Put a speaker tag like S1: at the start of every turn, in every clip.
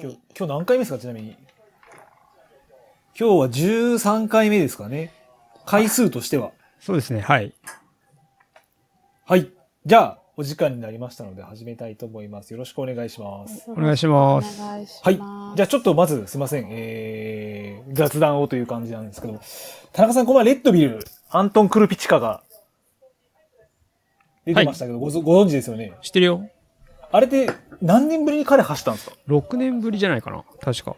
S1: 今日何回目ですかちなみに。今日は13回目ですかね。回数としては。
S2: そうですね。はい。
S1: はい。じゃあ、お時間になりましたので始めたいと思います。よろしくお願いします。
S2: お願いします
S3: お願いします。
S1: はい。じゃあちょっとまずすいません。えー、雑談をという感じなんですけど、田中さん、この前レッドビル、アントン・クルピチカが出てましたけど、ごぞご存知ですよね。
S2: 知ってるよ。
S1: あれって何年ぶりに彼走ったんですか
S2: 6年ぶりじゃないかな。確か。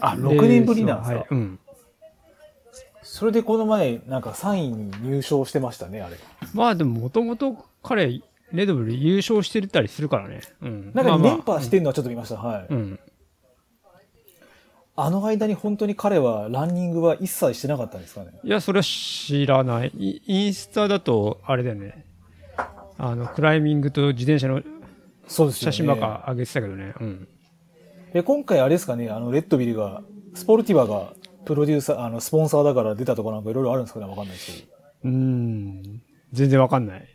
S1: あ、6年ぶりなんですか、
S2: レースははい。うん。
S1: それでこの前、なんか3位に入賞してましたね、あれ。
S2: まあでも、もともと彼、レドブル優勝してたりするからね。うん。
S1: なんか
S2: まあ
S1: 2
S2: まあ
S1: 連覇してるのはちょっと見ました。はい。
S2: うん。
S1: あの間に本当に彼はランニングは一切してなかったんですかね。
S2: いや、それは知らない。イインスタだと、あれだよね。あの、クライミングと自転車の
S1: そうですよ
S2: 写
S1: ね。
S2: 真ばっか上げてたけどね。うん。
S1: で、今回あれですかね、あの、レッドビルが、スポルティバが、プロデューサー、あの、スポンサーだから出たとかなんかいろいろあるんですかね、わかんないですけど。
S2: うーん。全然わかんない。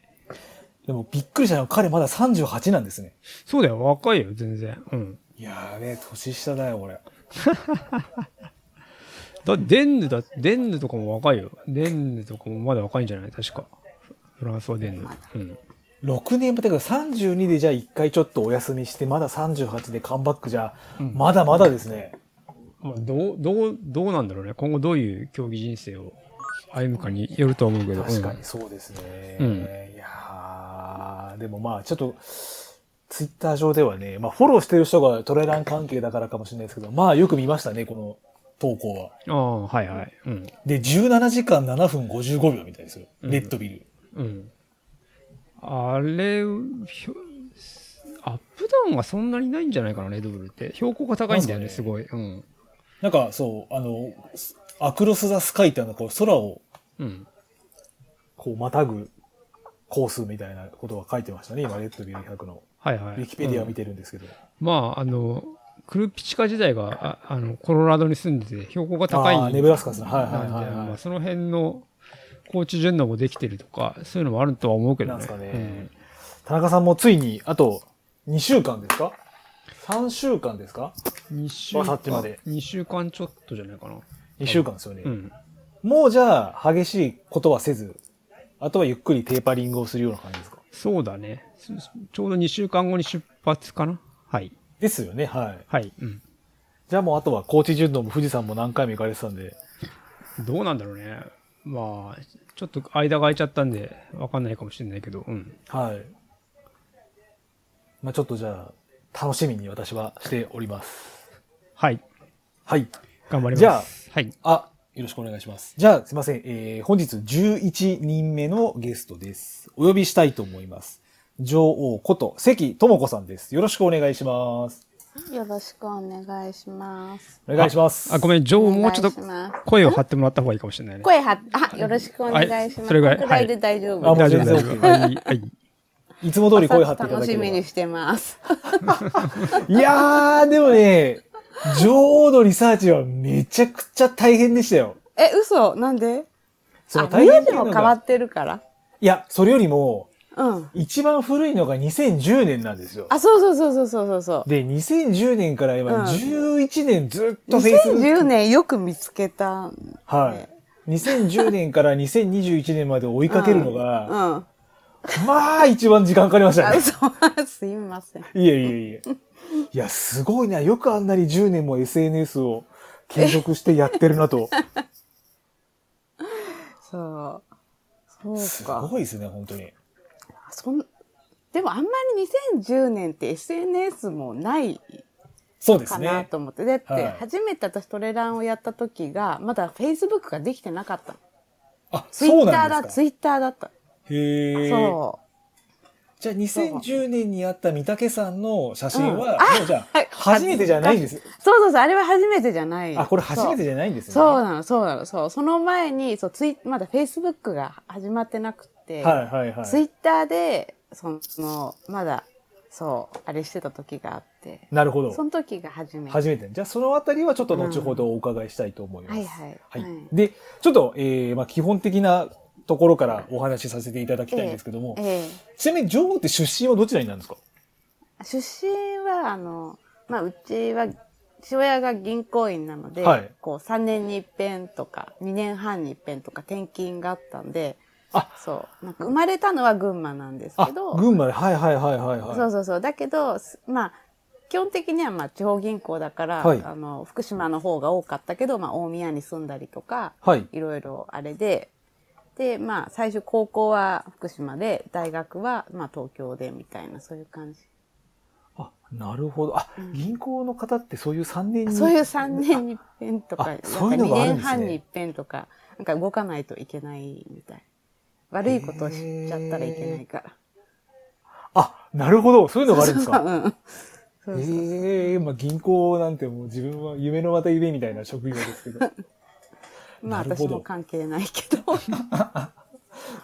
S1: でも、びっくりしたのは彼まだ38なんですね。
S2: そうだよ。若いよ、全然。うん。
S1: やーべえ、年下だよ、俺。
S2: だデンヌだ、デンヌとかも若いよ。デンヌとかもまだ若いんじゃない確か。フランスはデンヌ。うん。
S1: 6年ぶりだから32でじゃあ一回ちょっとお休みして、まだ38でカムバックじゃ、まだまだですね。
S2: まあ、どう、どう、どうなんだろうね。今後どういう競技人生を歩むかによると思うけど。
S1: 確かに
S2: うん
S1: そうですね。
S2: うん
S1: いやーでもまあちょっと、ツイッター上ではね、まあフォローしてる人がトレラン関係だからかもしれないですけど、まあよく見ましたね、この投稿は。
S2: ああ、はいはい。うん。
S1: で、17時間7分55秒みたいですよ。
S2: うん
S1: レッドビル。
S2: うん。あれ、ひょアップダウンがそんなにないんじゃないかな、レッドブルって。標高が高いんだよね、
S1: なん
S2: す
S1: す
S2: ごい。うん。
S1: なんか、そう、あの、スアクロス・ザ・スカイってあの、こう、空を、
S2: うん。
S1: こう、またぐコースみたいなことが書いてましたね。今、レッドビル100の。
S2: はいはい。
S1: ウィキペディアを見
S2: て、
S1: てるんですけど。
S2: まあ、あの、クルピチカ時代が、ああの、コロラドに住んでて、標高が高い
S1: あーネブラスカですね。はいはい
S2: なん
S1: はい、
S2: で、ま
S1: は
S2: あ、その辺の高知順応もできてるとか、そういうのもあるとは思うけ
S1: い。な
S2: ど
S1: ん
S2: ね。
S1: ですかね、田中さんもついに、あと、2週間ですか ?3 週間ですか
S2: うん、2週間、
S1: さっきまで
S2: 2週間ちょっとじゃないかな。
S1: ?2 週間ですよね。
S2: うん。
S1: もうじゃあ、激しいことはせず、あとはゆっくりテーパリングをするような感じですか
S2: そうだね。すちょうど2週間後に出発かな。はい。
S1: ですよね、はい。
S2: はい。うん。
S1: じゃあもうあとは高知順応も富士山も何回も行かれてたんで、
S2: どうなんだろうね。まあ、ちょっと間が空いちゃったんで、わかんないかもしれないけど、うん。
S1: はい。まあちょっとじゃあ、楽しみに私はしております。
S2: はい。
S1: はい。
S2: 頑張ります。
S1: じゃあ
S2: はい。
S1: あ、よろしくお願いします。じゃあ、すいません。えー、本日11人目のゲストです。お呼びしたいと思います。女王こと関智子さんです。よろしくお願いします。
S3: よろしくお願いします。
S1: お願いします。
S2: あ、ごめん、ジョー、もうちょっ
S3: お
S2: と
S3: 願いします
S2: 声を張ってもらった方がいいかもしれないね。
S3: 声はっ、あ、よろしくお願いしま
S2: は
S3: す。
S2: いそれぐらい
S3: こんくらいで大丈
S1: あ
S3: 夫
S1: も
S3: で
S1: う
S2: 大
S3: す。
S2: 丈夫、大
S1: 全然
S2: 丈夫。はい。はい。
S1: いつも通り声張っていただ
S3: 楽
S1: け
S3: しみ
S1: れ
S3: にしてます。
S1: ば。いやー、でもね、女王のリサーチはめちゃくちゃ大変でしたよ。
S3: え、嘘なんで
S1: その
S3: あ、
S1: 大変っ
S3: 名
S1: て
S3: 字
S1: いうの
S3: も
S1: が
S3: 変わってるから。
S1: いや、それよりも、
S3: うん。
S1: 一番古いのが2010年なんですよ。
S3: あ、そうそうそうそうそうそうそう。
S1: で、2010年から
S3: うん
S1: 今、11年ずっと Facebook。
S3: 2010年よく見つけた。
S1: はい。2010年から2021年まで追いかけるの
S3: う
S1: が、
S3: ん。
S1: まあ、一番時間かかりました
S3: あ、
S1: ね。
S3: 嘘。すいません。
S1: いえいえいえ。いや、すごいな。よくあんなに10年も SNS を継続してやってるなと。
S3: そう。 そう
S1: す
S3: か。
S1: ごいですね、本当に。
S3: そん、でもあんまり2010年って SNS もない
S1: そうで
S3: か
S1: す
S3: な
S1: ね。
S3: と思って。だって、
S1: はい
S3: 初めて私トレランをやった時が、まだ Facebook ができてなかったの。
S1: あ、
S3: ツイ
S1: そう
S3: ッター
S1: な
S3: だ、
S1: んです
S3: ツ
S1: か。
S3: イッターだった。
S1: へえ。
S3: そ
S1: じゃあ、2010年にあった三宅さんの写真は、もうじゃ
S3: はい
S1: あ、初めてじゃないんです。
S3: う。そうそうそう、あれは初めてじゃない。
S1: あ、これ初めて
S3: じ
S1: じゃないんですね。
S3: そうそうなの、そうなの、そう。その前に、そう、ツイまだ Facebook が始まってなくて、
S1: はいはいは
S3: ツイ
S1: い。
S3: ッターで、その、まだ、そう、あれしてた時があって、
S1: なるほど。
S3: その時が初めて。
S1: 初めて。じゃあ、そのあたりはちょっと後ほどお伺いしたいと思います。
S3: うんはいはいはい
S1: で、ちょっと、えー、まあ、基本的なところからお話しさせていただきたいんですけども、
S3: ええ
S1: ちなみに女王って出身はどちらになるんですか
S3: 出身は、あの、まあ、うちは父親が銀行員なので、
S1: はい
S3: こう3年に一遍とか、2年半に一遍とか転勤があったんで、
S1: あ
S3: そう。なんか生まれたのは群馬なんです
S1: あ
S3: けど、、
S1: 群馬で、はいはいはいはいはい。
S3: そうそうそう。だけど、すまあ、基本的にはまあ地方銀行だから、
S1: はい
S3: あの、福島の方が多かったけど、まあ大宮に住んだりとか、
S1: はい。
S3: いろいろあれで、で、まあ最初高校は福島で、大学はまあ東京でみたいな、そういう感じ。
S1: あ、なるほど。あ、銀行の方ってそういう3年に。
S3: そういう3年に一遍とか、
S1: あ
S3: なんか
S1: そういうのがあるん
S3: 2年
S1: ですね
S3: 半に一遍とか、なんか動かないといけないみたい。悪いことを知っちゃったらいけないから。
S1: あ、なるほど。そういうのがあるんですか。
S3: うん。そうそう
S1: ええまあ銀行なんてもう自分は夢のまた夢みたいな職業ですけど。
S3: まあ
S1: なる
S3: 私
S1: ほど
S3: も関係ないけど。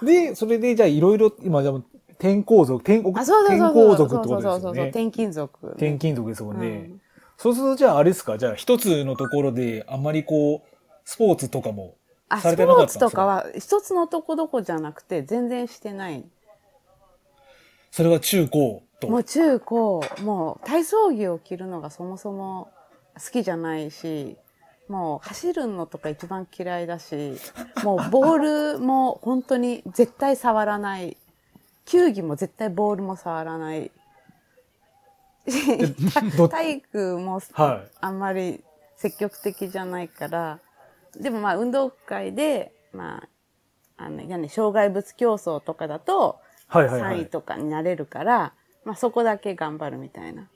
S1: で、それでじゃあいろいろ、今じゃあ転校族、転、転
S3: あ、そうそうそう
S1: 校
S3: そう。
S1: 族ってことですよね。
S3: そうそうそうそう。転勤族。
S1: 転勤族ですもんね。
S3: うん
S1: そうするとじゃああれですか、じゃあ一つのところであんまりこう、スポーツとかも
S3: あ、
S1: さ
S3: ス
S1: れ
S3: ポ
S1: てなかったん
S3: ー
S1: です
S3: ツ
S1: か
S3: とかは一つのとこどこじゃなくて全然してない。
S1: それは中高と。
S3: もう中高、もう体操着を着るのがそもそも好きじゃないし、もう走るのとか一番嫌いだし、もうボールも本当に絶対触らない。球技も絶対ボールも触らない。
S1: ど
S3: 体育も
S1: はい。
S3: あんまり積極的じゃないから、でもまあ運動会で、まあ、あの、何、障害物競争とかだと、
S1: はいはいは
S3: 3位
S1: い。
S3: とかになれるから、まあそこだけ頑張るみたいな。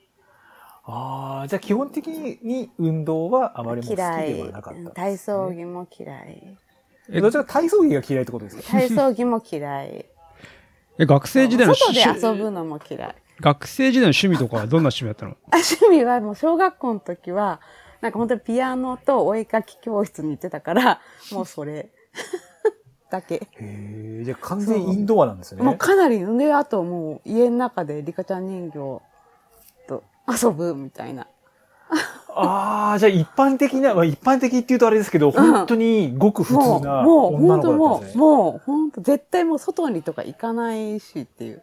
S1: ああ、じゃあ基本的に運動はあまりも好きで
S3: 嫌い
S1: はなかったんですね。。
S3: 体操着も嫌い。
S1: えどちらか体操着が嫌いってことですか
S3: 体操着も嫌 い。
S2: え学生時代の
S3: 外で
S2: 趣
S3: 遊ぶのも嫌い。
S2: 学生時代の趣味とかはどんな趣味だったの
S3: あ趣味はもう小学校の時は、なんか本当にピアノとお絵描き教室に行って たから、もうそれだけ。
S1: へえ、じゃあ完全インドアなんですね。
S3: もうかなり、で、あともう家の中でリカちゃん人形と遊ぶみたいな。
S1: ああ、じゃあ一般的な、まあ、一般的って言うとあれですけど、本当にごく普
S3: も
S1: 通
S3: う、
S1: な
S3: もう、
S1: 女
S3: 本
S1: の子だった
S3: 当
S1: ん
S3: も
S1: です
S3: う、
S1: ね。
S3: もう、本当絶対もう外にとか行かないしっていう。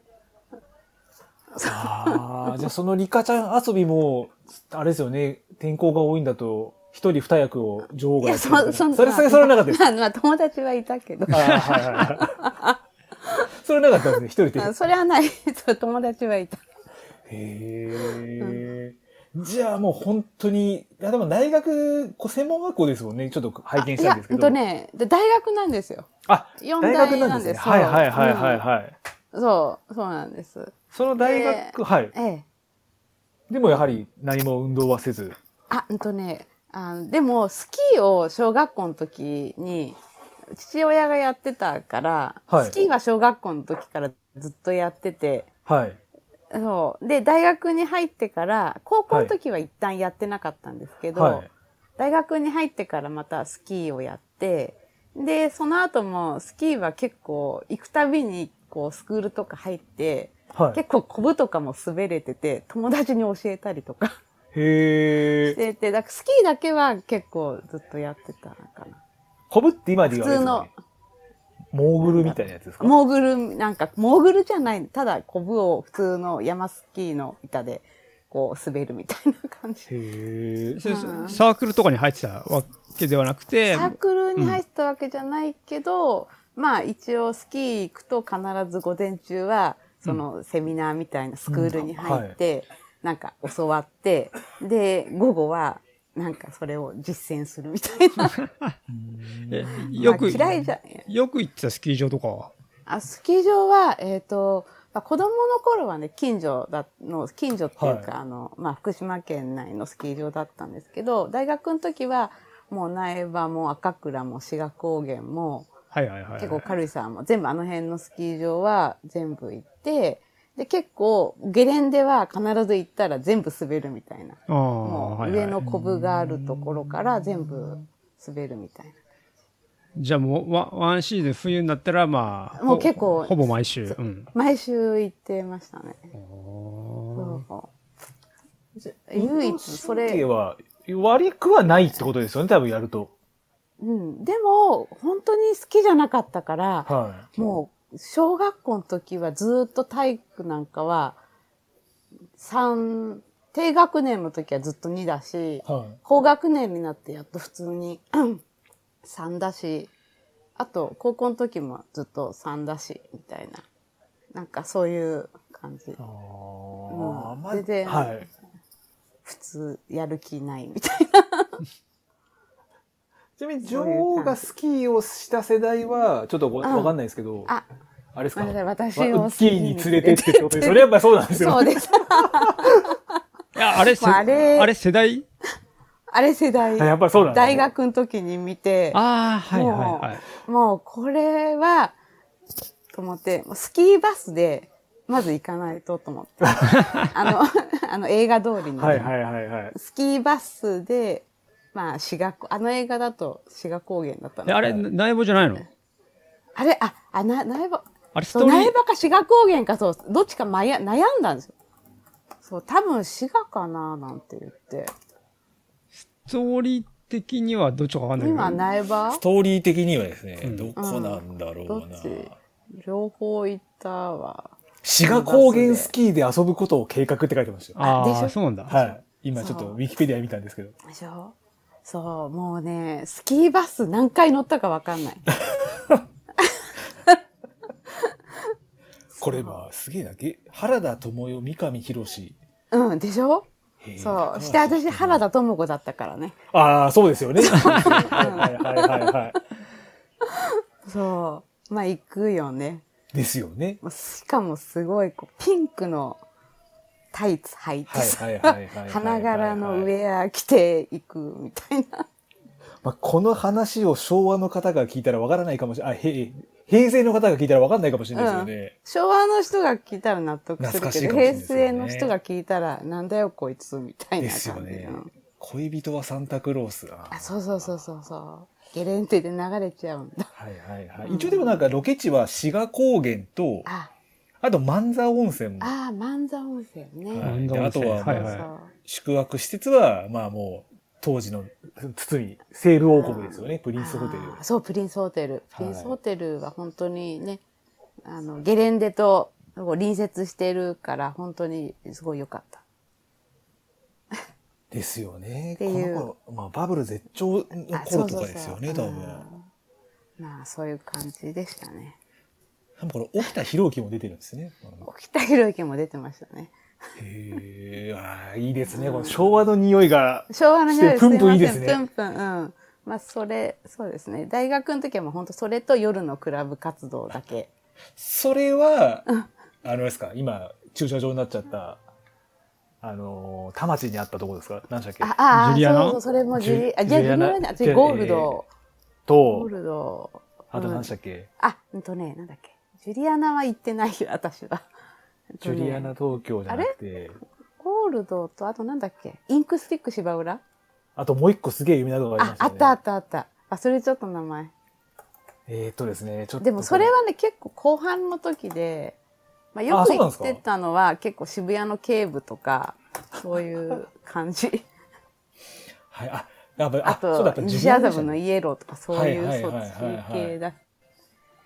S1: ああ、じゃあそのリカちゃん遊びも、あれですよね、天候が多いんだと、一人二役を女王
S3: い
S1: が
S3: や、
S1: って
S3: そ
S1: るみたいな、
S3: そん
S1: それ、それ、それはなかったです。
S3: まあ、まあ、友達はいたけど。
S1: あーはいはいはい。それはなかったですね、一人で。
S3: あ
S1: へ
S3: それはない。そう友達はいた。
S1: え。じゃあもう本当に、いやでも大学、こう専門学校ですもんね、ちょっと拝見し
S3: い
S1: た
S3: や、
S1: んです
S3: ほ
S1: け
S3: ん
S1: ど。
S3: とね、で大学なんですよ。
S1: あ、
S3: 四
S1: 大
S3: 大
S1: 学なんですね。はいはいはいはい
S3: い。
S1: はい。
S3: うんそう、そうなんです。
S1: その大学、はい。
S3: ええ。
S1: でもやはり何も運動はせず。
S3: あ、うんとね、あのでも、スキーを小学校の時に、父親がやってたから、
S1: はい
S3: スキーは小学校の時からずっとやってて、
S1: はい。
S3: そう。で、大学に入ってから、高校の時は一旦やってなかったんですけど、
S1: はい。
S3: 大学に入ってからまたスキーをやって、で、その後もスキーは結構行くたびにこうスクールとか入って、
S1: はい。
S3: 結構コブとかも滑れてて、友達に教えたりとか
S1: へ
S3: し
S1: え。
S3: てて、だからスキーだけは結構ずっとやってたかな。
S1: こぶって今で
S3: 普
S1: 言われ
S3: 通
S1: る、
S3: の
S1: ね、、モーグルみたいなやつですか
S3: モーグル、なんか、モーグルじゃない、ただコブを普通の山スキーの板でこう滑るみたいな感じ。
S1: へえ。
S2: それサークルとかに入ってたわけではなくて
S3: サークルに入ったわけじゃないけど、まあ一応スキー行くと必ず午前中は、そのセミナーみたいなスクールに入って、なんか教わって、で、午後は、なんかそれを実践するみたいな。
S2: えよく
S3: まあ嫌いじゃ、
S2: よく行ってたスキー場とかは
S3: あ、スキー場は、えっ、と、まあ、子供の頃はね、近所だ、の、近所っていうか、
S1: は
S3: あの、まあ、福島県内のスキー場だったんですけど、大学の時は、もう苗場も赤倉も志賀高原も、
S2: はいはいはいはい
S3: 結構軽井沢も全部あの辺のスキー場は全部行って、で、結構ゲレンデは必ず行ったら全部滑るみたい
S2: あ
S3: な。
S2: あ、
S3: も
S2: は
S3: う
S2: い
S3: 上
S2: は
S3: のコブがあるところから全部滑るみたい
S2: い、じゃあもうワワンシーズン冬になったらまあ
S3: もう
S2: ほ
S3: 結構
S2: ほぼ毎週、うん、
S3: な。毎週行ってましたね。そう唯一そ
S1: 神経
S3: れ、
S1: は悪くはないってことですよね、多分やると。
S3: うん。でも、本当に好きじゃなかったから、
S1: は
S3: もう、小学校の時はずっと体育なんかは、3低学年の時はずっと2だし、
S1: はい。
S3: 高学年になってやっと普通に3だし、あと高校の時もずっと3だし、みたいな。なんかそういう感じ
S1: あ。
S3: も
S1: ー
S3: う
S1: まあ、
S3: 全然
S1: はい。
S3: 普通やる気ないみたい
S1: ちなみに女王がスキーをした世代は、ちょっとご
S3: うん
S1: わかんないですけど、
S3: な。あ、
S1: あれです
S3: ご
S1: か
S3: めんなさい、私を
S1: わスキーに連れてってってことで、そ れやっぱそうなんです
S3: そ
S1: よ
S3: う
S1: ね。
S3: です。
S2: いや、あれ、せ
S3: まああ
S2: あ
S3: れ
S2: れ世代
S3: あれ世代。
S1: やっぱりそうなんですね
S3: 大学の時に見て、
S2: ああ、はいはいはい。
S3: もうこれは、と思って、もうスキーバスで、まず行かないとと 思って。あの、あの映画通りに。
S1: はいはいはいはい。
S3: スキーバスで、まあ、志賀こ、あの映画だと志賀高原だった
S2: え
S3: の。
S2: あれ、内部じゃないの
S3: あれ、あ、あ、な、苗場、
S2: あれ、ス
S3: そ
S2: トー
S3: う、
S2: リー
S3: 苗場か志賀高原か、そう、どっちか迷悩んだんですよ。そう、多分志賀かな、なんて言って。
S2: ストーリー的にはどっちかわかんないけど。
S3: 今、苗場
S1: ストーリー的にはですね、
S2: うん
S1: どこなんだろ
S3: ど
S1: う
S3: っ
S1: な。
S3: ち両方行ったわ。
S1: 志賀高原スキーで遊ぶことを計画って書いてましたよ。
S2: あ
S3: でし
S2: あ
S3: ょ
S2: ー、そうなんだ。
S1: はい。今ちょっ
S3: そ
S1: と
S3: う
S1: ウィキペディア見たんですけど。
S3: でしょそう、もうね、スキーバス何回乗ったかわか んない。
S1: これまあすげえな。げ原田智代、三上博史。
S3: うん、でしょ
S1: へー
S3: そう。して私、原。田智子だったからね。
S1: ああ、そうですよね。はいはいはいはいは
S3: そう。まあ、行くよね。
S1: い。ですよね。
S3: もうしかもすごいこうピンクのタイツ履いて
S1: はい
S3: さ
S1: はいはいはいはいはい
S3: 花柄のウェア着ていくみたいな。
S1: まあ、この話を昭和の方が聞いたらわからないかもしれない。あ、へ平成の方が聞いたらわかんないかもしれないですよね。
S3: 昭和の人が聞いたら納得する
S1: 懐かし
S3: け
S1: い
S3: ど、
S1: かもしれない
S3: 平
S1: ですよね
S3: 成の人が聞いたらなんだよこいつみたいな感じ。
S1: ですよね
S3: うん。
S1: 恋人はサンタクロース。あ
S3: あ、
S1: ー
S3: そうそうそうそうそう。ゲレンテで流れちゃうんだ。
S1: はいはいは
S3: う
S1: い。
S3: ん
S1: 一応でもなんかロケ地は志賀高原と、
S3: あ、
S1: あと万座温泉も。
S3: ああ、万座温泉ね。
S1: は
S2: 温
S1: い、
S2: 泉
S1: であとは、
S2: はい
S1: まあ
S2: はい
S1: 宿泊施設は、まあもう、当時の堤、セール王国ですよね、プリンスホテル。
S3: あーそう、プリンスホテル。
S1: い
S3: プリンスホテルは本当にね、あの、ゲレンデと隣接してるから、本当にすごい良かった。
S1: ですよね。
S3: て
S1: こ
S3: いう
S1: の頃、まあバブル絶頂の
S3: あ
S1: 頃とかですよね、
S3: そ
S1: 多
S3: うそうそう
S1: 分。
S3: うんまあ、そういう感じでしたね。
S1: 多分これ、沖田博之も出てるんです ね。
S3: 沖田博之も出てましたね。
S1: へえ、あーいいですね。この昭和の匂いが。
S3: 昭和の匂い
S1: してプンプンいい
S3: ま
S1: で
S3: せ
S1: す
S3: ん
S1: ね
S3: プンプン、うん。まあ、それ、そうですね。大学の時はもう本当それと夜のクラブ活動だけ。
S1: それは、あのですか、今、駐車場になっちゃった、あのー、田町にあったところですか何でしたっけ
S3: ああ、
S2: ジュリアナ
S3: そうそう、それもジュリ、あ、
S1: ジ
S3: ジ
S1: ュ
S3: ュ
S1: リ
S3: リ
S1: ア
S3: ア
S1: ナ
S3: ナ、あ違うゴールド、ゴー
S1: と、
S3: ルド。
S1: あと
S3: うん
S1: 何でしたっけ
S3: あ、うんとね、なんだっけ。ジュリアナは行ってないよ、 私は。うん
S1: ジ
S3: と
S1: ュ
S3: ね
S1: リアナ。東京じゃなくて、
S3: ゴールドと、あとなんだっけ。インクスティック芝浦、
S1: あともう一個すげえ有名なのがあり
S3: あ
S1: ま、し
S3: あ
S1: た、ね。
S3: ったあったあった。忘れちゃった名前。
S1: えーっとですね、ちょっと。
S3: でもそれはね、結構後半の時で、まあ、
S1: あ
S3: よく
S1: そうなんで
S3: 行
S1: す
S3: っ
S1: か
S3: てたのは、結構渋谷の警部とか、そういう感じ。
S1: はい、あ、やっぱ
S3: あ
S1: そうだ
S3: と
S1: った、、
S3: 西麻布の
S1: 家。
S3: イエローとか、そうい、
S1: はいうは
S3: そ
S1: いはい
S3: っ
S1: はい
S3: ち系だ。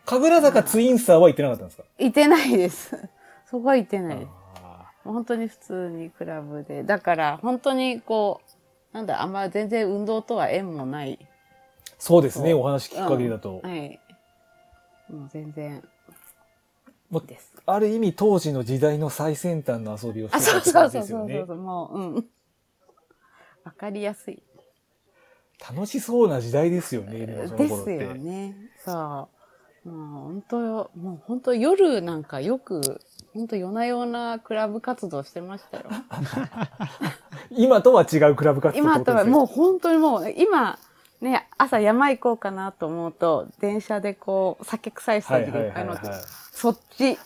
S1: 神楽坂ツインサーは行ってなかったんですか
S3: 行ってないです。 そこは行ってないです。
S1: あ
S3: もう本当に普通にクラブで。だから、本当にこう、なんだ、あんま全然運動とは縁もない。
S1: ーそうですね、
S3: そう
S1: お話聞く限りだと。
S3: はい。もう全然。
S1: もう
S3: です。
S1: ある意味当時の時代の最先端の遊びをして
S3: あ、そう
S1: た
S3: そ
S1: んで
S3: うそう
S1: す
S3: そ
S1: よ
S3: う
S1: ね
S3: そ。う、もう、うん。わかりやすい。
S1: 楽しそうな時代ですよね、でもその
S3: で
S1: 頃っ
S3: す
S1: て。
S3: よね。そう。もう本当よ、もう本当夜なんかよく、本当夜な夜なクラブ活動して ましたよ。
S1: 今とは違うクラブ活動って
S3: 今
S1: こ
S3: と
S1: とで
S3: は
S1: すよ
S3: もう本当にもう今ね朝山行こうかなと思うと電車でこう酒臭いス
S1: は
S3: タ
S1: い
S3: ジ
S1: は
S3: が
S1: い
S3: い
S1: は
S3: っぱい
S1: い
S3: 乗
S1: は
S3: って、
S1: い。
S3: そっち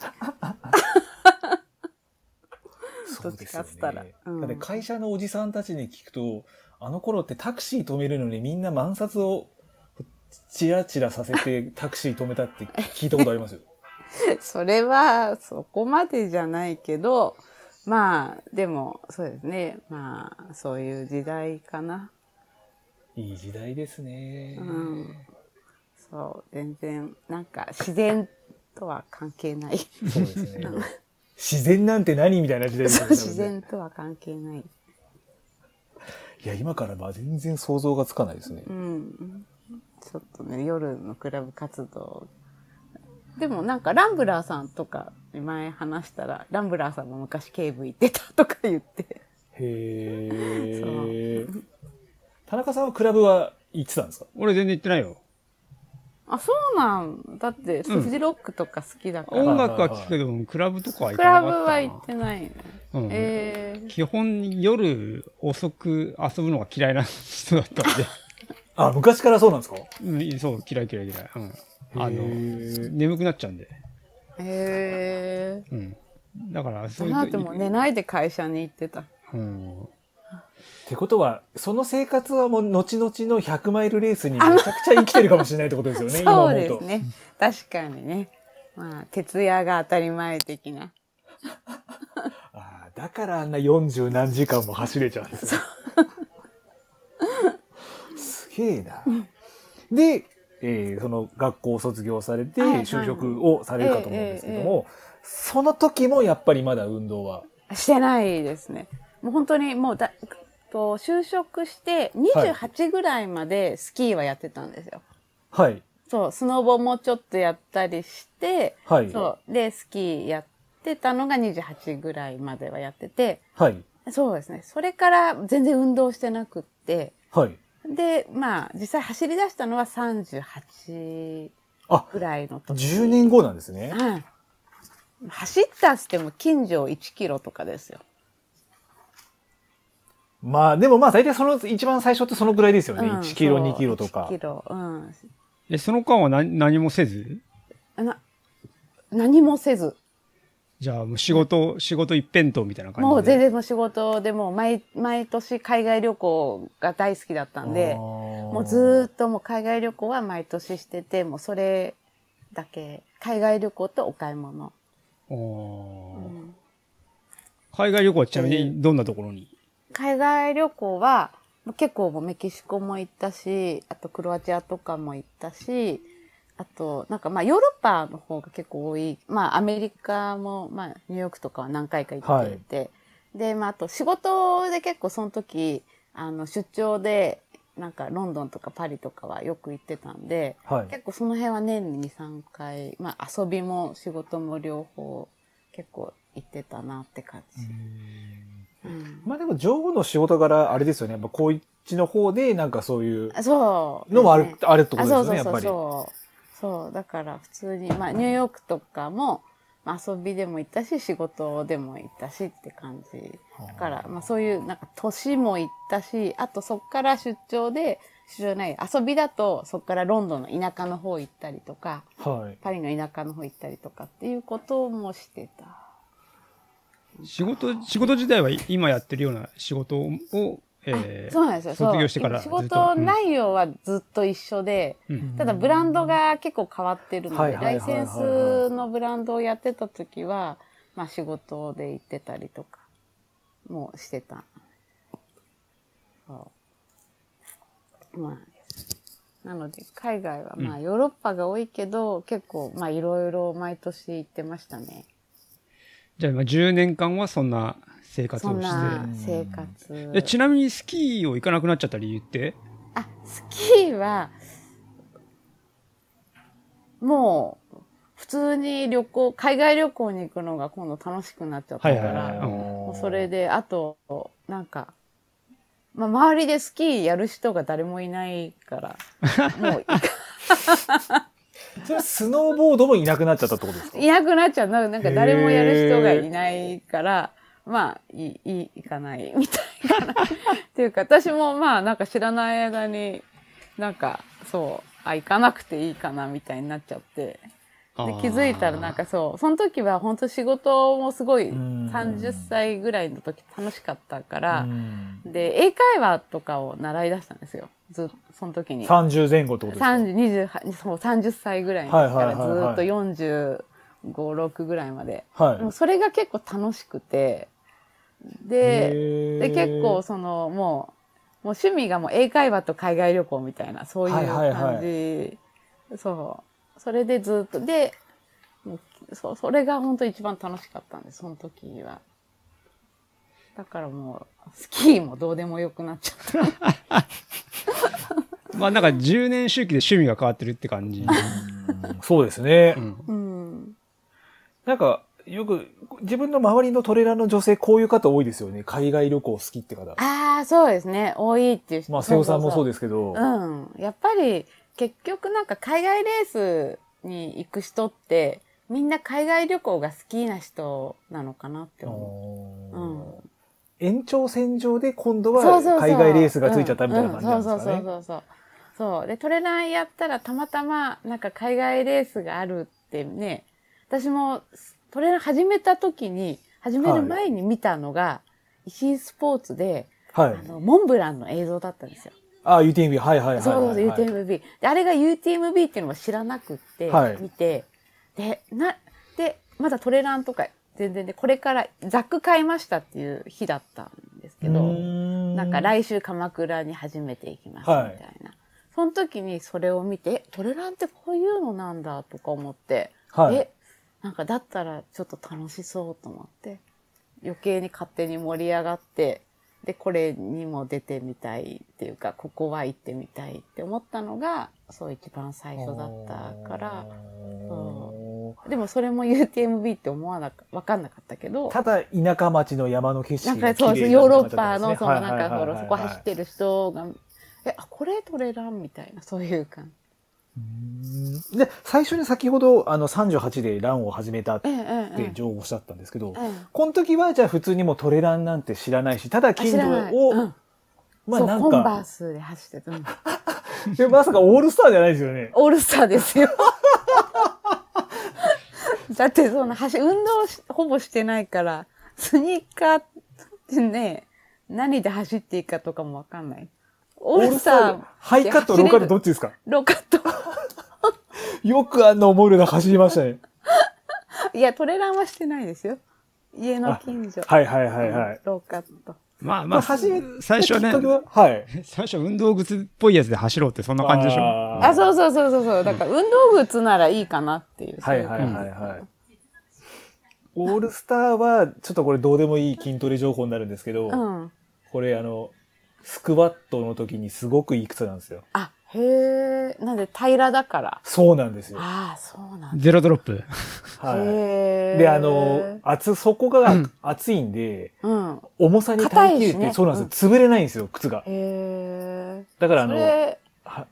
S1: そうですよ
S3: どっちかっつったら
S1: ね。
S3: うん
S1: だって会社のおじさんたちに聞くと、あの頃ってタクシー止めるのにみんな満札をチラチラさせ てタクシー止めたって聞いたことありますよ。
S3: それはそこまでじゃないけどまあでもそうですねまあそういう時代かな、
S1: いい時代ですね
S3: う。ん、そう全然なんか自然とは関係ない
S1: そうですね。自然なんて何みたいな時代です
S3: そ
S1: よ
S3: う
S1: ね。
S3: 自然とは関係ない。
S1: いや、今からは全然想像がつかないですね。
S3: うん。ちょっとね、夜のクラブ活動。でもなんかランブラーさんとかに前話したら、ランブラーさんも昔警部行ってたとか言って。
S1: へえ。田中さんはクラブは行ってたんですか
S2: 俺全然行ってないよ。
S3: あ、そうなんだって、
S2: うん
S3: フジロックとか好きだから。
S2: 音楽は聴くけど、クラブとかは行
S3: ク
S2: か
S3: ラ
S2: な
S3: ブ
S2: かっ
S3: は
S2: た
S3: 行ってないね。
S2: な。うん
S3: えー
S2: 基本夜遅く遊ぶのが嫌いな人だったんで。
S1: あ、昔からそうなんですか
S2: うん、 そう、嫌い嫌い嫌い。うん。あ
S1: へ
S2: の、
S1: ー
S2: 眠くなっちゃうんで。
S3: へえ
S2: うん。だから、そ
S3: そうの
S2: いう
S3: 後も寝ないで会社に行ってた。
S2: うん。
S1: ってことは、その生活はもう後々の100マイルレースにめちゃくちゃ生きてるかもしれないってことですよ ね、今
S3: そう
S1: 思う
S3: です
S1: と。
S3: ね。確かにね。まあ、徹夜が当たり前的な。
S1: あーだからあんな40何時間も走れちゃうんですね。すげえな。で、えーその学校を卒業されて
S3: はいはい
S1: 就職をされるかと思うんですけども、その時もやっぱりまだ運動は。
S3: してないですね。もう本当にもうだ、と就職して28ぐらいまでスキーはやってたんですよ。
S1: はい。
S3: そう、スノボもちょっとやったりして、
S1: はい。
S3: そう、で、スキーやってたのが28ぐらいまではやってて、
S1: はい。
S3: そうですね。それから全然運動してなくって、
S1: はい。
S3: で、まあ、実際走り出したのは38
S1: あ、
S3: ぐらいの時。
S1: 10年後なんですね。
S3: はい。走ったっつっても近所1キロとかですよ。
S1: まあ、でもまあ大体その一番最初ってそのぐらいですよね。
S3: うん
S1: 1キロ、
S3: そう
S1: 2キロとか。
S3: 1キロ、うん。
S2: え、その間は何何もせず
S3: な何もせず、
S2: じゃあ、もう仕事、仕事一辺倒みたいな感じで。
S3: もう全然もう仕事でもう毎毎年海外旅行が大好きだったんで、も
S1: も
S3: うずーっともう海外旅行は毎年してて、もうそれだけ、海外旅行とお買い物。
S2: お
S3: う
S2: ー
S3: ん
S2: 海外旅行はちなみにどんなところに、
S3: 海外旅行はもう結構もうメキシコも行ったし、あとクロアチアとかも行ったし、あとなんかまあヨーロッパの方が結構多い。まあアメリカもまあニューヨークとかは何回か行っていて。で、まああと仕事で結構その時、あの出張でなんかロンドンとかパリとかはよく行ってたんで、
S1: はい。
S3: 結構その辺は年に2、3回、まあ遊びも仕事も両方結構行ってたなって感じ。うん
S1: まあでも、女王の仕事柄、あれですよね。やっぱ、高一の方で、なんかそういう
S3: あそう、
S1: のもある、
S3: ですね
S1: あるってことですよね、
S3: あ
S1: やっ
S3: そうそう
S1: ぱり。
S3: そうそうそうだから普通に、まあ、ニューヨークとかも、まあ、遊びでも行ったし仕事でも行ったしって感じだから、まあ、そういうなんか年も行ったしあとそっから出張で出張じゃない遊びだとそっからロンドンの田舎の方行ったりとか
S1: はい。
S3: パリの田舎の方行ったりとかっていうこともしてた。
S2: 仕事、仕事自体は今やってるような仕事を、えー
S3: そうなんですよ。そう
S2: 卒業してからず
S3: 仕
S2: っと。
S3: 事内容はずっと一緒で、
S2: うん
S3: ただブランドが結構変わってるので、
S1: はいはいはいはい
S3: ライセンスのブランドをやってた時は、まあ仕事で行ってたりとかもしてた。そうまあ、なので海外はまあヨーロッパが多いけど、結構まあいろいろ毎年行ってましたね。
S2: じゃあ今10年間はそんな生活
S3: そん
S2: をし
S3: な
S2: て。
S3: 生活。
S2: えちなみにスキーを行かなくなっちゃった理由って
S3: あ、スキーは、もう、普通に旅行、海外旅行に行くのが今度楽しくなっちゃったから、
S2: はいはいはい
S3: もうそれで、あと、なんか、まあ、周りでスキーやる人が誰もいない から、もう
S1: それはスノーボードもいなくなっちゃったってことですか
S3: いいなくなっちゃう。なんかなんか誰もやる人がいないから、まあ、いい、いいかない、みたいな。っていうか、私もまあ、なんか知らない間に、なんか、そう、あ、行かなくていいかな、みたいになっちゃって。で気づいたらなんかそう、その時は本当仕事もすごい
S1: ん
S3: 30歳ぐらいの時楽しかったか
S1: う
S3: ら、
S1: ん
S3: で、英会話とかを習い出したんですよ。ずっと、その時に。
S1: 30前後ってことですか
S3: 30 28そう30歳ぐらいの
S1: はい
S3: 時
S1: は
S3: か
S1: い
S3: らず
S1: はいはい
S3: ーっと4 5 6ぐらいまで、
S1: はい
S3: もう。それが結構楽しくてで
S1: で
S3: で結構、そのもうもう趣味がもう英会話と海外旅行みたいなそういう
S1: はい
S3: 感じ、
S1: はいはい
S3: そうそれでずーっとでもうそそれが本当一番楽しかったんです、その時は。だからもう、スキーもどうでもよくなっちゃった。
S2: まあなんか10年周期で趣味が変わってるって感じ。
S1: うんそうですね
S2: う。ん
S3: うん。
S1: なんか、よく、自分の周りのトレーラーの女性、こういう方多いですよね。海外旅行好きって方。
S3: ああ、そうですね。多いっていう人。
S1: まあ、瀬尾さんもそう
S3: で
S1: ですけど。
S3: うん。やっぱり、結局なんか海外レースに行く人って、みんな海外旅行が好きな人なのかなって思う。うん。
S1: あー延長線上で今度
S3: そ
S1: は
S3: うそうそう
S1: 海外レースがついちゃったみたいな感じなんです
S3: うんうん
S1: か
S3: そうそう
S1: ね。
S3: そうそうそう。そう。で、トレランやったらたまたま、なんか海外レースがあるってね、私もトレラン始めた時に、始める前に見たのが、石井スポーツで、
S1: は
S3: あ
S1: い。
S3: の、モンブランの映像だったんですよ。
S1: ああ、UTMB、はいはいはいはいはい。
S3: そうそうそう、UTMB。で、あれが UTMB っていうのは知らなくって、
S1: はい
S3: 見て、で、な、で、まだトレランとか全然で、これからザック買いましたっていう日だったんですけど、なんか
S1: イ
S3: 来週鎌倉に初めて行きますみたいな。
S1: はい
S3: その時にそれを見て、えトレランってこういうのなんだとか思って、
S1: ブ。はい。
S3: え、なんかだったらちょっと楽しそうと思って、余計に勝手に盛り上がって、で、これにも出てみたいっていうか、ここは行ってみたいって思ったのが、そう一番最初だったから、
S1: おー。
S3: でもそれも UTMB って思わなか、わかんなかったけど、
S1: ただ、田舎町の山の景
S3: な
S1: 色
S3: ん
S1: が
S3: か
S1: 綺麗
S3: そう
S1: だ
S3: です、
S1: ね
S3: ヨーロッパの、その
S1: はい
S3: な
S1: は
S3: ん
S1: いはい
S3: か、
S1: はい
S3: そのそこ走ってる人が、え、あ、これトレランみたいな、そういう感じ。
S1: うんで、最初に先ほど、あの、38でランを始めたっ
S3: え
S1: て
S3: え、ええ、え
S1: 情報をおっしゃったんですけど、
S3: え。
S1: この時は、じゃあ普通にもうトレランなんて知らないし、ただ
S3: あ知
S1: 近
S3: ら
S1: 所
S3: ない
S1: を、
S3: うん
S1: まあ
S3: そう
S1: なん
S3: コンバー
S1: か、
S3: スで走ってた。うん
S1: でまさかオールスターじゃないですよね。
S3: オールスターですよ。 だってその走、運動しほぼしてないから、スニーカーってね、何で走っていいかとかもわかんない。オールスター、
S1: ハイカット、ローカット、どっちですか
S3: ロカット。
S1: よくあのモルダ走りましたね。
S3: いや、トレランはしてないですよ。家の近所。
S1: はいはいはいはい。
S3: ロカット。
S2: まあまあ、
S1: これ初め
S2: 最初はね
S1: きっか、けははい。
S2: 最初は運動靴っぽいやつで走ろうってそんな感じでしょ。
S1: あー
S3: あ、そうそうそうそうそう。だから運動靴ならいいかなっていう。
S1: はいはいはいはい。オールスターは、ちょっとこれどうでもいい筋トレ情報になるんですけど、
S3: そういううん。
S1: これあの、スクワットの時にすごくいい靴なんですよ。
S3: あ、へえ。なんで平らだから。
S1: そうなんですよ。
S3: ああ、そうなんだ。
S2: ゼロドロップ。
S1: は
S3: へ
S1: い。
S3: え。
S1: で、あの、厚、そこが厚いんで、
S3: うん。
S1: 重さに耐えきれて、
S3: 硬いしね
S1: そうなんですよ。潰れないんですよ、靴が。
S3: へえ。
S1: だからあ
S3: そ
S1: の、
S3: れ、
S1: は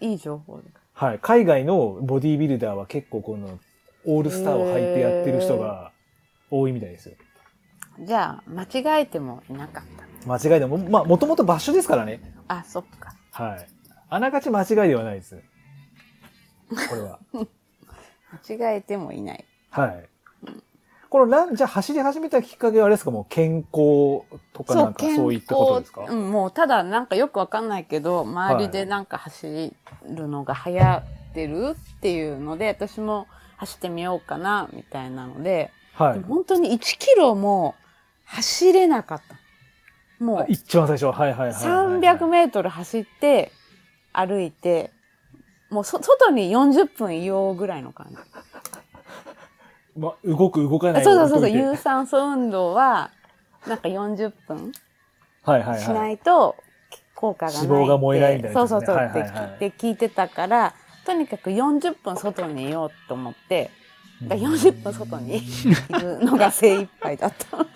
S3: いい情報だ。
S1: はい。海外のボディービルダーは結構このオールスターを履いてやってる人が多いみたいですよ。
S3: じゃあ、間違えてもいなかっ
S1: 間違いでも、まあ、もともと場所ですからね。
S3: た。あ、そっか。
S1: はい。あながち間違いではないです。これ は。
S3: 間違えてもいない。
S1: はい。このラン、じゃあ走り始めたきっかけはあれですかもう健康とかなんかそういったことですか
S3: 健康うん、もうただなんかよくわかんないけど、周りでなんか走るのが流行ってるっていうので、私も走ってみようかな、みたいなので、
S1: は
S3: でも
S1: い。
S3: 本当に1キロも走れなかった。もう
S1: 一番最初は、はいはいはいはい、
S3: 300メートル走って、歩いて、もうそ外に40分いようぐらいの感じ。
S1: まあ、動く動かない
S3: そうそうそうそ
S1: 置
S3: う、
S1: いといて
S3: 有酸素運動は、なんか40分
S1: はいはいはい。
S3: しないと効果がないって。
S1: 脂肪が燃えないみたいな
S3: そ
S1: や
S3: う
S1: つ
S3: そうそう
S1: ですね
S3: っ
S1: は
S3: て
S1: いはいはい
S3: 聞いて聞いてたから、とにかく40分外にいようと思って、だから40分外にいるのが精一杯だった。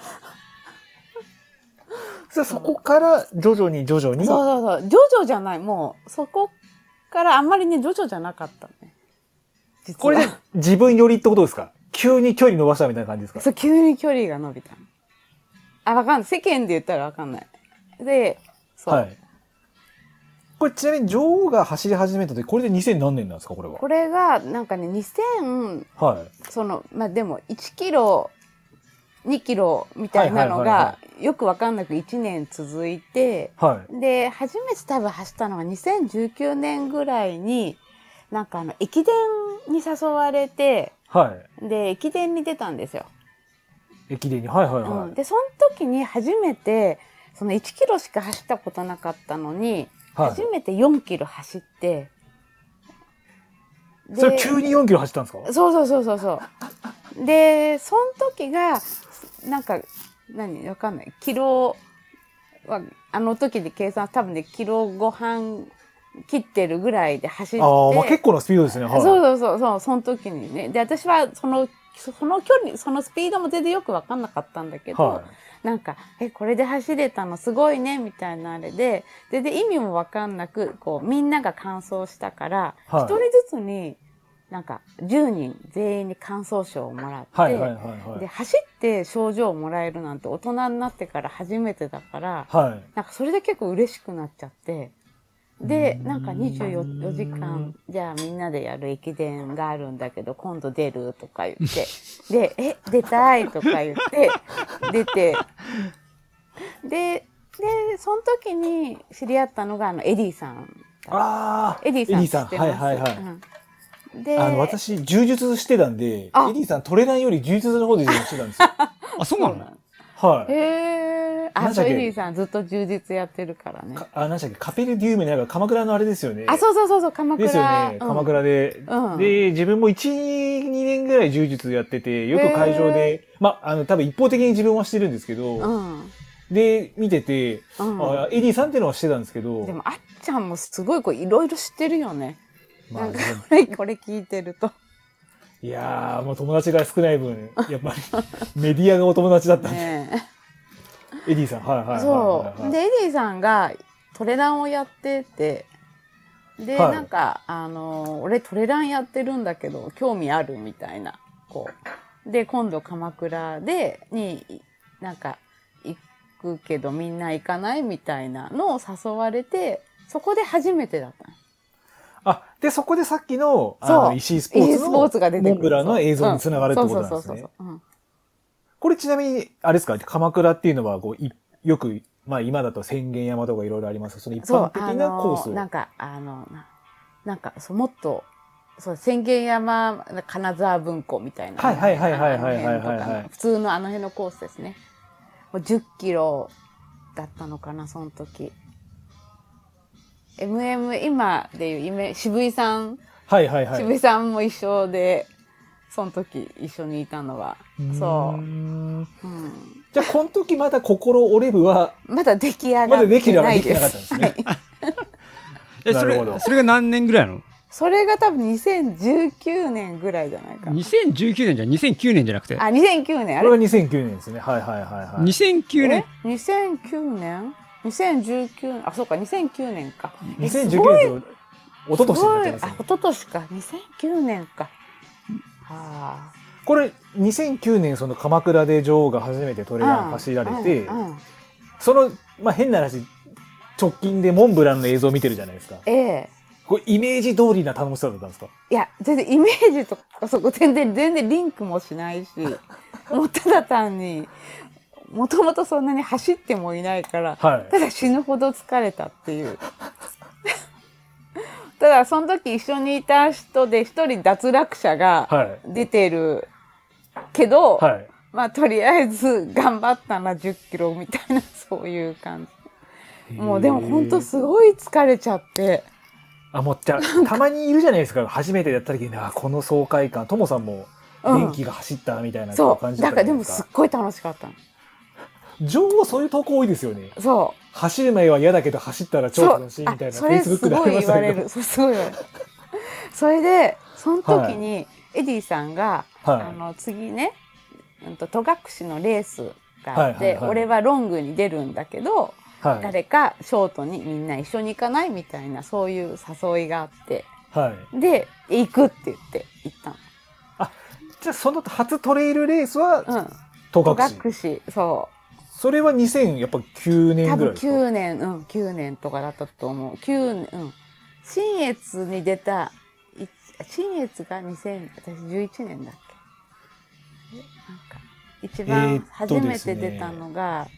S3: そう
S1: そそこから徐々に徐々に。
S3: そうそう、徐々じゃない、もう、そこからあんまりね、徐々じゃなかったね。実は
S1: これで自分寄りってことですか急に距離伸ばしたみたいな感じですか
S3: そう、急に距離が伸びたの。あ、わかんない。世間で言ったらわかんない。で、そう。
S1: はい。これちなみに女王が走り始めた時、これで2000何年なんですかこれは。
S3: これが、なんかね、2000、
S1: はい。
S3: その、まあ、でも、1キロ、2キロみたいなの
S1: はいはいは
S3: が、よくわかんなく1年続いて、
S1: はい。
S3: で、初めて多分走ったのが2019年ぐらいに、なんかあの、駅伝に誘われて、
S1: は
S3: で、駅伝に出たんですよ。
S1: い。駅伝に。はいはいは
S3: うん、
S1: い。
S3: でその時に初めてその1キロしか走ったことなかったのに、
S1: はい
S3: 初めて4キロ走ってで
S1: それ急に4キロ走ったんですか
S3: そうそうそうそうそう。で、その時が、なんか、何わかんない。キロは、あの時で計算、多分ね、キロご飯切ってるぐらいで走って。
S1: ああ、まあ結構なスピードですね。はい。
S3: そうそうそうそう、その時にね。で、私はその、その距離、そのスピードも全然よくわかんなかったんだけど、
S1: は
S3: なんか、え、これで走れたのすごいね、みたいなあれで、で、で、意味もわかんなく、こう、みんなが完走したから、一、
S1: はい
S3: 人ずつに、なんか、10人全員に感想賞をもらっ
S1: い。
S3: て、
S1: はい、はい、はい、は
S3: で、
S1: い。
S3: 走って賞状をもらえるなんて大人になってから初めてだから、
S1: はい。
S3: なんかそれで結構嬉しくなっちゃって。で、なんか24時間、じゃあみんなでやる駅伝があるんだけど、今度出るとか言 って。で、え、出たいとか言って、出て。で、で、その時に知り合ったのが、あの、エディさん。
S1: ああ、
S3: エディさん知
S1: さん。
S3: って
S1: はい、
S3: ます。
S1: はい、はい。
S3: うんで、
S1: あの、私、柔術してたんで、エデ
S3: あ
S1: ィさんトレランより柔術の方で柔術してたんで すよ。
S2: あ、そう
S3: そ
S2: な
S3: うな
S2: の
S3: の
S1: はい。
S3: へー。
S1: なん
S3: あ、
S1: だ
S3: そ
S1: っ
S3: う、
S1: け
S3: エディさんずっと充実やってるからね。
S1: かあ、なんだっけ、カペルディウムなんか鎌倉のあれですよね。
S3: あ、そうそうそうそう、鎌倉。
S1: ですよね。
S3: うん
S1: 鎌倉で。
S3: うん
S1: で、自分も1、2年ぐらい柔術やってて、よく会場で、ま、あの、多分一方的に自分はしてるんですけ
S3: う
S1: ど、
S3: ん。
S1: で、見てて、
S3: うん
S1: あエディさんっていうのはしてたんですけど
S3: で、もあっちゃんもすごいこういろいろ知ってるよね。
S1: まあ
S3: なんかこれこれ聞いてる と。
S1: いやー、もう友達が少ない分、やっぱり メディアがお友達だったんで、
S3: ね
S1: エディさん、はいはいはい
S3: え、
S1: は
S3: そ
S1: い、は
S3: う。
S1: い。
S3: でエディさんがトレランをやってて。で、
S1: はい
S3: なんか、あのー俺トレランやってるんだけど、興味あるみたいな、こう。で、今度鎌倉で、に、いなんか、行くけどみんな行かないみたいなのを誘われて、そこで初めてだったの。
S1: あ、で、そこでさっきの、あ
S3: そう
S1: の、石井スポ
S3: e
S1: ーツ
S3: スポーツが出
S1: の
S3: て
S1: モ
S3: くる。
S1: ンブランの映像につながるってことなんで
S3: そう
S1: す
S3: そうそうそ
S1: ね
S3: う。そう。うん
S1: これちなみに、あれですか、鎌倉っていうのは、こう、いよく、まあ今だと千元山とかいろいろありますけどその一
S3: そ
S1: 般
S3: う、
S1: 的
S3: あ
S1: なコ
S3: の
S1: ースを。
S3: なんか、あの、ななんか、そう、もっと、そう、千軒山、金沢文庫みたいな。
S1: はいはいはいはいはいはいはい
S3: あの辺とかの普通のあの辺のコースですね。もう10キロだったのかな、その時。MM、今でいうイメ、渋井さん、
S1: はいはいはい。
S3: 渋井さんも一緒で、その時一緒にいたのは。そう
S1: ー
S3: う。
S1: ん
S3: うん、
S1: じゃあ、この時まだ心折れ部は、
S3: まだ出来上
S1: まだ
S3: がっ
S1: でき
S3: て
S1: る
S3: ない
S1: でき
S3: で
S1: な
S3: す。
S1: かったん ですね。
S2: え、そ
S1: なるほど
S2: れ、それが何年ぐらいなの
S3: それが多分2019年ぐらいじゃないかな。
S2: ?2019 年じゃん、2009年じゃなくて。
S3: あ、2009年あ
S1: これ
S3: れ
S1: が2009年ですね。はいはいはいはい。
S2: 2009年
S3: え。2009年 ?2019 年あ、そうか、2009年か。え
S1: 2019
S3: すごい
S1: 年と一昨年になっちゃいますす
S3: ごい
S1: ね
S3: あ、一昨年か。2009年か。は
S1: これ2009年その鎌倉で女王が初めてト
S3: あ。
S1: レラン走られて
S3: うんうん
S1: その、まあ、変な話直近でモンブランの映像を見てるじゃないですか
S3: ええ
S1: これイメージ通りな楽しさだったんですか
S3: いや、全然イメージとか、そこ全然、全然リンクもしないし、 もうただ単に、もともとそんなに走ってもいないから、
S1: はい
S3: ただ死ぬほど疲れたって いう。ただ、その時一緒にいた人で一人脱落者が
S1: はい
S3: 出てるけど、
S1: はい
S3: まあ、とりあえず頑張ったな、10キロみたいな、 そういう感じ。もうでも本当すごい疲れちゃって。
S1: あもうじゃあたまにいるじゃないですか初めてやった時にあこの爽快感ともさんも
S3: うん
S1: 電気が走ったみたいな
S3: そ
S1: 感
S3: う。
S1: じだ
S3: だ
S1: っ
S3: か
S1: た
S3: ら
S1: じゃない
S3: でも
S1: です
S3: っ
S1: か
S3: ごい楽しかったの。
S1: 女王そういう投稿多いですよね
S3: そ
S1: 走る前は嫌だけど走ったら
S3: う。
S1: 超楽しいみたいな
S3: そう
S1: フ
S3: あ
S1: ェイスブックでありました
S3: それすごい言
S1: け
S3: われ
S1: ど
S3: る。それすごい言われる。それで、その時に、エディさんが、
S1: はい
S3: あの、次ね、うんと、戸隠のレースがあって、
S1: はいはいはい
S3: 俺はロングに出るんだけど、
S1: はい
S3: 誰かショートにみんな一緒に行かないみたいな、そういう誘いがあって、
S1: はい
S3: で、行くって言って行った
S1: じゃあその初トレイルレースは
S3: の。うん。
S1: 戸
S3: 戸
S1: 隠
S3: 隠し、そ
S1: それは2009
S3: う。
S1: 年
S3: 多
S1: ぐら
S3: 分
S1: いですか
S3: 9年、うん、9年とかだったと思う。9年、うん。新越に出た、い新越が2000、私11年だっけ。なんか、一
S1: えー
S3: 番
S1: っと
S3: 初め
S1: ですね
S3: て出たのが、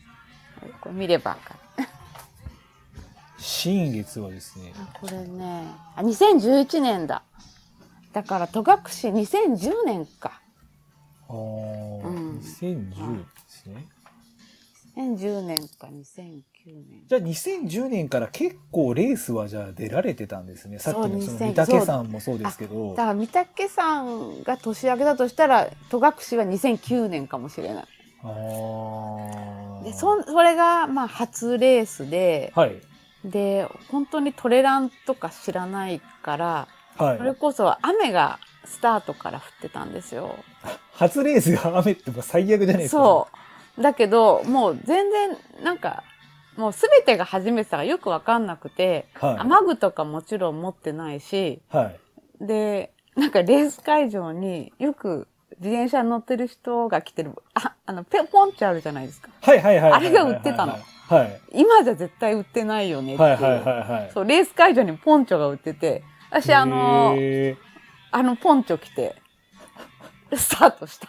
S3: これ見ればわかる。
S1: 新月はですね
S3: あこれね、あ、2011年だ。だから、戸隠2010年か。
S1: あー
S3: うん
S1: 2010ですね
S3: 2010年か2009年。
S1: じゃあ2010年から結構レースはじゃあ出られてたんですね。さっきのその
S3: そう
S1: 三
S3: 2000
S1: 宅さんもそうですけ
S3: だ
S1: ど
S3: か。ら三宅さんが年明けだとしたら戸隠は2009年かもしれない。
S1: あー
S3: でそんそれがまあ初レースで、
S1: はい。
S3: で本当にトレランとか知らないからそれ
S1: はい。
S3: こそ雨がスタートから降ってたんですよ。
S1: 初レースが雨ってもう最悪じゃないですか。
S3: そうだけどもう全然なんかもう全てが初めてだからよく分かんなくて、
S1: はい
S3: 雨具とかもちろん持ってないし
S1: う。はい。
S3: でなんかレース会場によく自転車に乗ってる人が来てるああのペポンチあるじゃないですか
S1: はいはいはいはいはいはい。
S3: あれが売ってたの
S1: はい。
S3: 今じゃ絶対売ってないよねってい
S1: は
S3: う,、
S1: いはいはいはい。
S3: そうレース会場にポンチョが売ってて私あの
S1: へー
S3: あのポンチョ着てスタートした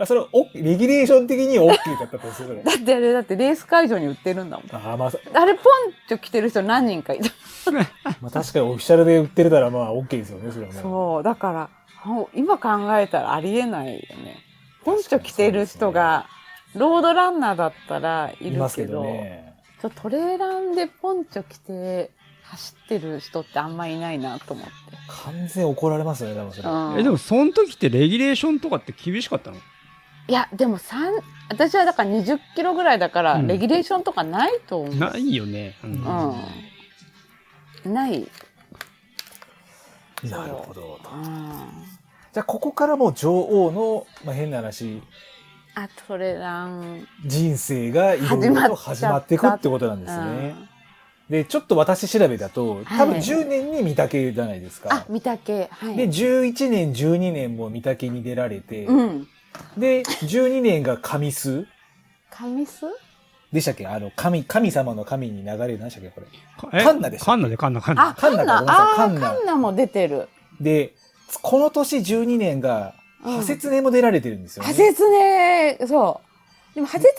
S1: あそれおレギュレーション的に OK だったとす る
S3: だってあれだってレース会場に売ってるんだもん
S1: ああまあ、そ
S3: あれポンチョ着てる人何人かいた
S1: まあ確かにオフィシャルで売ってるならまあ OK ですよね、それはね。
S3: そう、だから、ほ今考えたらありえないよね。ポンチョ着てる人が、ロードランナーだったらい
S1: い
S3: る
S1: ます
S3: け
S1: けど
S3: ど、
S1: ね。
S3: ちょトレーランでポンチョ着て走ってる人ってあんまいないなと思って。
S1: 完全に怒られますよね、多分それ。
S3: う ん、
S2: えでもその時ってレギュレーションとかって厳しかったの
S3: いや、でも三私はだから20キロぐらいだから、
S2: うん
S3: レギュレーションとかないと思う。
S2: ないよね、うん
S3: うん。ない。
S1: なるほど。
S3: うん。
S1: じゃあ、ここからもう女王の、まあ、変な話、
S3: あ、トレラン。
S1: 人生がいろいろと始まっていくってことなんですね。で、ちょっと私調べだと、多分
S3: はい
S1: 10年に御嶽じゃないですか。
S3: あ、見たけ。はい。
S1: で、11年、12年も御嶽に出られて、
S3: うん。
S1: で、12年が神数
S3: 神巣
S1: でしたっけあの、神、神様の神に流れる、何でしたっけこれ。
S2: か
S1: カンナでしょ
S2: カンナでカンナカンナ
S3: あ、カン
S1: カンナご
S3: ナ、
S1: めんなさい
S3: あ
S1: カ
S3: カ
S1: ン
S3: ン
S1: ナ
S3: ナも出てる。
S1: で、この年12年が、
S3: うん
S1: 破節年も出られてるんですよね。
S3: ハゼツネ、そう。でも、ハゼツネの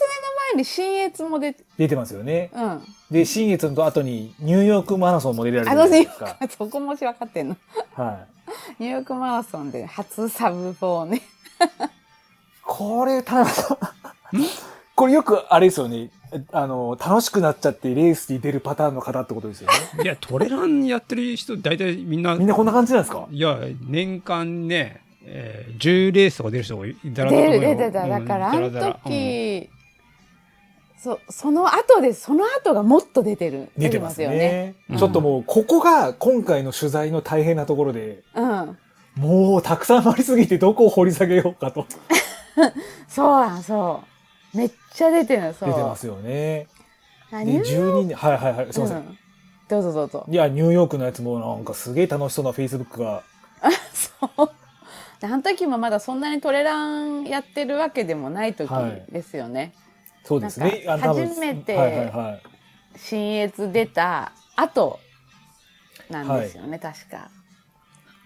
S3: 前に新越も出て、
S1: 出てますよね。
S3: うん。 あ
S1: で、新月の後にニューヨークマラソンも出られてるじゃ
S3: の、
S1: な
S3: ニ
S1: い
S3: ュ
S1: ですか。
S3: ーそこもし分かってんの。
S1: はい。
S3: ニューヨークマラソンで初サブ4ね。
S1: これ、田中さん。 これよくあれですよね。あの、楽しくなっちゃってレースに出るパターンの方ってことです よね。
S2: いやトレランやってる人大体みんな
S1: みんなこんな感じなんですか
S2: いや年間ね、えー、10レースとか出る人がいだらだらと思
S3: 出る、
S2: うよ
S3: 出てた。だから、あ
S2: うん
S3: の
S2: だらだらうん
S3: 時、そ、その後で、その後がもっと出てる。
S1: 出てますね。
S2: うん
S1: ちょっともう、ここが今回の取材の大変なところで、
S3: 出てますよね。うん。
S1: もうたくさんありすぎてどこを掘り下げようかと
S3: そうなん、そう。めっちゃ出てる、そ
S1: 出
S3: う。
S1: てますよね。で、
S3: 何
S1: 12人、はいはいはい、すいません。
S3: うんどうぞどうぞ。
S1: いや、ニューヨークのやつもなんかすげえ楽しそうな Facebook が。
S3: そう。であの時もまだそんなにトレランやってるわけでもない時ですよね。
S1: そうですね。
S3: なんか
S1: あの多分
S3: 初めて
S1: はいはいはい。
S3: 新越出た後なんですよね、確か。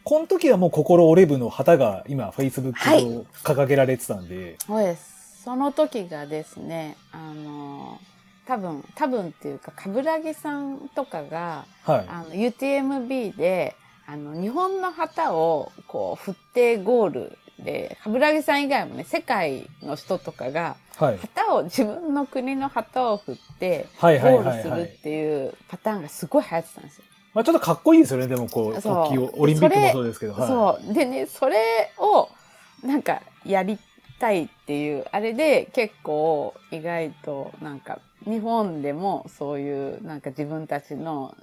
S1: この時はもう心折れ部の旗が今 Facebook
S3: はい
S1: を掲げられてたんで、
S3: そうです。その時がですね、あの、多分、多分っていうか、冠城さんとかが、
S1: はい。
S3: あの、UTMB で、あの、日本の旗をこう振ってゴールで、冠城さん以外もね、世界の人とかが、
S1: はい。
S3: 旗を自分の国の旗を振ってゴ
S1: はいはいは
S3: ール
S1: い
S3: す
S1: は
S3: る
S1: い
S3: っ。ていうパターンがすごい流行ってたんですよ。
S1: まあちょっとかっこいいですよね、でもこう、
S3: そう
S1: 国旗を、オリンピックも
S3: それ
S1: そうですけど、はい。
S3: そうでねそれをなんかやりたいっていうあれで結構意外となんか日本でもそういうなんか自分たちの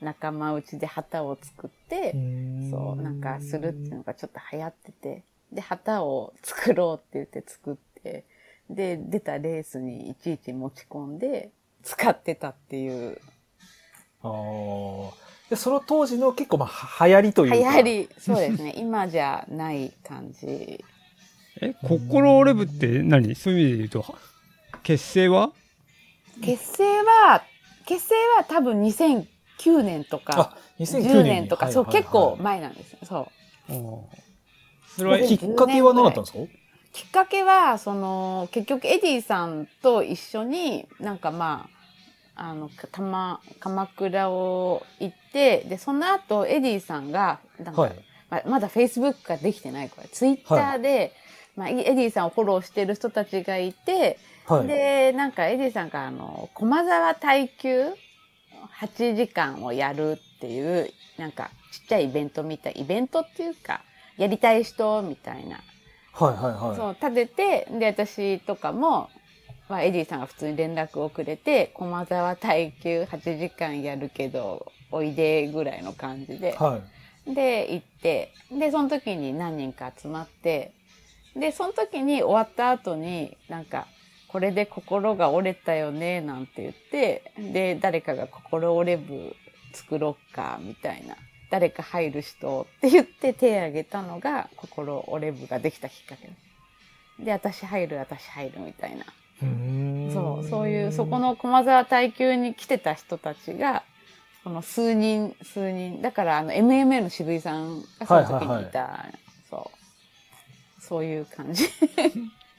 S3: 仲間内で旗を作って、
S1: うーん
S3: そう、なんかするっていうのがちょっと流行ってて、で、旗を作ろうって言って作って、で、出たレースにいちいち持ち込んで、使ってたっていう。
S1: あーで、その当時の結構まあ流行りというか。
S3: 流行。り、そうですね。今じゃない感じ。
S2: え心折れ部って何そういう意味で言うと結成は
S3: 結成は、結成は多分2009年と
S1: あ、、
S3: か
S1: 2009年に。
S3: 10年とか、そう、
S1: はいはいはい
S3: 結構前なんですよ。そう。
S2: あーそれは
S1: きっかけは何だったんですか
S3: きっかけはその結局エディさんと一緒になんかまああのかたま鎌倉を行ってでその後エディさんがなんか、
S1: はい。
S3: ままだフェイスブックができてないからツイッターで、まあ、エディさんをフォローしてる人たちがいて、
S1: はい。
S3: で、なんかエディさんがあの、駒沢耐久8時間をやるっていう、なんかちっちゃいイベントみたい、イベントっていうか、やりたい人みたいな、
S1: はいはいは
S3: そう、立てて、で、私とかも、まあ、エディさんが普通に連絡をくれて、駒沢耐久8時間やるけど、おいでぐらいの感じで
S1: い。、はい。
S3: で、行って、で、その時に何人か集まって、で、その時に終わった後に、なんか、これで心が折れたよね、なんて言って、で、誰かが心折れ部作ろっか、みたいな。誰か入る人って言って手挙げたのが、心折れ部ができたきっかけで、私入る、私入る、みたいな。そう、そういう、そこ
S1: の。
S3: の駒沢耐久に来てた人たちが、この数人、数人。だから、あの、MMA の渋井さんがその時にいた、そう。そういう感じ。
S1: う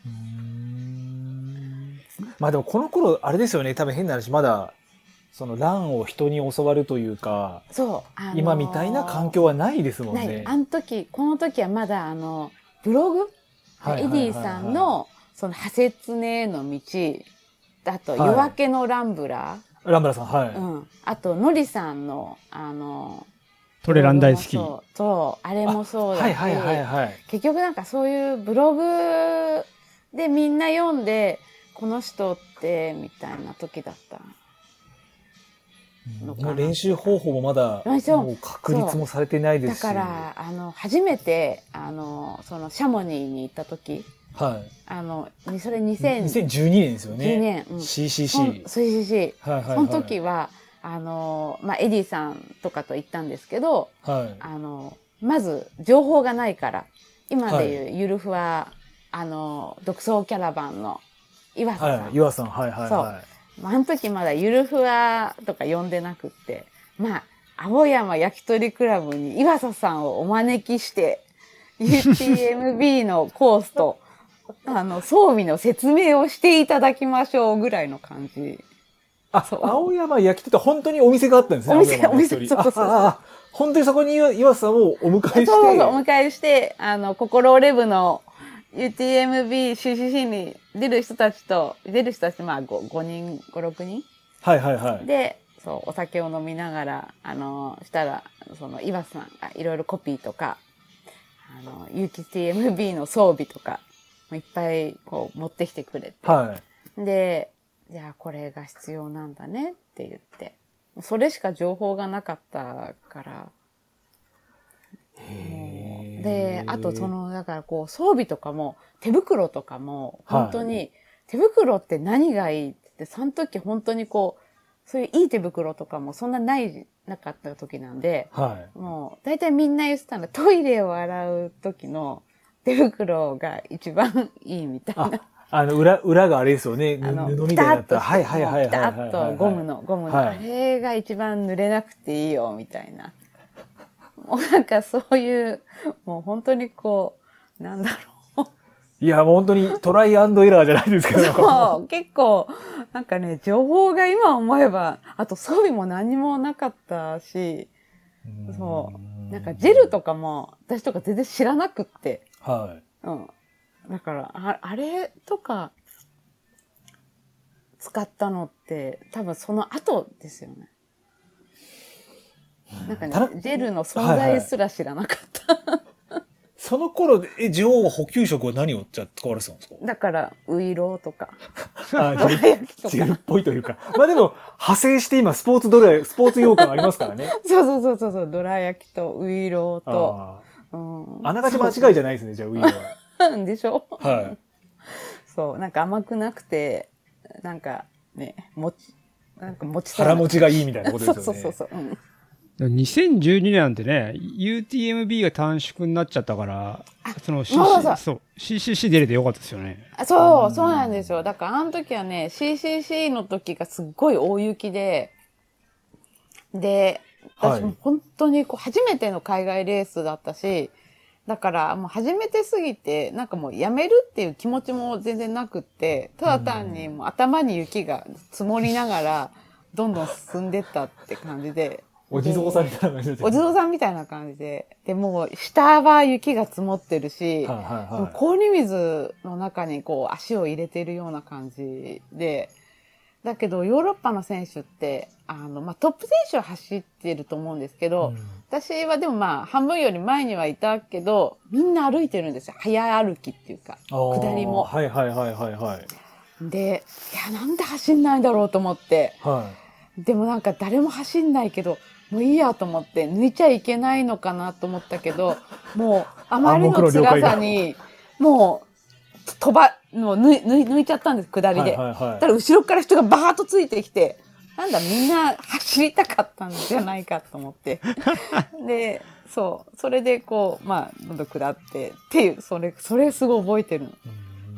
S1: ーんまあでもこの頃、あれですよね、多分変な話、まだ、その乱を人に教わるというか、
S3: そう。あのー
S1: 今みたいな環境はないですもん
S3: ない。
S1: ね。
S3: あの時、この時はまだ、あの、ブログ
S1: はい
S3: エディさん、の、その、ハセツネの道、あと、
S1: はい
S3: 夜明けのランブラ
S1: ランブラさん、はい。
S3: ー、うん。あと、ノリさんの、あの、
S2: トレラン大好き。
S3: ブログもそうそう、あれもそうだし。
S1: はいはいはいはい。
S3: 結局なんかそういうブログでみんな読んでこの人ってみたいな時だったのかな
S1: もう練習方法もまだ、
S3: 練習方法
S1: もう確立もされてないで
S3: だ
S1: すし。
S3: からあの初めてあのそのシャモニーに行った時
S1: はい。
S3: あのにそれ2012
S1: 2012年ですよね。
S3: 年、うん、そ
S1: CCC
S3: ん。そうそうそう
S1: はいはいはい。
S3: その時はあの、まあ、エディさんとかと行ったんですけど
S1: はい。
S3: あのまず情報がないから今でいうゆるふわ、あの独走キャラバンの岩佐さん、
S1: はい。岩さん、はいはいは
S3: まあ、あの時まだゆるふわとか呼んでなくって、まあ、青山焼き鳥クラブに岩佐さんをお招きして、UTMB のコースと、あの、装備の説明をしていただきましょうぐらいの感じ。
S1: い。あ、
S3: そう
S1: 青山焼きって本当にお店があったんですね。
S3: お店
S1: 青山の一人
S3: お店そうそうそう
S1: あああ本当にそこに岩岩さんをお迎えして。
S3: そうそう、お迎えして、あの、心レブの UTMB、CCC に出る人たちと、出る人たち、まあ5、5人、5、6人
S1: はいはいはい。
S3: で、そう、お酒を飲みながら、あの、したら、その、岩さんがいろいろコピーとか、あの、有機 TMB の装備とか、いっぱいこう持ってきてくれて。
S1: はい。
S3: で、じゃあこれが必要なんだねって言って。それしか情報がなかったから。もうで、あとその、だからこう装備とかも、手袋とかも、
S1: はい
S3: 本当に、手袋って何がいいって、その時本当にこう、そういういい手袋とかもそんなない、なかった時なんで、
S1: はい。
S3: もう、大体みんな言ってたのが、トイレを洗う時の手袋が一番いいみたいな
S1: あ。、あの、裏、裏があれですよね。ぬ
S3: あの、
S1: 布みたいになった。
S3: ピタッとして
S1: はいはいはいはい
S3: ピタ
S1: はいはい。
S3: ッとゴムの、ゴムの、
S1: はい
S3: あれが一番濡れなくていいよ、みたいな。もうなんかそういう、もう本当にこう、なんだろう。
S1: いや、もう本当にトライアンドエラーじゃない ですけど。
S3: そう、結構、なんかね、情報が今思えば、あと装備も何もなかったし、そう、なんかジェルとかも、私とか全然知らなくって。
S1: は
S3: うん。だから、ああれとか、使ったのって、多分その後ですよね。なんか
S1: ただ
S3: ね、ジェルの存
S1: はいはい
S3: 在すら知らなかった。
S1: い。その頃、え、女王は補給食は何をじゃあ使われてた んですか
S3: だから、ウイローとか、
S1: あ
S3: どら焼きと
S1: ジェルっ
S3: か。
S1: ぽいというか。まあでも、派生して今、スポーツドライ、スポーツ用感ありますからね。
S3: そうそうそうそうそう、どら焼きとウイローと、
S1: あ
S3: うん
S1: あ。あながち間違いじゃないですね、じゃあ、ウィーンは。
S3: でしょ
S1: はい。
S3: そう、なんか甘くなくて、なんかね、もち、なんかもちそうな
S1: 腹持ちがいいみたいなことですよね。
S3: そうそうそうそう。うん
S2: 2012年なんてね、UTMB が短縮になっちゃったから、その
S3: そうそう
S2: CC そう CCC 出れてよかったですよね。
S3: あそう、そうなんですよ。だからあの時はね、CCC の時がすっごい大雪で、
S1: は
S3: で、
S1: い
S3: 私も本当にこう初めての海外レースだったし、だからもう初めてすぎて、なんかもうやめるっていう気持ちも全然なくって、ただ単にもう頭に雪が積もりながら、どんどん進んでったって感じで、
S1: お地蔵さんみたいな感じで。
S3: お地蔵さんみたいな感じで。で、もう、下は雪が積もってるし、
S1: はいはい
S3: も
S1: は
S3: う
S1: い。
S3: 氷水の中にこう足を入れているような感じで、だけどヨーロッパの選手って、あの、まあ、トップ選手は走ってると思うんですけど、
S1: うん
S3: 私はでもまあ、半分より前にはいたけど、みんな歩いてるんですよ。早歩きっていうか。
S1: あー
S3: 下りも
S1: はいはいはいはいはい。
S3: で、いや、なんで走んないんだろうと思って。
S1: は
S3: でもなんか誰も走んないけど、もういいやと思って、抜いちゃいけないのかなと思った けど、もう、あまりの辛さに、もう、飛ば、もう抜い抜い抜いちゃったんです、下
S1: い。
S3: り
S1: はい
S3: で。
S1: はいは
S3: だ
S1: い
S3: か。ら後ろから人がバーッとついてきて、なんだ、みんな走りたかったんじゃないかと思って。で、そう、それでこう、まあ、どんどん下って、っていう、それ、それすごい覚えてるの。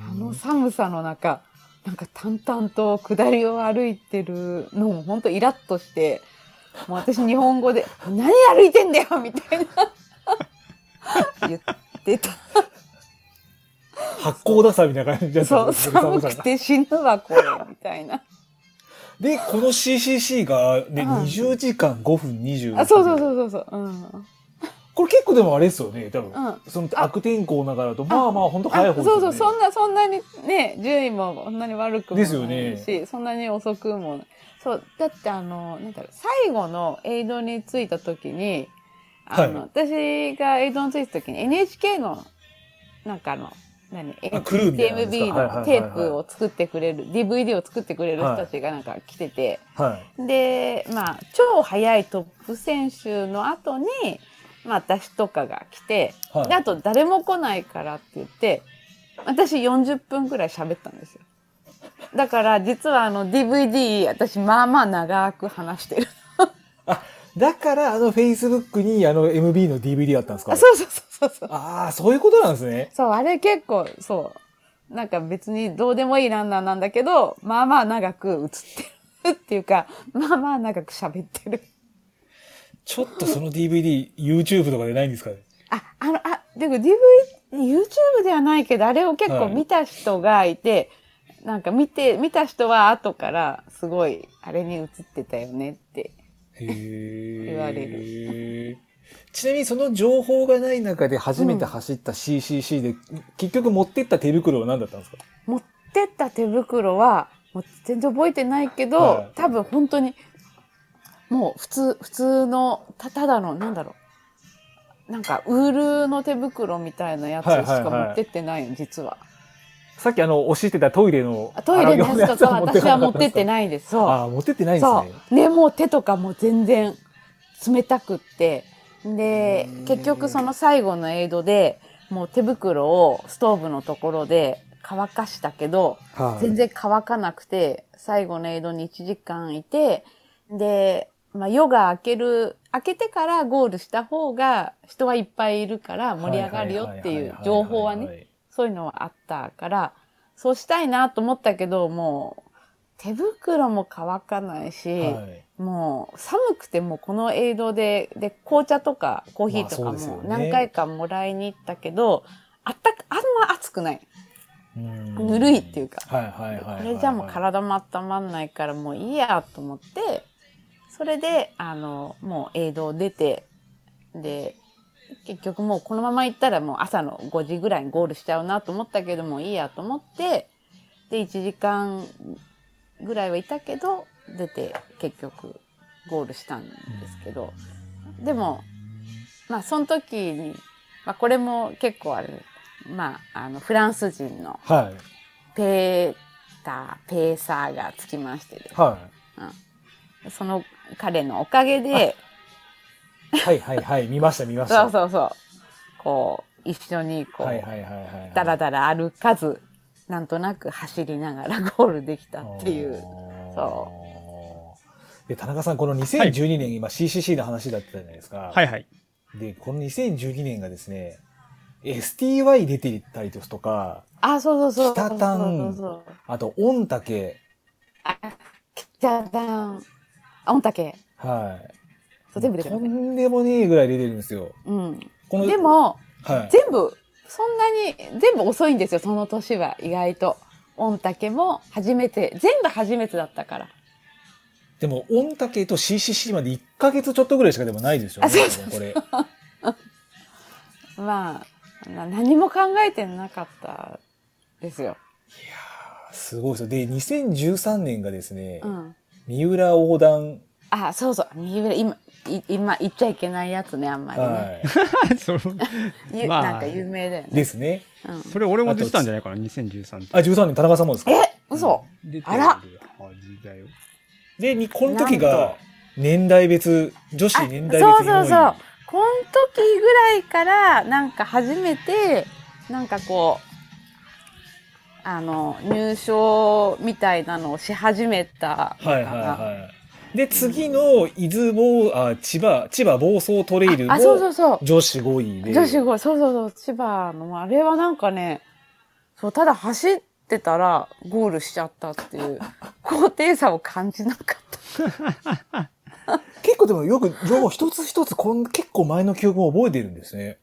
S3: あの寒さの中、なんか淡々と下りを歩いてるのも本当イラッとして、もう私日本語で、何歩いてんだよみたいな。言ってた。
S1: 発酵ださみたいな感じで。
S3: そう、
S1: その寒
S3: 寒
S1: さが
S3: くて死ぬわ、これ、みたいな。
S1: で、この CCC が、ね、
S3: うん
S1: 20時間5分20秒。
S3: あ、そうそうそうそうそう。うん。
S1: これ結構でもあれですよね、多分。
S3: うん
S1: その悪天候ながらだと、まあまあ、本当早い方
S3: あ
S1: です
S3: そ
S1: よ
S3: う
S1: ね。
S3: そう、そんな、そんなにね、順位もそんなに悪くもない
S1: ですよね
S3: し、そんなに遅くもない。そう、だってあの、なんだろう、最後のエイドに着いた時に、あ
S1: は
S3: の、私がエイドに着いた時に NHK の、なんかあの、何
S1: あクルーみたいなやつですか
S3: ?TMB
S1: はいはいはいは
S3: の
S1: い
S3: テープを作ってくれる、DVD を作ってくれる人たちがなんか来てて、
S1: はい。
S3: で、まあ、超速いトップ選手の後に、まあ、私とかが来て、
S1: はい
S3: であと誰も来ないからって言って、私40分くらい喋ったんですよ。だから、実はあの DVD、私まあまあ長く話してる。
S1: あ、だから、あの、Facebook に、あの、MB の DVD だったんですか
S3: あそうそうそうそうそう。
S1: ああ、そういうことなんですね。
S3: そう、あれ結構、そう。なんか別にどうでもいいランナーなんだけど、まあまあ長く映ってるっていうか、まあまあ長く喋ってる。
S1: ちょっとその DVD、YouTube とかでないんですかね。
S3: あ、あの、あ、でも DV、YouTube ではないけど、あれを結構見た人がいて、なんか見て、見た人は後から、すごい、あれに映ってたよねって。
S1: へえ。
S3: 言われ
S1: る。ちなみにその情報がない中で初めて走った CCC で、結局持ってった手袋は何だったんですか
S3: 持ってった手袋は、もう全然覚えてないけど、
S1: はい
S3: 多分本当に、もう普通、普通の、た、ただの、なんだろう。なんか、ウールの手袋みたいなやつし
S1: はい
S3: か
S1: はいはい
S3: 持ってってないよ、実は。
S1: さっきあの、おっしゃってたトイレの
S3: あトイレのやつとか
S1: 洗う用のや
S3: 私
S1: つは
S3: は
S1: 持
S3: 持
S1: っ
S3: ってて
S1: っ
S3: ってて
S1: なかったんですか
S3: ないです。そう。
S1: ああ、持ってってないんです
S3: そ
S1: ね。
S3: う。ね、もう手とかも全然冷たくって。で、結局その最後のエイドで、もう手袋をストーブのところで乾かしたけど、
S1: はい
S3: 全然乾かなくて、最後のエイドに1時間いて、で、まあ夜が明ける、明けてからゴールした方が人はいっぱいいるから盛り上がるよっていう情報はね、。そういうのはあったから、そうしたいなと思ったけど、もう、手袋も乾かないし、
S1: はい
S3: もう、寒くてもうこの映像で、で、紅茶とかコーヒーと
S1: ま
S3: か
S1: あそうですよ
S3: も
S1: ね
S3: 何回かもらいに行ったけど、あったか、あんま暑くない。
S1: ぬ
S3: ぬるいっていうか
S1: はいはいはいはいはい。
S3: これじゃもう体も温まんないからもういいやと思って、それで、あの、もう映像出て、で、結局もうこのまま行ったらもう朝の5時ぐらいにゴールしちゃうなと思ったけどもういいやと思って、で、1時間ぐらいはいたけど、出て結局ゴールしたんですけど、でも、まあその時に、まあこれも結構あれ、まああのフランス人の
S1: はい。
S3: ペーター、ペーサーがつきましてで
S1: は
S3: その彼のおかげで、
S1: い。はいはいはい。見ました見ました。
S3: そうそうそう、こう、一緒にこ
S1: はいは
S3: う、
S1: いはいはい。。
S3: だらだら歩かず、なんとなく走りながら ゴールできたっていう。そう
S1: で、田中さん、この2012年、今 CCC の話だったじゃないですか。
S2: はい はい。
S1: で、この2012年がですね、STY 出てたりですとか、
S3: あ、そうそうそう。
S1: 北丹
S3: そうそうそう。
S1: あと、御嶽、
S3: あ、北丹。あ、御嶽。
S1: はい。
S3: そう、全部出て
S1: と
S3: る、ね。
S1: んでもねえぐらい出てるんですよ。
S3: うん。
S1: この
S3: で、も、
S1: はい。
S3: 全部、そんなに、全部遅いんですよ、その年は、意外と。御嶽も初めて、全部初めてだったから。
S1: でも、御嶽と CCC まで1ヶ月ちょっとぐらいしかでもないでしょ、
S3: あそうそう
S1: これ。
S3: まあ、な何も考えてなかったですよ。
S1: すごいですよ。で、2013年がですね、
S3: うん。
S1: 三浦横断、
S3: あ、そうそう。右上、今、い今言っちゃいけないやつね、あんまりね。
S1: は
S2: その
S3: ゆ
S2: まあ
S3: なんか有名だよ
S1: い、
S3: ね。
S1: ですね。
S3: うん、
S2: それ俺も出てたんじゃないかな、2013って。
S1: あ、13年、田中さんもですか
S3: え嘘
S2: 出てる
S3: あら
S2: はずだよ。
S1: で、にこの時
S3: なん
S1: が
S3: と、
S1: 年代別、女子
S3: あ
S1: 年代別
S3: そうそう
S1: 日
S3: そ
S1: 本
S3: うこの時ぐらいから、なんか初めて、なんかこう、あの、入賞みたいなのをし始めたの
S1: は
S3: かな。
S1: いはいはい。で、次の、伊豆房、あ、千葉、千葉房総トレイル
S3: あ、そうそ
S1: も、
S3: うそう。
S1: 女子5位で。
S3: 女子5、そうそうそう、千葉の、あれはなんかね、そう、ただ走ってたらゴールしちゃったっていう、高低差を感じなかった。
S1: 結構でもよく情報一つ一つこん結構前の記憶も覚えてるんですね。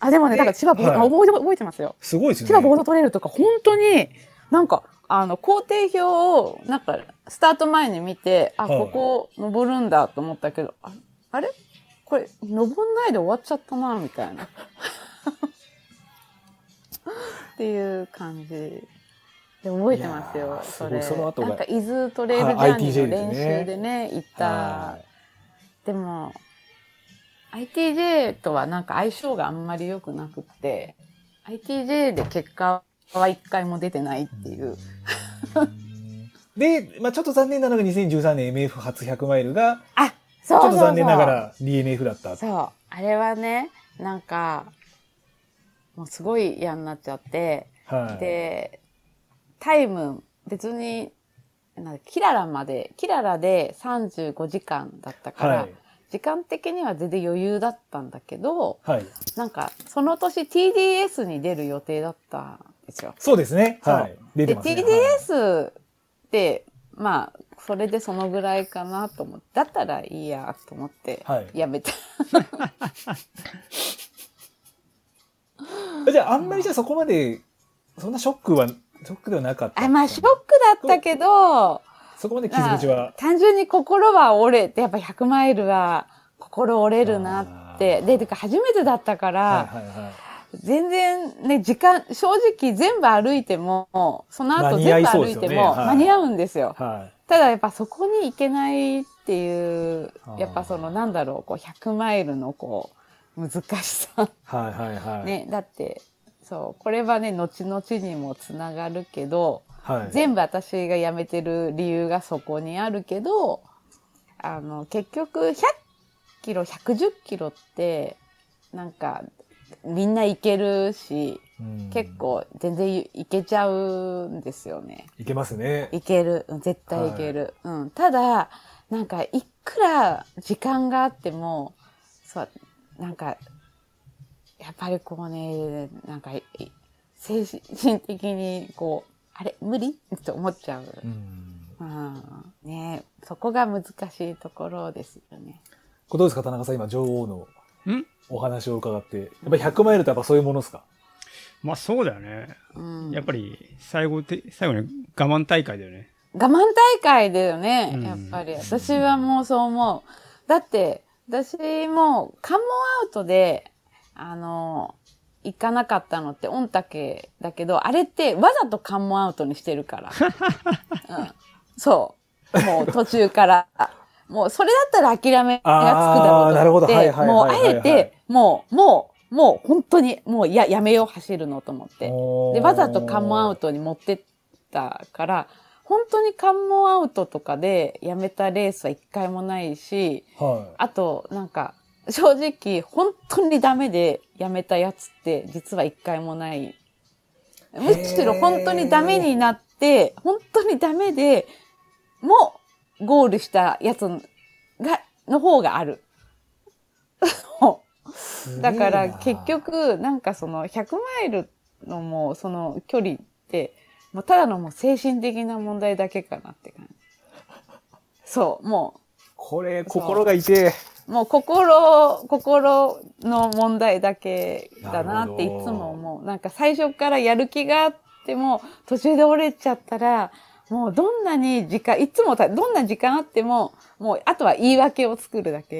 S3: あ、でもね、だから千葉、
S1: はい
S3: あ覚えて覚えてますよ。
S1: すごいですよね。
S3: 千葉ボードトレイルとか、本当に、なんか、あの、工程表を、なんか、スタート前に見て、あ、
S1: はい
S3: ここ登るんだと思ったけど、ああれこれ、登んないで終わっちゃったな、みたいな。っていう感じで覚えてます
S1: いや
S3: よ
S1: ー、すご
S3: そ
S1: い
S3: れ。
S1: その後が
S3: なんか、伊豆トレイルジャーニーの練習でね、行った
S1: は。
S3: でも、ITJ とはなんか相性があんまり良くなくって、ITJ で結果は一回も出てないっていう。
S1: い。で、まあちょっと残念なのが2013年 MF 初100マイルが、
S3: あ、
S1: ち
S3: そ
S1: ょっ
S3: うそうそう。
S1: と残念なが。ら DNF だった。
S3: そう。あれはね、なんか、もうすごい嫌になっちゃって、
S1: はい。
S3: で、タイム、別に、なんだキララまで、キララで35時間だったから、
S1: はい。
S3: 時間的には全然余裕だったんだけど、
S1: はい。
S3: なんか、その年 TDS に出る予定だったんですよ。
S1: そうですね。
S3: そう
S1: はい。出て
S3: で、
S1: ますね。
S3: TDS って、まあ、それでそのぐらいかなと思って、だったらいいやと思って
S1: はい、
S3: やめた。
S1: はいじゃああんまりじゃあそこまで、そんなショックは、ショックではなかった。
S3: あ、まあ、ショックだったけど、
S1: そこまで傷
S3: ま
S1: 口
S3: あ
S1: は、。
S3: 単純に心は折れて、やっぱ100マイルは心折れるなっ
S1: あ
S3: て。
S1: ー
S3: で、てか初めてだったから、
S1: はいはいはい。
S3: 全然ね、時間、正直全部歩いても、その
S1: 間
S3: 後
S1: に合
S3: 全
S1: い
S3: 部
S1: そう
S3: 歩
S1: です
S3: い
S1: よね
S3: ても
S1: はい
S3: 間に合うんですよ。
S1: はい。
S3: ただやっぱそこに行けないっていう
S1: あ、ー
S3: やっぱそのなんだろう、こう100マイルのこう、難しさ。
S1: はいはいはい。
S3: ね、だって、そう、これはね、後々にもつながるけど、
S1: はい。
S3: 全部私が辞めてる理由がそこにあるけど、あの、結局100キロ、110キロって、なんか、みんな行けるし、
S1: うん
S3: 結。構全然行けちゃうんですよね。
S1: いけますね。
S3: いける。うん絶対いける。うん。ただ、なんか、いくら時間があっても、そう、なんか、やっぱりこうね、なんか、い精神的に、こう、あれ、無理って思っちゃう。
S1: うん。
S3: うん。ねそこが難しいところですよね。
S1: これどうですか、田中さん、今、女王の
S2: ん
S1: お話を伺って。やっぱ100マイルってやっぱそういうものですか
S2: まあそうだよね。
S3: うん。
S2: やっぱり最後て、最後に我慢大会だよね。
S3: 我慢大会だよね、
S2: うん
S3: やっぱり。私はもうそう思う。だって、私も関門アウトで、あの、行かなかったのって御嶽だけど、あれってわざと関門アウトにして るから。うん、そう。もう途中から。もうそれだったら諦めがつく
S1: あーな
S3: だ
S1: るほ
S3: ろ
S1: ど
S3: うと思って、
S1: はいはい
S3: もう
S1: はい
S3: あ
S1: はいはい
S3: えて、もう、もう、もう本当に、もうややめよう走るのと思って。
S1: で
S3: で、わざと関門アウトに持ってったから、本当に関門アウトとかでやめたレースは一回もないし、
S1: ト。は
S3: あと、なんか、正直、本当にダメでやめたやつって、実は一回もない。むしろ本当にダメになって、本当にダメでもゴールしたやつが、の方がある。
S1: い。
S3: だから
S1: すげえな
S3: 結、局なんかその100マイルのもうその距離ってもうただのもう精神的な問題だけかなって感じ。そう、も
S1: これ、心が痛え。
S3: う、もう心、心の問題だけだなっていつも
S1: なる
S3: 思う。なんか最初からやる気があっても途中で折れちゃったらもうどんなに時間、いつもたどんな時間あっても、もうあとは言い訳を作るだけ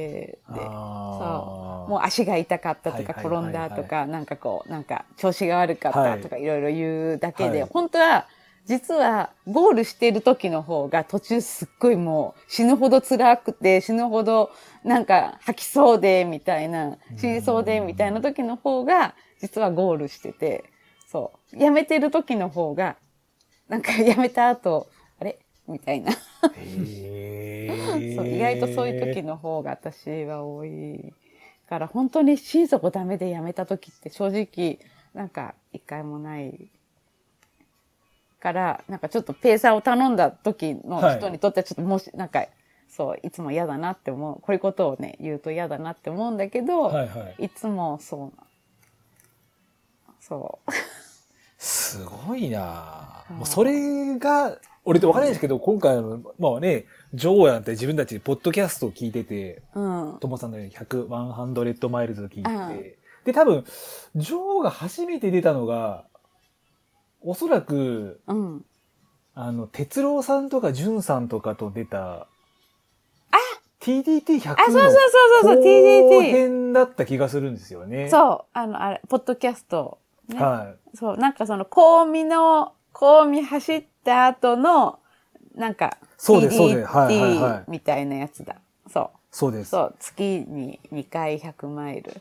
S3: で、
S1: あ
S3: もう足が痛かったとか
S1: はいはいはいはい
S3: 転んだとか、なんかこう、なんか調子が悪かったとかいろいろ言うだけで、
S1: はい
S3: 本当は、実はゴールしてる時の方が途中すっごいもう死ぬほど辛くて、死ぬほどなんか吐きそうで、みたいな、死にそうで、みたいな時の方が、実はゴールしてて、そう。やめてる時の方が、なんかやめた後、あれみたいな。
S1: う。へー
S3: そう意外とそういう時の方が私は多いから本当に心底ダメでやめた時って正直なんか一回もないからなんかちょっとペーサーを頼んだ時の人にとってはちょっともし、なんかそういつも嫌だなって思うこういうことをね言うと嫌だなって思うんだけど、
S1: はいはい。
S3: い、つもそうなそう
S1: すごいなあ
S3: うん
S1: もうそれが、俺ってわからないですけど、今回の、まあね、女王なんて自分たちでポッドキャストを聞いてて、
S3: うん
S1: ともさんのように100、100マイルズを聞
S3: う
S1: い
S3: ん
S1: てて、で、多分、女王が初めて出たのが、おそらく、
S3: うん
S1: あの、哲郎さんとか淳さんとかと出た、TDT100
S3: あそうそうそうそうそう
S1: の
S3: TDT
S1: 後編だった気がするんですよね。
S3: そうあのあれポッドキャスト、ね、
S1: はい。
S3: そう、なんかその、香味の、香味走った後の、なんか、
S1: そうですそうですはいはいはい
S3: TDT みたいなやつだ。そ
S1: そうで
S3: う。
S1: す。
S3: そう、月に2回100マイル。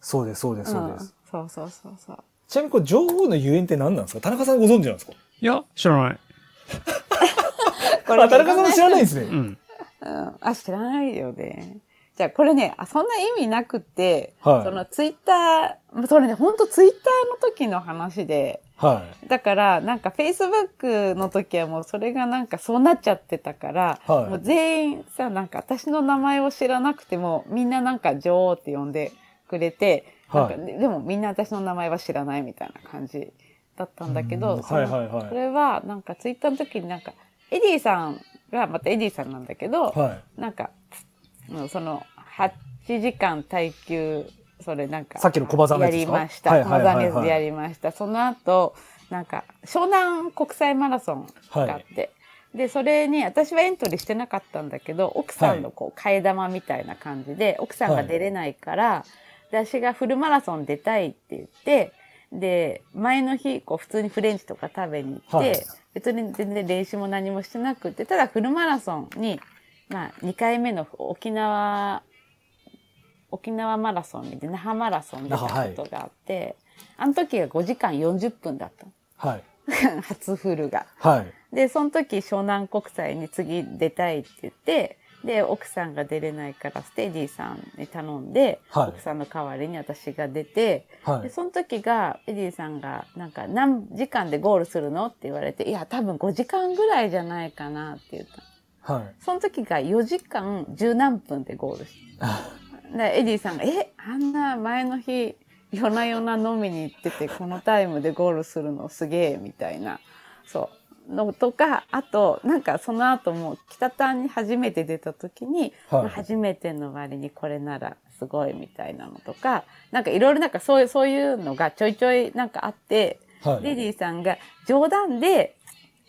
S1: そうです、そうです、そうです。
S3: うん。そうそうそうそう。
S1: ちなみにこれ情報のゆえんって何なんですか田中さんご存知なんですか
S2: いや、知らない。
S3: こ
S1: あ田中さん知らないん
S3: い
S1: ですね。
S2: うん。
S3: うん。あ、知らないよね。じゃあ、これね、あ、そんな意味なくて、
S1: はい
S3: その、ツイッター、それね、ほんとツイッターの時の話で、
S1: はい。
S3: だから、なんか、フェイスブックの時はもうそれがなんかそうなっちゃってたから、
S1: はい
S3: もう全員さ、なんか私の名前を知らなくても、みんななんか女王って呼んでくれて、
S1: はい
S3: なんかででもみんな私の名前は知らないみたいな感じだったんだけ
S1: う
S3: ど、
S1: ん
S3: その
S1: はいはいはい
S3: それはなんかツイッターの時になんか、エディさんが、またエディさんなんだけど、
S1: は
S3: なんか、うんその、8時間耐久、それなんか、
S1: さっきの駒沢の
S3: や
S1: やつで
S3: り
S1: すか
S3: ました。
S1: はい
S3: 駒
S1: はいはい
S3: 沢
S1: はい
S3: のやつやりました。その後、なんか、湘南国際マラソンがあって、で、それに私はエントリーしてなかったんだけど、奥さんのこう、替え玉みたいな感じで、奥さんが出れないから、で、私がフルマラソン出たいって言って、で、前の日、こう、普通にフレンチとか食べに行って、
S1: はい
S3: 別に全然練習も何もしてなくて、ただフルマラソンに、まあ、2回目の沖縄、沖縄マラソンみたいな、那覇マラソンみたいな
S1: 那覇はい
S3: ことがあって、あの時が5時間40分だった
S1: い。はい。
S3: の。初フルが。
S1: はい。
S3: で、その時湘南国際に次出たいって言って、で、奥さんが出れないからステディさんに頼んで、
S1: はい
S3: 奥さんの代わりに私が出て、
S1: は
S3: で
S1: い。
S3: その時がエディさんが「なんか何時間でゴールするの?」って言われて「いや多分5時間ぐらいじゃないかな」って言った
S1: はい。
S3: その時が4時間10何分でゴールしたでエディさんが「えあんな前の日夜な夜な飲みに行っててこのタイムでゴールするのすげえ」みたいなそうのとかあとなんかその後も北谷に初めて出た時に、
S1: はい
S3: まあ初めての割にこれならすごいみたいなのとかなんかいろいろなんかそういうそういうのがちょいちょいなんかあって、
S1: はい。
S3: リリーさんが冗談で、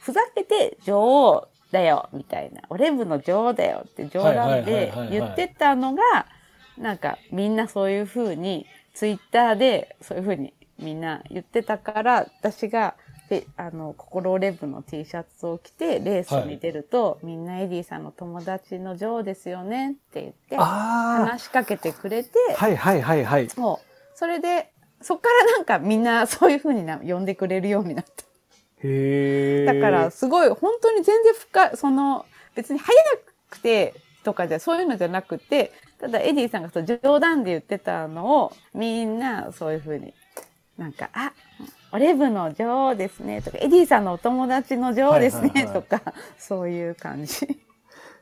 S3: ふざけて女王だよ、みたいな。俺部の女王だよって冗談で
S1: はいはいはいはいはい
S3: 言ってたのが、なんかみんなそういう風に、ツイッターでそういう風にみんな言ってたから、私が、であの、心レブの T シャツを着て、レースに出ると、みんなエディさんの友達の女王ですよねって言って、
S1: あ
S3: 話しかけてくれて、
S1: あ。はいはいはいはい。
S3: そう。それで、そっからなんかみんなそういう風にな呼んでくれるようになった。
S1: へえ。
S3: だから、すごい、本当に全然深い、その、別に早くてとかじゃ、そういうのじゃなくて、ただエディさんがそう冗談で言ってたのを、みんなそういう風に、なんか、あ、オレブの女王ですね、とか、エディさんのお友達の女王ですね、
S1: はいはいはい
S3: とか、そういう感じ。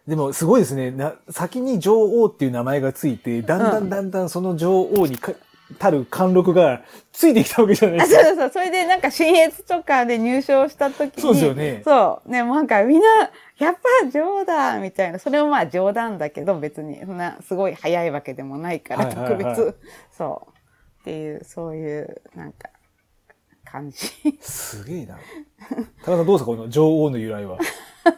S1: でもすごいですね。な、先に女王っていう名前がついて、だんだ
S3: うん
S1: んだんだんその女王にか、たる貫禄がついてきたわけじゃない
S3: あ
S1: です
S3: そう
S1: か。
S3: そうそう。それでなんか新越とかで入賞した時に。
S1: そうですよね
S3: そう。ね、もうなんかみんな、やっぱ冗談みたいな。それもまあ冗談だけど別に、そんなすごい早いわけでもないから、
S1: はいはいはい
S3: 特別。そう。っていう、そういう、なんか、感じ。
S1: すげえな。高田さんどうですかこの女王の由来は。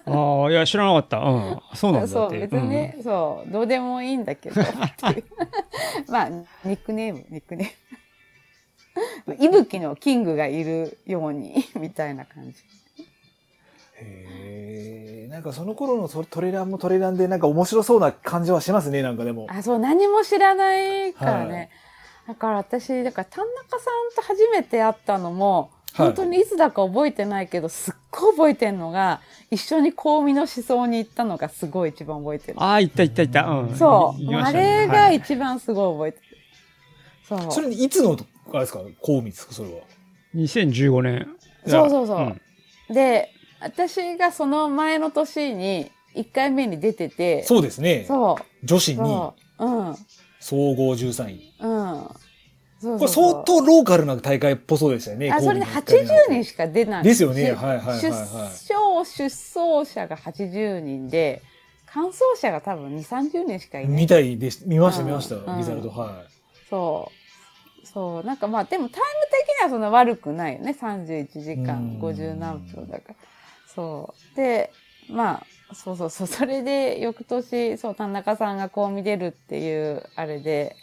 S2: ああ、いや、知らなかった。うん。そうなんだ
S3: そ
S2: っ
S3: う
S2: ていう。
S3: 別にね、そうどうでもいいんだ けどっていうまあニックネームニックネームいぶきのキングがいるようにみたいな感じ
S1: へえ。なんかその頃のトトレランもトレランでなんか面白そうな感じはしますね、なんかでも。
S3: あそう何も知らないからね、
S1: はい
S3: だから私だから田中さんと初めて会ったのも
S1: はい
S3: 本当にいつだか覚えてないけど、すっごい覚えてるのが一緒に香美の思想に行ったのがすごい一番覚えて
S2: う
S3: る
S2: ん。ああ、行った行った行った。うん。
S3: そう、
S2: 行きま
S3: あ
S2: したねは
S3: れが
S2: い
S3: 一番すごい覚えてる、
S1: それにいつの、あれですか、公務ですか、それは。
S2: 2015年。
S3: そうそうそう。
S2: うん
S3: で、私がその前の年に1回目に出てて、
S1: そうですね。
S3: そ
S1: 女子
S3: う、
S1: に
S3: そう、うん、うん。
S1: 総合13位。
S3: そうそうそう
S1: これ相当ローカルな大会っぽそうでしたよね。
S3: あ、そ
S1: 公
S3: れ
S1: 務の大会
S3: で
S1: なん
S3: 80
S1: て
S3: 人しか出ない。
S1: ですよねは
S3: し
S1: いはいはいはい
S3: 出生、出走者が80人で、完走者が多分2、30人しかいない
S1: み。たいでし見ました
S3: うん
S1: 見ました、
S3: うん
S1: リザルトは
S3: そう。そう。なんかまあ、でもタイム的にはそんな悪くないよね。31時
S1: うん
S3: 間50何分だから。そう。で、まあ、そうそうそう。それで、翌年、そう、田中さんがこう見れるっていう、あれで、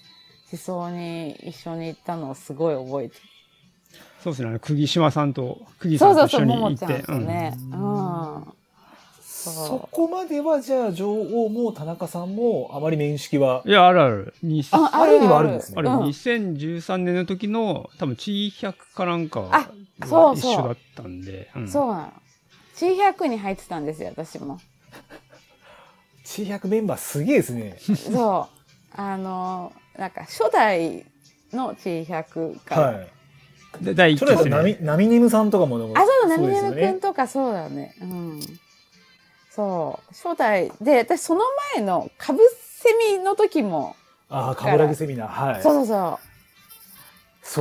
S3: 思想に一緒に行ったのをすごい覚えてる。
S2: そうですねあの。釘島さんと、釘
S3: そ
S2: さ
S3: うん
S2: と
S3: そ
S2: 一緒
S3: うそう、
S2: に
S3: も
S2: 行っ
S3: もちゃ
S2: て
S3: ん。とね。うん。
S1: い
S3: そう
S1: そこまではじゃあ女王も田中さんもあまり面識は
S2: うんいや、あるある。に
S3: あ
S1: ある意味はあるんですね
S2: あれ、
S3: うん
S2: 2013年の時の、多分、地100かなんか
S3: あ
S2: は
S3: そう
S2: 一
S3: そう
S2: 緒だったんで。うん
S3: そうなの。C100 に入ってたんですよ、私 も。
S1: 100メンバーすげえですね
S3: そう。あの、なんか初代の T100 から。
S1: はい
S2: で、第1
S1: 去年
S2: 回
S1: だと
S2: 戦。
S1: ナミナミネムさんとかもでも
S3: あ、そう、ナミネ
S1: そう
S3: ム
S1: ですよ
S3: くん
S1: ね
S3: とかそうだね。うん。そう。初代。で、私その前のカブセミの時も、
S1: ああ冠城セミナーはい
S3: そ
S1: そ
S3: うそうそ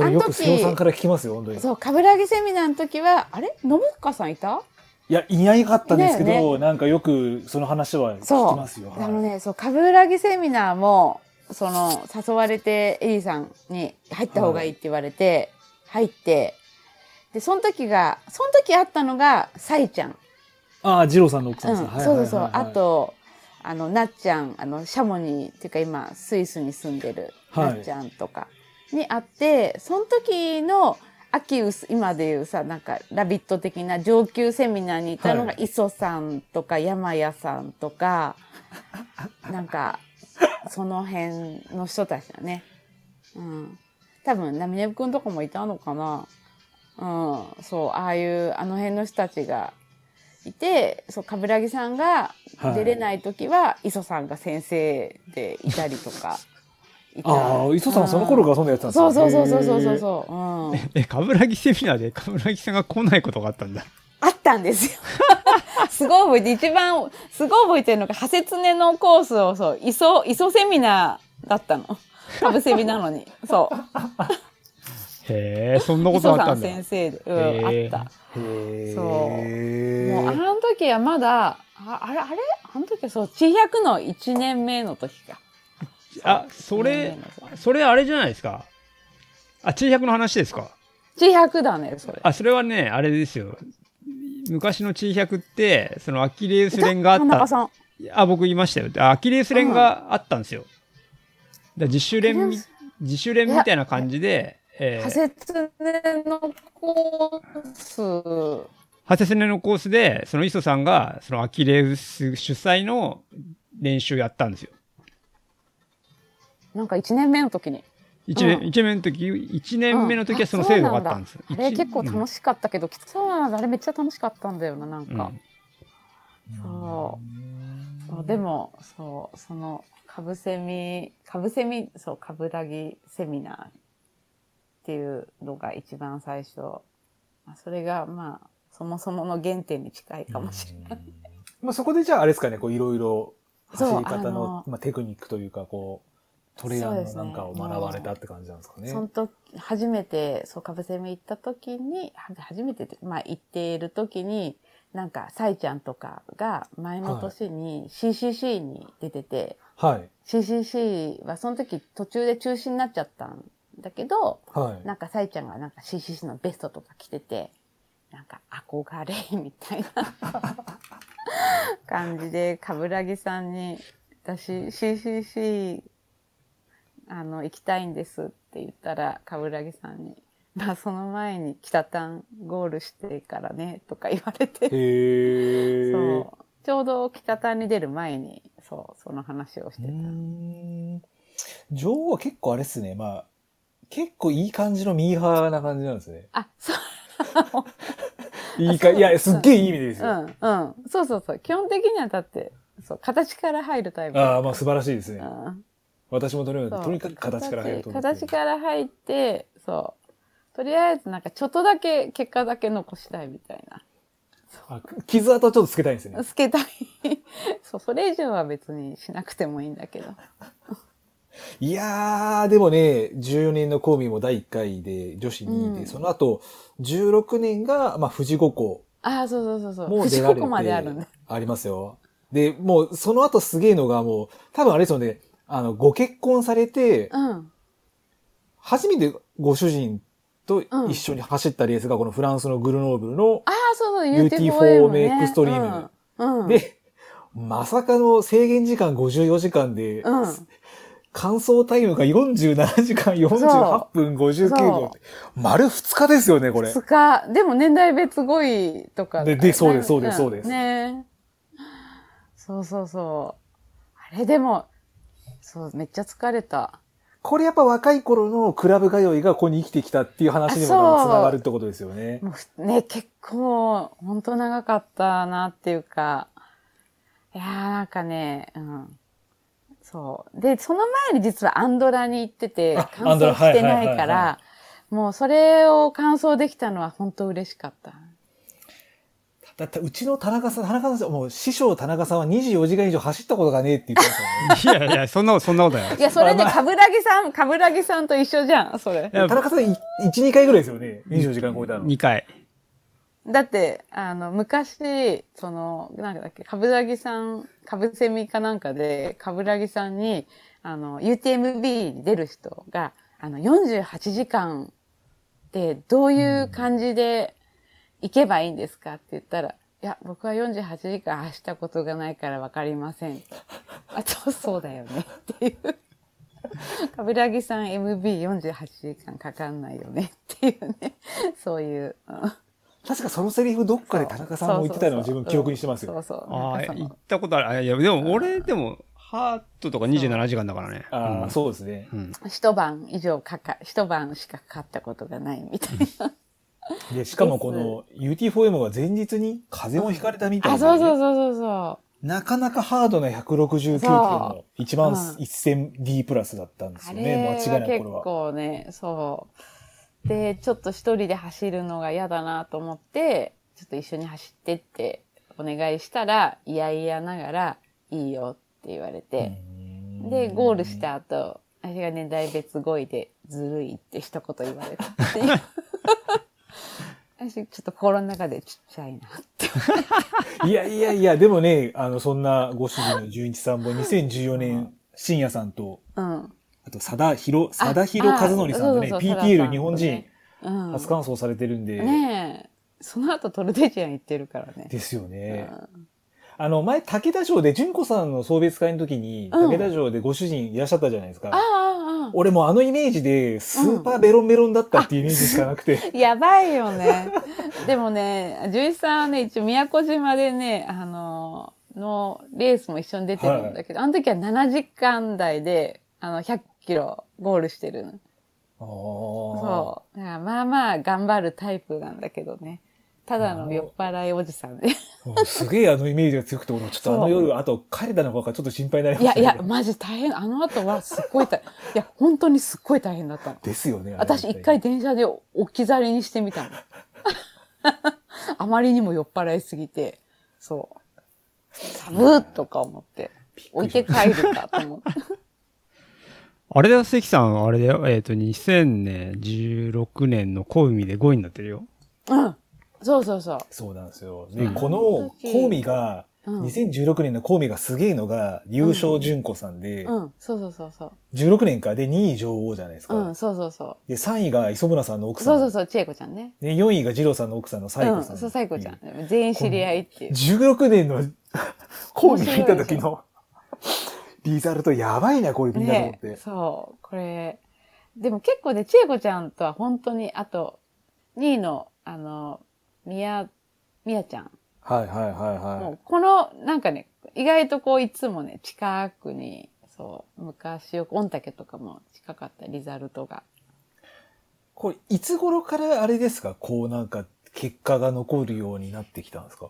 S1: れよ
S3: あ
S1: く
S3: の時
S1: 瀬尾さんから聞きますよ本当
S3: う。
S1: に
S3: そう、カブラギセミナーの時は、あれ信川さんいた
S1: いやいないかったんですけど、
S3: いないよ
S1: なんかよくその話は聞きますよ
S3: あの
S1: はい
S3: ね、そう、カブラギセミナーも、その、誘われて、エリーさんに入った方がいいって言われて、入って、で、その時が、その時あったのが、サイちゃん。
S1: ああ二郎さんの奥さ
S3: うんん、
S1: ですね、はい
S3: そうそうそう、
S1: はいはいはい
S3: あとあのなっちゃんあのシャモニーっていうか今スイスに住んでる
S1: はい
S3: なっちゃんとかに会って、その時の秋薄今でいうさなんか「ラビット!」的な上級セミナーにいたのが
S1: はい
S3: 磯さんとか山谷さん とかなんかその辺の人たちだね。うん、多分ナミネブ君とかもいたのかな。うん、そうああいうあの辺の人たちがいてそう冠城さんが
S1: はい
S3: 出れない時は、磯さんが先生でいたりとかい た
S1: ああ磯さんはその頃からそんなやつなん
S3: う
S1: で
S3: ん
S1: すね
S3: そうそうそうそうそ
S1: へー
S3: うそうそう、うん、
S2: え、冠城セミナーで冠城さんが来ないことがあったんだ。
S3: あったんですよ すごい覚えて一番すごい覚えてるのが派切ねのコースをそう磯磯セミナーだった の株セミなのにそう
S2: へえ、そんなことあ
S3: 磯
S2: っ
S3: さ
S2: た
S3: ん
S2: んだ。
S3: 先生で、
S2: へ
S3: うん、
S2: ー
S3: あった
S1: へえ
S3: もうあの時はまだああれあれあの時はそう千百の一年目の時か
S2: あ、それ、それあれじゃないですか。あ、千百の話ですか。
S3: 千百だねそれ
S2: あ、それはね、あれですよ。昔の千百って、そのアキレス連があ
S3: 田中
S2: った。
S3: さん
S2: あ、僕言いましたよ。あアキレス連があったんですよ。だから自主練み
S3: アキレ、
S2: 自主練みたいな感じで、え
S3: 仮
S2: ー、
S3: 説のコース
S2: ハセスネのコースで、その磯さんが、そのアキレウス主催の練習やったんですよ。
S3: なんか1年目の時に
S2: 一年、
S3: うん
S2: 一年の時、一年目の時はその制度があったんですよ。
S3: あれ結構楽
S2: し
S3: しかったけど、きつそうなんだあれめっちゃ楽しかったんだよななんか、そうそうでもそうそのカブセミカブセミそうカブラギセミナーっていうのが一番最初まあそれがまあそもそもの原点に近いかもしれない、
S1: まあ、そこでじゃああれですかね、こういろいろ走り
S3: そうあ
S1: 方の
S3: の
S1: まあ、テクニックというか、こう、トレーラーのなんかを学ばれたって感じなんですかね。
S3: その時、初めて、そう、かぶせみ行った時に、は初めてって、まあ行っている時に、なんか、サイちゃんとかが前の年に CCC に出てて、
S1: はい。
S3: CCC はその時途中で中止になっちゃったんだけど、
S1: はい。
S3: なんかサイちゃんがなんか CCC のベストとか着てて、なんか憧れみたいな 感じで、冠城さんに、私、CCC、あの、行きたいんですって言ったら、冠城さんに、まあ、その前に北丹ゴールしてからね、とか言われて、
S1: へえ。
S3: そう。ちょうど北丹に出る前に、そう、その話をして
S1: うー
S3: た。
S1: ん。女王は結構あれっすね。まあ、結構いい感じのミーハーな感じなんですね。
S3: あ、そう、
S1: いいか、いや、すっげえいい意味でです
S3: う
S1: よ。
S3: ん、うん。そうそうそう。基本的にはだって、そう、形から入るタイプ。
S1: ああ、まあ素晴らしいですね。
S3: うん
S1: 私もとに
S3: そ
S1: か
S3: う
S1: く、とにかく形から入ると思って
S3: 形から入って、そう。とりあえずなんかちょっとだけ結果だけ残したいみたい
S1: あ傷跡ちょっとつけたいんですね
S3: な。。つけたい。そう、それ以上は別にしなくてもいいんだけど。
S1: いやー、でもね、14年のコーミーも第1回で女子2位で、
S3: うん
S1: その後、16年が、まあ、富士五湖
S3: ああ、そうそうそうそう。
S1: もう出
S3: 藤
S1: られ
S3: 子
S1: て。
S3: まであるんだ。
S1: ありますよ。で、もう、その後すげえのが、もう、多分あれですよね、あの、ご結婚されて、
S3: うん。
S1: 初めてご主人と
S3: うん
S1: 一緒に走ったレースが、このフランスのグルノーブルの、
S3: ああ、そうそう、
S1: UT4M
S3: ね
S1: エクストリーム。
S3: うん。うん、
S1: で、まさかの制限時間54時間で、
S3: うん。
S1: 完走タイムが47時間48分59秒って。丸2日ですよね、これ。
S3: 二日、でも年代別5位とかだからね、
S1: ででそうですそうですそうです
S3: ねえそうそうそう。あれでも、そう、めっちゃ疲れた。
S1: これやっぱ若い頃のクラブ通いがここに生きてきたっていう話にも
S3: あそう
S1: つながるってことですよね。
S3: もうふね、結構、ほんと長かったなっていうか、いやーなんかね、うん。そう。で、その前に実はアンドラに行ってて
S1: あ、ア
S3: 完
S1: ンドラ
S3: 走してな
S1: はいはい
S3: いか
S1: はいは
S3: ら、もうそれを完走できたのは本当嬉しかった。
S1: だってうちの田中さん、田中さん、もう師匠田中さんは24時間以上走ったことがねえって言ってましたもんね。
S2: いやいや、そんなこと、そんなこと ない
S3: い。や、それで、かぶらぎさん、かぶらぎさんと一緒じゃん、それ。
S2: や
S1: 田中さん1、2回ぐらいですよね。24時間超えたの。
S2: 2回。
S3: だって、あの、昔、その、なんかだっけ、かぶらぎさん、かぶせみかなんかで、かぶらぎさんに、あの、UTMB に出る人が、あの、48時間で、どういう感じで行けばいいんですかって言ったら、いや、僕は48時間走ったことがないからわかりません。あと、そうだよね。っていう。かぶらぎさん MB48 時間かかんないよね。っていうね。そういう。うん
S1: 確かそのセリフどっかで田中さんも言ってたのを自分記憶にしてますよ。
S3: そうそう。
S2: ああ、
S3: なんかそ
S2: 行
S3: の
S2: ったことある。あいや、でも俺、でも、ハートとか27時間だからね。
S1: ああ、そうですね。
S2: うん。うん。
S3: 一晩以上かか、一晩しかかかったことがないみた いな。
S1: で、しかもこの UT4M は前日に風邪もひかれたみたい
S3: あ、
S1: な、
S3: そうそうそうそうそ
S1: なかなかハードな169キロの1万 1000D プラスだったんです
S3: う。あ
S1: よね。
S3: れ
S1: 間違い
S3: は
S1: なく
S3: 結
S1: これは。
S3: 構ね、そう。で、ちょっと一人で走るのが嫌だなと思って、ちょっと一緒に走ってってお願いしたら、いやいやながら、いいよって言われて。で、ゴールした後、私が年代別5位で、ずるいって一言言われたっ ていう。私、ちょっと心の中でちっちゃいなって。
S1: いやいやいや、でもね、あの、そんなご主人の純一さんも2014年、深夜さんと、
S3: うん。
S1: あと、貞弘、貞弘和則さんとね、
S3: あそうそうそう
S1: PTL 日本人、
S3: うん。
S1: 初完走されてるんで、
S3: ねえ。その後トルテジアン行ってるからね。
S1: ですよね。
S3: うん
S1: あの、前、武田城で、純子さんの送別会の時に、
S3: うん
S1: 武田城でご主人いらっしゃったじゃないですか。
S3: ああ、あ
S1: 俺もうあのイメージで、スーパーベロンベロンだったっていうイメージしかなくて。
S3: あ。やばいよね。でもね、純一さんはね、一応宮古島でね、あの、のレースも一緒に出てるんだけど、あの時は7時間台で、あの、100キロゴールしてるの。
S1: そ
S3: そう。だからまあまあ頑張るタイプなんだけどね。ただの酔っ払いおじさ んで。
S1: うんすげえあのイメージが強くて、俺もちょっとあの夜、あと帰れたのかちょっと心配になりまし
S3: い
S1: た
S3: や
S1: け
S3: い
S1: ど
S3: や、マジ大変。あの後はすっごい大変。いや、本当にすっごい大変だったの。
S1: ですよね。あれ
S3: 私一回。電車で置き去りにしてみ たの。あまりにも酔っ払いすぎて、そう。サブーとか思って、置いて帰るかと思って。
S2: あれだよ、関さん、あれだよ。えっ、と、2016年の小海で5位になってるよ。
S3: うん。そうそうそう。
S1: そうなんですよ。で、この、コーミが、
S3: ううん。
S1: 2016年の神戸がすげえのが、優勝純子さんで、
S3: うん、そうそうそうそう。
S1: 16年かで2位女王じゃないですか。
S3: うん、そうそうそ
S1: で、3位が磯村さんの
S3: う。
S1: 奥さ
S3: そ
S1: ん。
S3: うそうそう、千恵子ちゃんね。
S1: で、4位が二郎さんの奥さんの
S3: う
S1: 最
S3: ん、
S1: 後さん。
S3: そう、最子ちゃん。。全員知り合いっていう。
S1: 16年 の神戸見た時
S3: 面白いでし
S1: のリザルトやばいな、これみんなと思っ
S3: ね
S1: て。
S3: そう、これ。でも結構ね、千恵子ちゃんとは本当に、あと、2位の、あの、みや、みやちゃん。
S1: はいはいはいは
S3: も
S1: い。
S3: う、この、なんかね、意外とこう、いつもね、近くに、そう、昔よく、御嶽とかも近かった、リザルトが。
S1: これ、いつ頃からあれですかこうなんか、結果が残るようになってきたんですか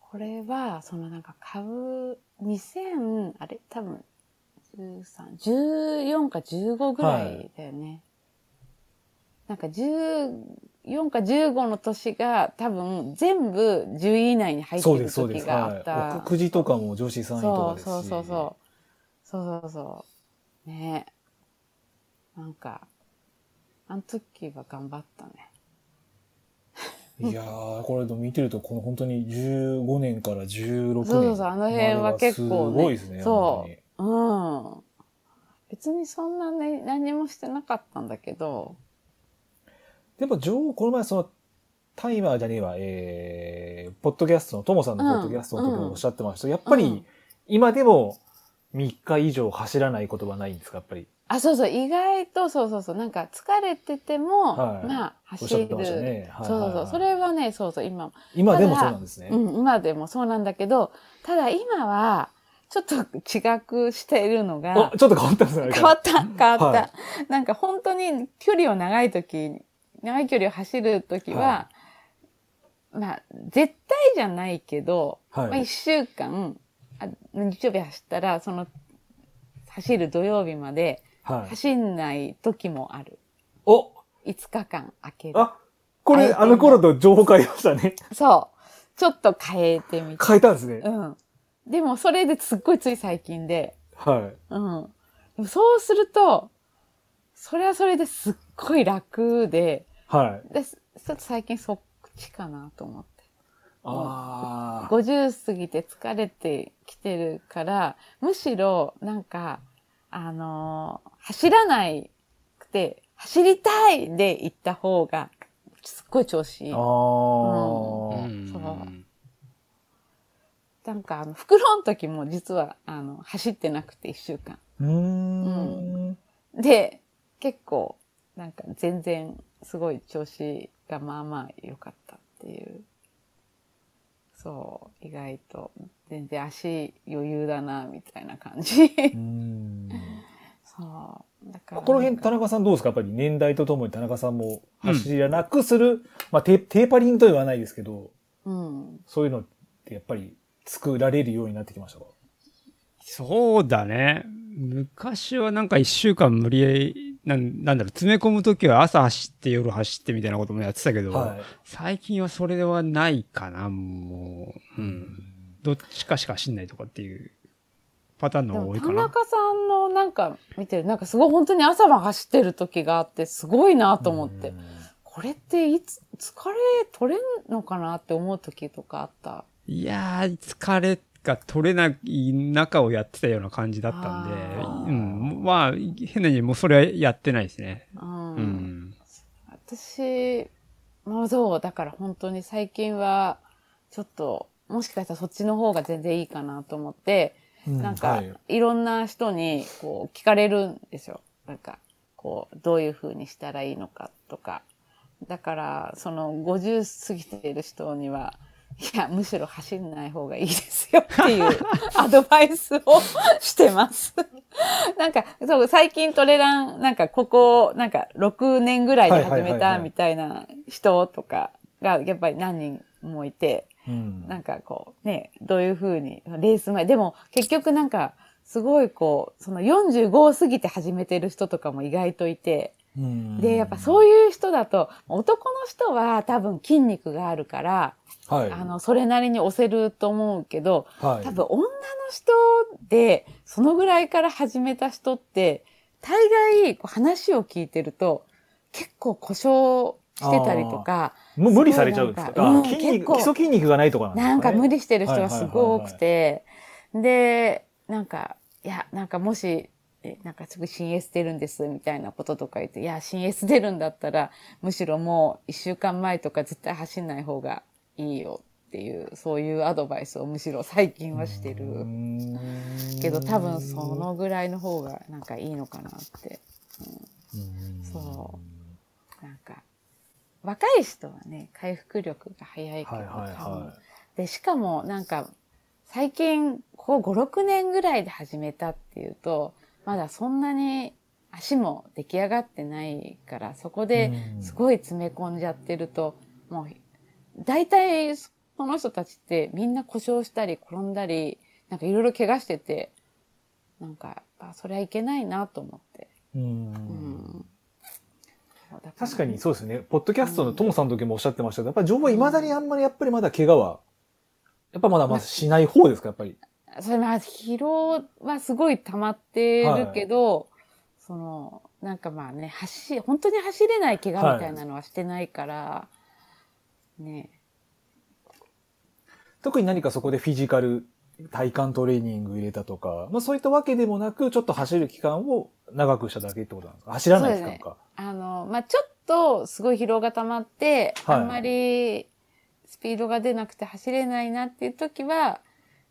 S3: これは、そのなんか株、2000、あれ多分、13、14か15ぐらいだよね。なんか14か15の年が多分全部10位以内に入って
S1: そう
S3: い
S1: で
S3: る
S1: す、そうで
S3: 時
S1: す。
S3: があった。
S1: はい。奥くじとかも女子3位とかですし。
S3: そうそうそうそう。そうそうそう。ねえ。なんか、あの時は頑張ったね。
S1: いやー、これでも見てると、この本当に15年から16年。
S3: そうそうそうあの辺は結構ね
S1: すごいですね。
S3: そう
S1: 本当に
S3: うん。別にそんなね、何もしてなかったんだけど、
S1: でも女王、この前その、タイマーじゃねえわ、えー、ポッドキャストの、ともさんのポッドキャストの時
S3: うん
S1: もおっしゃってました。やっぱり、
S3: うん
S1: 今でも3日以上走らないことはないんですか、やっぱり。
S3: あ、そうそう、意外と、そうそうそう、なんか疲れてても、
S1: はい
S3: まあ、
S1: おっしゃ
S3: 走
S1: っ
S3: る。
S1: てましたね。はい
S3: そうそう
S1: はい
S3: そ
S1: は
S3: う。
S1: い
S3: それはね、そうそう、今、
S1: 今でもそうなんですね。
S3: うん、今でもそうなんだけど、ただ今は、ちょっと違くしているのが
S1: お、ちょっと変わったんですね。あれか
S3: 変
S1: ら
S3: わった、変わった。
S1: は
S3: なんか本当に距離を長い時に、長い距離を走る時は、まあ、絶対じゃないけど、
S1: はい
S3: まあ、1週間あ、日曜日走ったら、その、走る土曜日まで
S1: はい。
S3: 走んない時もある。
S1: お
S3: 5日間空ける。
S1: あこれ、あの頃と情報変えましたね。
S3: そう。ちょっと変えてみて。
S1: 変えたんですね
S3: う。ん。でも、それですっごいつい最近で、
S1: は
S3: うん。でもそうすると、それはそれですっごい楽で、
S1: い。はい。
S3: で、すちょっと最近そっちかなと思って。
S1: あー。
S3: 50過ぎて疲れてきてるから、むしろなんか、あのー走らないくて、走りたいで行った方が、すっごい調子いい
S1: あ。
S2: う
S1: ー。
S2: ん
S3: そうなんか、あの、袋の時も実は、あの、走ってなくて一週間。
S1: うーん。
S3: で、結構、なんか全然、すごい調子がまあまあ良かったっていう。そう、意外と、全然足余裕だな、みたいな感じ。
S1: うーん
S3: そう。だから。
S1: この辺、田中さんどうですかやっぱり年代とともに田中さんも走らなくする、まあテ、テーパリングとは言わないですけど、
S3: うん。
S1: そういうのってやっぱり作られるようになってきましたか
S2: そうだね。昔はなんか一週間無理やり、なんなんだろう、詰め込むときは朝走って夜走ってみたいなこともやってたけど、
S1: はい。
S2: 最近はそれはないかな、もう。うん。どっちかしか走んないとかっていうパターンの
S3: で
S2: 方が
S3: も
S2: 多い
S3: 田
S2: かな。
S3: 中さんのなんか見てる、なんかすごい本当に朝晩走ってる時があって、すごいなと思って
S1: うん。。
S3: これっていつ、疲れ取れんのかなって思う時とかあった。
S2: いやー、疲れが取れない中をやってたような感じだったんで、
S3: あー
S2: うん。まあ、変なにもうそれはやってないですね。う
S3: うん
S2: ん。
S3: 私もそう、だから本当に最近は、ちょっと、もしかしたらそっちの方が全然いいかなと思って、
S1: うん
S3: な
S1: は
S3: んか
S1: い、
S3: いろんな人に、こう、聞かれるんですよ。なんか、こう、どういう風にしたらいいのかとか。だから、その、50過ぎている人には、いや、むしろ走んない方がいいで すよっていうアドバイスをしてます。 なんか、そう、最近トレラン、なんか、ここ、なんか、6年ぐらいで始
S1: はいはい
S3: め
S1: はい
S3: た
S1: はい
S3: みたいな人とかが、やっぱり何人もいて、
S1: うん
S3: なんかこう、ね、どういうふうに、レース前、でも結局なんか、すごいこう、その45を過ぎて始めてる人とかも意外といて、
S1: うん
S3: で、やっぱそういう人だと、男の人は多分筋肉があるから、
S1: はい。
S3: あの、それなりに押せると思うけど、
S1: はい、
S3: 多分女の人で、そのぐらいから始めた人って、大概こう話を聞いてると、結構故障してたりとか、
S1: もう無理されちゃうんですか、
S3: うん
S1: 筋
S3: 結
S1: 肉、
S3: 構
S1: 基礎筋肉がないとかなんですか、ね、
S3: なんか無理してる人がすごい多くて、で、なんか、いや、なんかもし、えなんかすぐ新 S 出るんですみたいなこととか言って、いや、新 S 出るんだったら、むしろもう一週間前とか絶対走んない方がいいよっていう、そういうアドバイスをむしろ最近はしてる。けど多分そのぐらいの方がなんかいいのかなって。そうなんか、若い人はね、回復力が早いか
S1: はい
S3: ら、
S1: はい
S3: 多分
S1: は
S3: で、しかもなんか、最近、ここ5、6年ぐらいで始めたっていうと、まだそんなに足も出来上がってないから、そこで
S1: うん
S3: すごい詰め込んじゃってると、もう、大体、その人たちってみんな故障したり転んだり、なんかいろいろ怪我してて、なんか、あそれはいけないなと思って。
S1: い。う
S3: うんん。そうだら
S1: 確かにそうですね。ポッドキャストのともさんの時もおっしゃってましたけど、やっぱり情報いまだにあんまりやっぱりまだ怪我は、やっぱまだまだしない方ですか、やっぱり。
S3: それまあ疲労はすごい溜まってるけど、その、なんかまあね、走、本当に走れない怪我みたいなのはしてないから、ね。
S1: 特に何かそこでフィジカル、体幹トレーニング入れたとか、まあそういったわけでもなく、ちょっと走る期間を長くしただけってことなんですか走らない期間か。
S3: あの、まあちょっとすごい疲労が溜まって、
S1: はい
S3: あんまりスピードが出なくて走れないなっていう時は、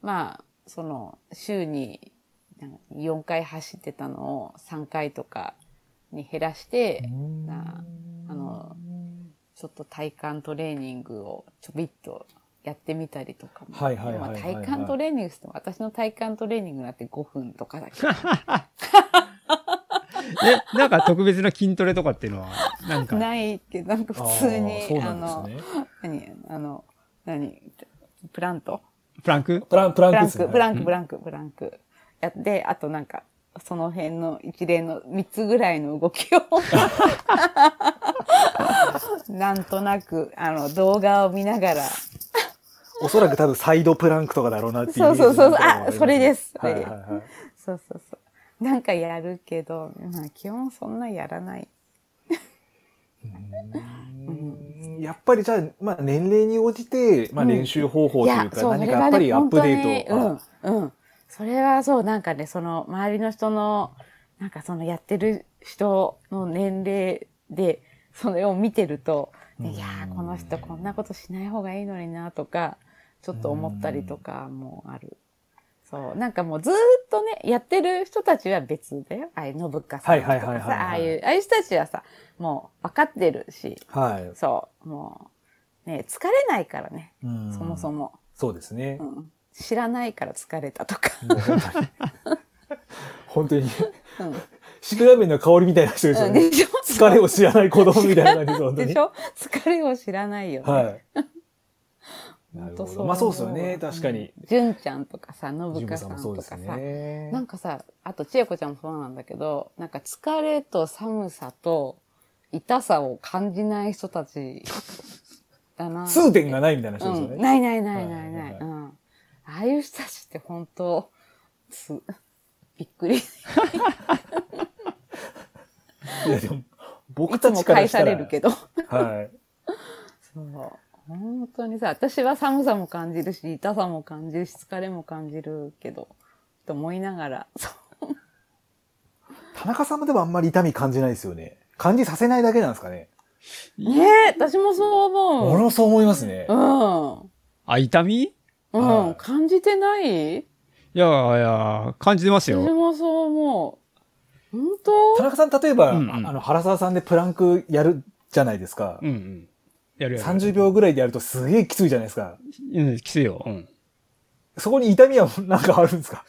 S3: まあ、その、週になん4回走ってたのを3回とかに減らして、
S1: うん
S3: なあの、ちょっと体幹トレーニングをちょびっとやってみたりとかも。
S1: はいはいはいはいはい
S3: まあ体幹トレーニングしても、私の体幹トレーニングなんて5分とかだけど。
S2: え、なんか特別な筋トレとかっていうのは、なんか、
S3: ないけど、なんか普通に、
S1: あーそうな
S3: あ
S1: ん
S3: の、
S1: ですね。
S3: 何、あの、何、プラント
S2: プランク
S1: プラン、プランク
S3: プラ
S1: で
S3: ン
S1: すね
S3: ク、プランク、プランク、プランク。やって、あとなんか、その辺の一連の3つぐらいの動き を、なんとなく、あの、動画を見ながら、
S1: おそらく多分サイドプランクとかだろうなっていうイメージ。
S3: そうそうそう
S1: なんかわかります
S3: あそれです
S1: はいはいはい。
S3: そうそうそう。なんかやるけど、まあ基本そんなやらない。
S1: うんやっぱりじゃあ、まあ年齢に応じて、まあ練習方法
S3: い
S1: という
S3: や、
S1: か、
S3: そう、そ
S1: 何か
S3: れは
S1: やっぱ
S3: ね、
S1: りアッ
S3: 本
S1: プ
S3: 当
S1: デ
S3: に
S1: ー、トは。
S3: うん、うん。それはそう、なんかね、その、周りの人の、なんかその、やってる人の年齢で、それを見てると、ねいやー、この人こんなことしない方がいいのにな、とか、ちょっと思ったりとかもある。そう、なんかもうずーっとね、やってる人たちは別だよ。ああいう信香さんとか
S1: はいはいはいはいはい
S3: さ、ああいう、ああいう人たちはさ、もう分かってるし、
S1: はい。
S3: そう、もう、ね、疲れないからね、
S1: そ
S3: そもそ
S1: も。
S3: も。
S1: そうですね
S3: う。ん知らないから疲れたとか。
S1: もう本当に。 本当に、
S3: うん
S1: シクラメンの香りみたいな人ですよ
S3: うん
S1: ね。
S3: でしょ
S1: 疲れを知らない子供みたいな感じです、本当
S3: で
S1: に
S3: し。ょ疲れを知らないよね。
S1: はい。なるほ
S3: 本当
S1: ど。まあそうですよね、確かに。
S3: 純ちゃんとかさ、信
S1: ジム
S3: 香
S1: さ
S3: さ
S1: んも
S3: ん
S1: そ
S3: と
S1: うで
S3: か
S1: す
S3: さ、
S1: ね。
S3: なんかさ、あと千恵子ちゃんもそうなんだけど、なんか疲れと寒さと痛さを感じない人たちだな。
S1: 痛点がないみたいな人ですよ
S3: うん、
S1: ね。
S3: ないないないないな
S1: はい
S3: い。
S1: はいはい
S3: うん。ああいう人たちって本当、す、びっくり。
S1: いやでも、僕
S3: いつ
S1: た
S3: も
S1: ちから
S3: 返
S1: した
S3: さ
S1: ら。
S3: れるけど。
S1: はい。
S3: そう。本当にさ、私は寒さも感じるし、痛さも感じるし、疲れも感じるけど、と思いながら、そう
S1: 田中さんもでもあんまり痛み感じないですよね。感じさせないだけなんですかね。
S3: ねえ、私もそう
S1: 俺
S3: 思う。
S1: もそう思いますね。
S2: あ、痛みい
S3: うん。う
S1: は
S3: ん。
S1: い
S3: 感じてない
S2: やいや、感じてます
S3: 私
S2: よ。
S3: もそう思う。本
S1: 田中さん、例えば、
S2: うんうん
S1: あの、原沢さんでプランクやるじゃないですか。
S2: うんうん。やるやる。
S1: 30秒ぐらいでやるとすげえきついじゃないですか。
S2: うん、きついよ。うん。
S1: そこに痛みはなんかあるんですか、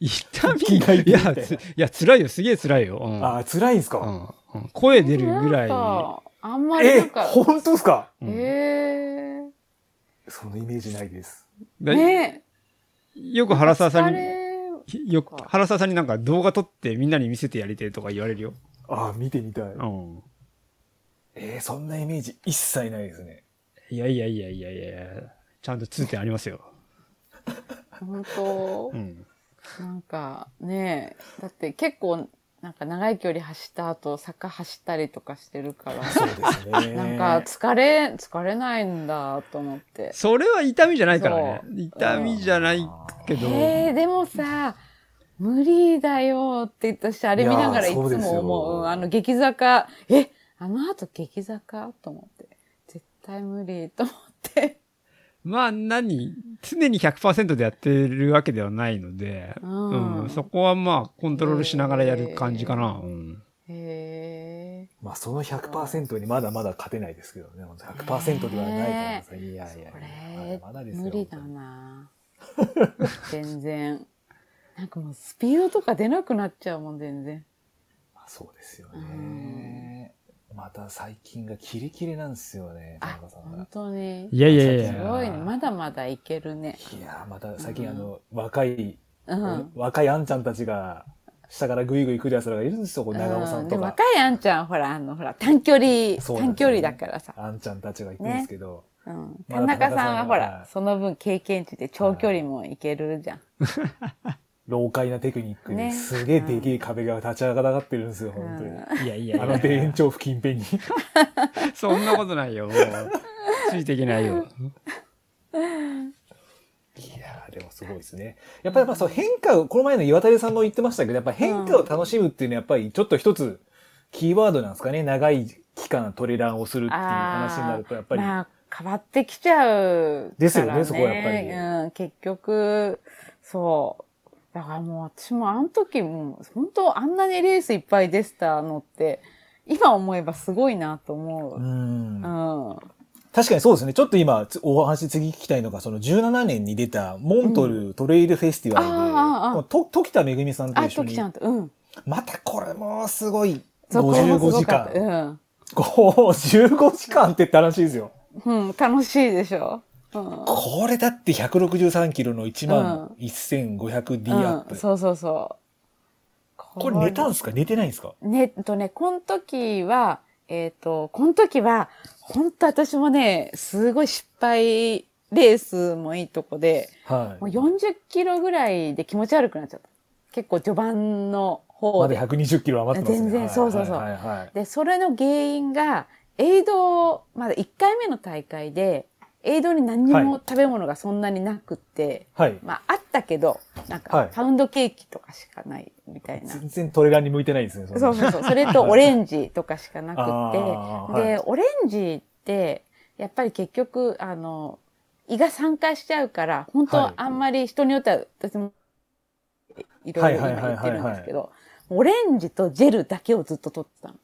S2: 痛み
S1: 気が痛い
S2: い
S1: みたいな
S2: や、ついや、辛いよ。すげえ辛いよ。うん。
S1: ああ、辛いんです
S2: う
S1: か、
S2: んうん声出
S3: 当
S2: るぐらい。
S3: なんかあんまりな
S1: え
S3: んか、
S1: 本当ですか
S2: うん
S3: え
S1: そのイメージないです。
S3: え。
S2: だ
S3: ね
S2: よ
S3: え。
S2: く原沢さん
S3: 疲
S2: に、
S3: れ
S2: よく原沢さんになんか動画撮ってみんなに見せてやりてえとか言われるよ。
S1: ああ、見てみたい。
S2: うん。
S1: えー、そんなイメージ一切ないですね。
S2: いやいやいやいやいやちゃんと痛点ありますよ。
S3: 本当
S2: う。ん。
S3: なんかねだって結構なんか長い距離走った後、坂走ったりとかしてるから、
S1: そうです ね。
S3: なんか疲れ、疲れないんだと思って。
S2: それは痛みじゃないからね
S3: そ。
S2: 痛みじゃないけど。
S3: えー、でもさ、無理だよって言ったし、あれ見ながらい
S1: い
S3: つ
S1: やーそうですよ
S3: も思う。うんあの、激坂、え、あの後激坂と思って。絶対無理と思って。
S2: まあ何、常に100%でやってるわけではないので、
S3: うん
S2: うんそこはまあコントロールしながらやる感じかな。うん
S3: へえ。
S1: まあその100%にまだまだ勝てないですけどね。100%ではないからさ。いやいやいや
S3: こ。
S1: まだ
S3: れ
S1: まだですよ。
S3: 無理だな全然なんかもうスピードとか出なくなっちゃうもん全然
S1: まあそうですよね。また最近がキレキレなんですよね、田
S3: あ
S1: 中さんが
S3: 本。当に
S2: いやいやい
S3: す
S2: や。
S3: ごいねま だまだいけるね
S1: いやーまた最近あの、若い、
S3: うん
S1: 若いあんちゃんたちが、下からグイグイ来る奴らがいるんですよ、こう長尾さ
S3: うんで
S1: と
S3: も
S1: か。
S3: 若いあんちゃんほらあのほら短距離
S1: そうなん
S3: 短
S1: ですよ
S3: 距離だからさ、
S1: あんちゃんたちが行くんですけど。
S3: うん、
S1: ま
S3: 田
S1: だ
S3: 中さんはほ
S1: は
S3: ら
S1: い
S3: その分経験値で長距離もいけるじゃん
S1: 老快なテクニックに
S3: ね
S1: すげえでけえ壁が立ち上がってるんですよ、本当に。
S2: いやいやい
S1: あの田園
S2: や。
S1: 調布近辺に。
S2: そんなことないよ。もうついていけないよ。
S1: いやーでもすごいですね。やっぱりまあそう変化を、この前の岩谷さんも言ってましたけど、やっぱ変化を楽しむっていうのはやっぱりちょっと一つキーワードなんですかね。長い期間トレランをするっていう話になると、やっぱり。
S3: まあ、変わってきちゃう。
S1: ですよね
S3: から
S1: そこはやっぱり
S3: うん、結局、そう。だからもう私もあの時もう、本当あんなにレースいっぱい出てたのって、今思えばすごいなと思
S1: う
S3: う。
S1: ん
S3: う。ん。
S1: 確かにそうですね。ちょっと今、つお話次聞きたいのが、その17年に出たモントルトレイルフェスティバルで、
S3: うんあーあー
S1: このと、時田めぐみさんと
S3: あ、
S1: 一緒
S3: とき
S1: に
S3: ちゃ、んと、うん。
S1: またこれもすごい、
S3: そうこれも
S1: 55
S3: すご
S1: 時
S3: かった
S1: 間。
S3: うん。
S1: こう、15時間ってって話ですよ。
S3: うん、楽しいでしょ。うん。
S1: これだって163キロの1万 1500D アップ。
S3: うん、そうそうそう。こ
S1: これ寝たんですか寝てないんですか
S3: ね、えっとね、この時は、えっ、と、この時は、本当私もね、すごい失敗、レースもいいとこで、
S1: は
S3: もう
S1: い。
S3: 40キロぐらいで気持ち悪くなっちゃった。結構序盤の方
S1: まだ
S3: で。
S1: 120キロ余ってますね。
S3: 全然
S1: はい
S3: そうそうそう
S1: はいはいはい
S3: で、それの原因が、エイド、まだ1回目の大会で、エイドに何に
S1: は
S3: も
S1: い
S3: 食べ物がそんなになくって、
S1: はい。
S3: まああったけど、なん
S1: はい
S3: か、パウンドケーキとかしかないみたいな。
S1: 全然トレランに向いてないですね。
S3: そうそうそう。それとオレンジとかしかなく
S1: あー
S3: って。で、オレンジって、やっぱり結局、あの、胃が酸化しちゃうから、本
S1: はい
S3: 当あんまり人によっては、私も、いろいろ今言ってるんですけど、オレンジとジェルだけをずっと取ってたの。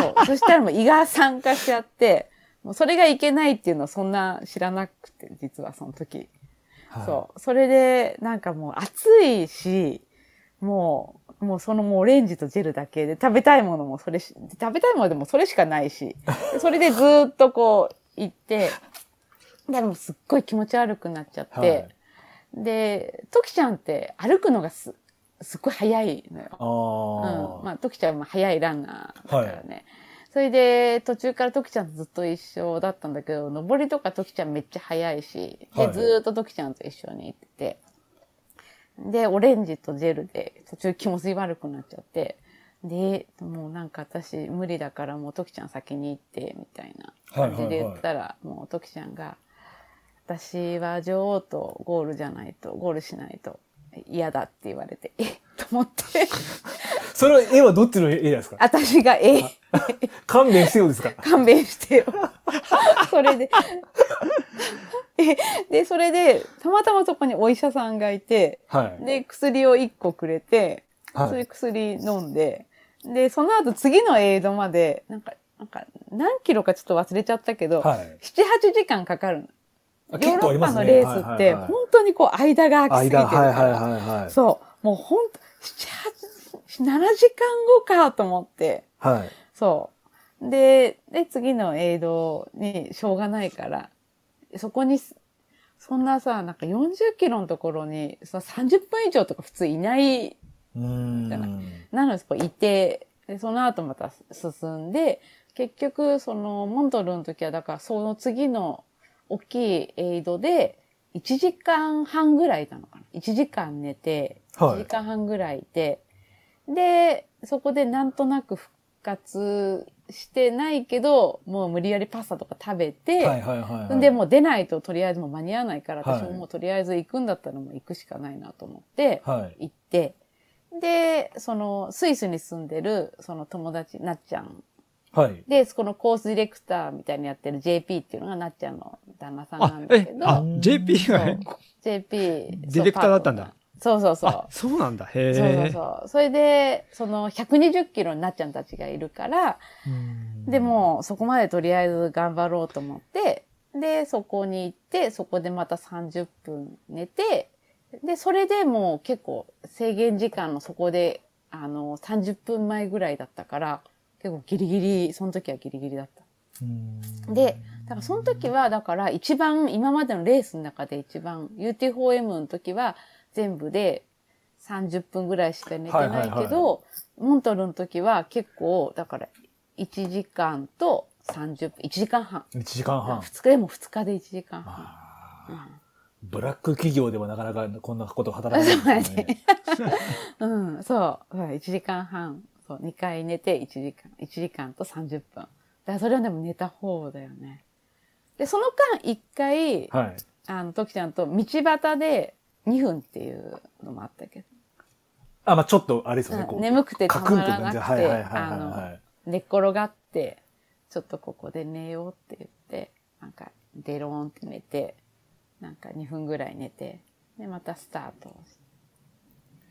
S3: もうそしたらもう胃が酸化しちゃって、もうそれがいけないっていうのをそんな知らなくて、実はその時。
S1: はい
S3: そう。それで、なんかもう暑いし、もう、もうそのもうオレンジとジェルだけで食べたいものもそれし、食べたいものでもそれしかな いし、でそれでずーっとこう行って、でもすっごい気持ち悪くなっちゃって、
S1: はい
S3: で、トキちゃんって歩くのがす、すっごい早いのよ。
S1: あ
S3: う
S1: あ
S3: ん。。まあ、トキちゃんも早いランナーだからね。それで、途中からトキちゃんとずっと一緒だったんだけど、登りとかトキちゃんめっちゃ早いし、で、
S1: はい
S3: ずーっとトキちゃんと一緒に行ってて、で、オレンジとジェルで途中気持ち悪くなっちゃって、で、もうなんか私無理だからもうトキちゃん先に行って、みたいな感じで言ったら、もうトキちゃんが、私は女王とゴールじゃないと、ゴールしないと嫌だって言われて、えっと思って、
S1: その絵はどっちの絵ですか
S3: 私が、えっ
S1: 勘弁してよですか
S3: 勘弁して よ。それで。えで、それで、たまたまそこにお医者さんがいて、
S1: はい。
S3: で、薬を1個くれて、
S1: はい
S3: それ薬飲んで、で、その後次のエイドまで、なんか、なんか、何キロかちょっと忘れちゃったけど、
S1: はい。
S3: 7、8時間かかるの。
S1: あ
S3: ヨ
S1: 結
S3: ー
S1: 構
S3: ロ
S1: あり
S3: ッ
S1: ま
S3: パ
S1: す
S3: の
S1: ね
S3: レース
S1: は
S3: っ
S1: いはい
S3: て、
S1: はいはい
S3: 本当にこう、間が空きすぎて
S1: 間、
S3: るから。
S1: はいはいはいはい。
S3: そう。もうほんと、7、8、7時間後かと思って。
S1: はい。
S3: そう。で、で、次の営動にしょうがないから、そこにす、そんなさ、なんか40キロのところに、さ、30分以上とか普通いない、
S1: うーん。
S3: なのです、こういて、で、その後また進んで、結局、その、モントルの時は、だから、その次の大きいエイドで、1時間半ぐらいいたのかな。1時間寝て、
S1: はい
S3: 1時間半ぐらいいて、で、そこでなんとなく復活してないけど、もう無理やりパスタとか食べて、
S1: はいはいはい、はい。
S3: で、もう出ないととりあえずもう間に合わないから、
S1: はい
S3: 私ももうとりあえず行くんだったらもう行くしかないなと思って、
S1: はい。
S3: 行って、で、その、スイスに住んでる、その友達、なっちゃん。
S1: はい。
S3: で、そこのコースディレクターみたいにやってる JP っていうのがなっちゃんの旦那さんな
S2: あ
S3: ん、だ
S2: え
S3: け、
S2: あ
S3: ど、、
S2: JP が
S3: そう
S2: ね
S3: JP。デ
S2: ディレクターだったんだ。
S3: そうそうそう
S2: あ、。そうなんだ。
S3: そうそ
S2: へ
S3: う
S2: え。
S3: そう。それで、その120キロになっちゃんたちがいるから、でもうそこまでとりあえず頑張ろうと思って、で、そこに行って、そこでまた30分寝て、で、それでもう結構制限時間のそこで、あの、30分前ぐらいだったから、結構ギリギリ、その時はギリギリだった。
S1: うん
S3: で、だからその時は、だから一番、今までのレースの中で一番、UT4M の時は全部で30分ぐらいしか寝てないけ
S1: はい
S3: ど、
S1: はいは
S3: モントルの時は結構、だから1時間と30分、1時間半。
S1: 1時間半。
S3: 2日でも2日で1時間半。
S1: あ
S3: う
S1: ー
S3: ん
S1: ブラック企業ではなかなかこんなこと働かないですよね。
S3: うん、そう。うん1時間半。そう、2回寝て1時間、1時間と30分。だからそれはでも寝た方だよね。で、その間1回、
S1: はい。
S3: あの、ときちゃんと道端で2分っていうのもあったけ
S1: あ、まあちょっと、あれです
S3: ど、
S1: よね、こ
S3: うん
S1: う。
S3: 眠くてた
S1: カクン
S3: ま
S1: と
S3: ら
S1: 感
S3: な
S1: じで
S3: く
S1: はいはいはい
S3: て、
S1: はい
S3: あ
S1: は
S3: の、
S1: い。
S3: 寝っ転がって、ちょっとここで寝ようって言って、なんか、デローンって寝て、なんか2分ぐらい寝て、で、またスタートをして。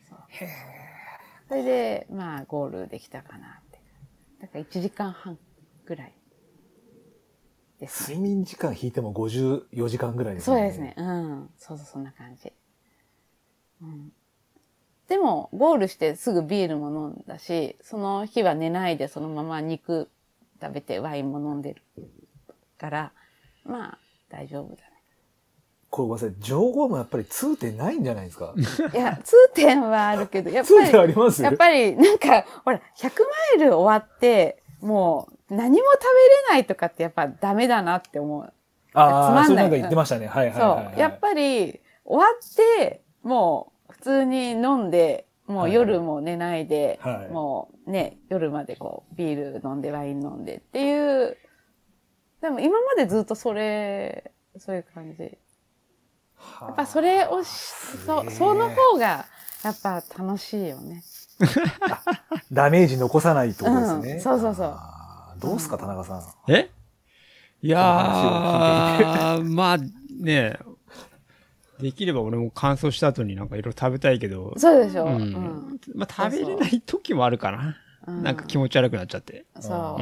S3: そうそれで、まあ、ゴールできたかなって。だから1時間半ぐらいですね。
S1: 睡眠時間引いても54時間ぐらいです
S3: そ
S1: よ
S3: うですね。。うん。そうそう、そんな感じ。うん。でも、ゴールしてすぐビールも飲んだし、その日は寝ないでそのまま肉食べてワインも飲んでるから、まあ、大丈夫だ
S1: これごめんなさい。情報もやっぱり通点ないんじゃないですか。
S3: ね。いや、通点はあるけど、やっ
S1: 通点
S3: ぱ
S1: あ
S3: り、
S1: ります
S3: やっぱり、なんか、ほら、100マイル終わって、もう、何も食べれないとかってやっぱダメだなって思う。
S1: ああ、
S3: つまんない
S1: それなんか言ってましたね。はいはいはいはい、
S3: そう。やっぱり、終わって、もう、普通に飲んで、も
S1: は
S3: う
S1: い
S3: 夜も寝ないで、
S1: はい
S3: もうね、夜までこう、ビール飲んで、ワイン飲んでっていう、でも今までずっとそれ、そういう感じ。や
S1: はあ
S3: っぱそれをし、
S1: す
S3: そ、
S1: げえ
S3: その方が、やっぱ楽しいよね。
S1: ダメージ残さないってことですね。
S3: うんそうそうそう
S1: あーどうすか、田中さん。
S2: えいやー、まあね、できれば俺も乾燥した後になんかいろいろ食べたいけど、
S3: そうでしょ、う
S2: うんん、まあ食べれない時もあるかな。
S3: うん
S2: なんか気持ち悪くなっちゃって。
S3: そう、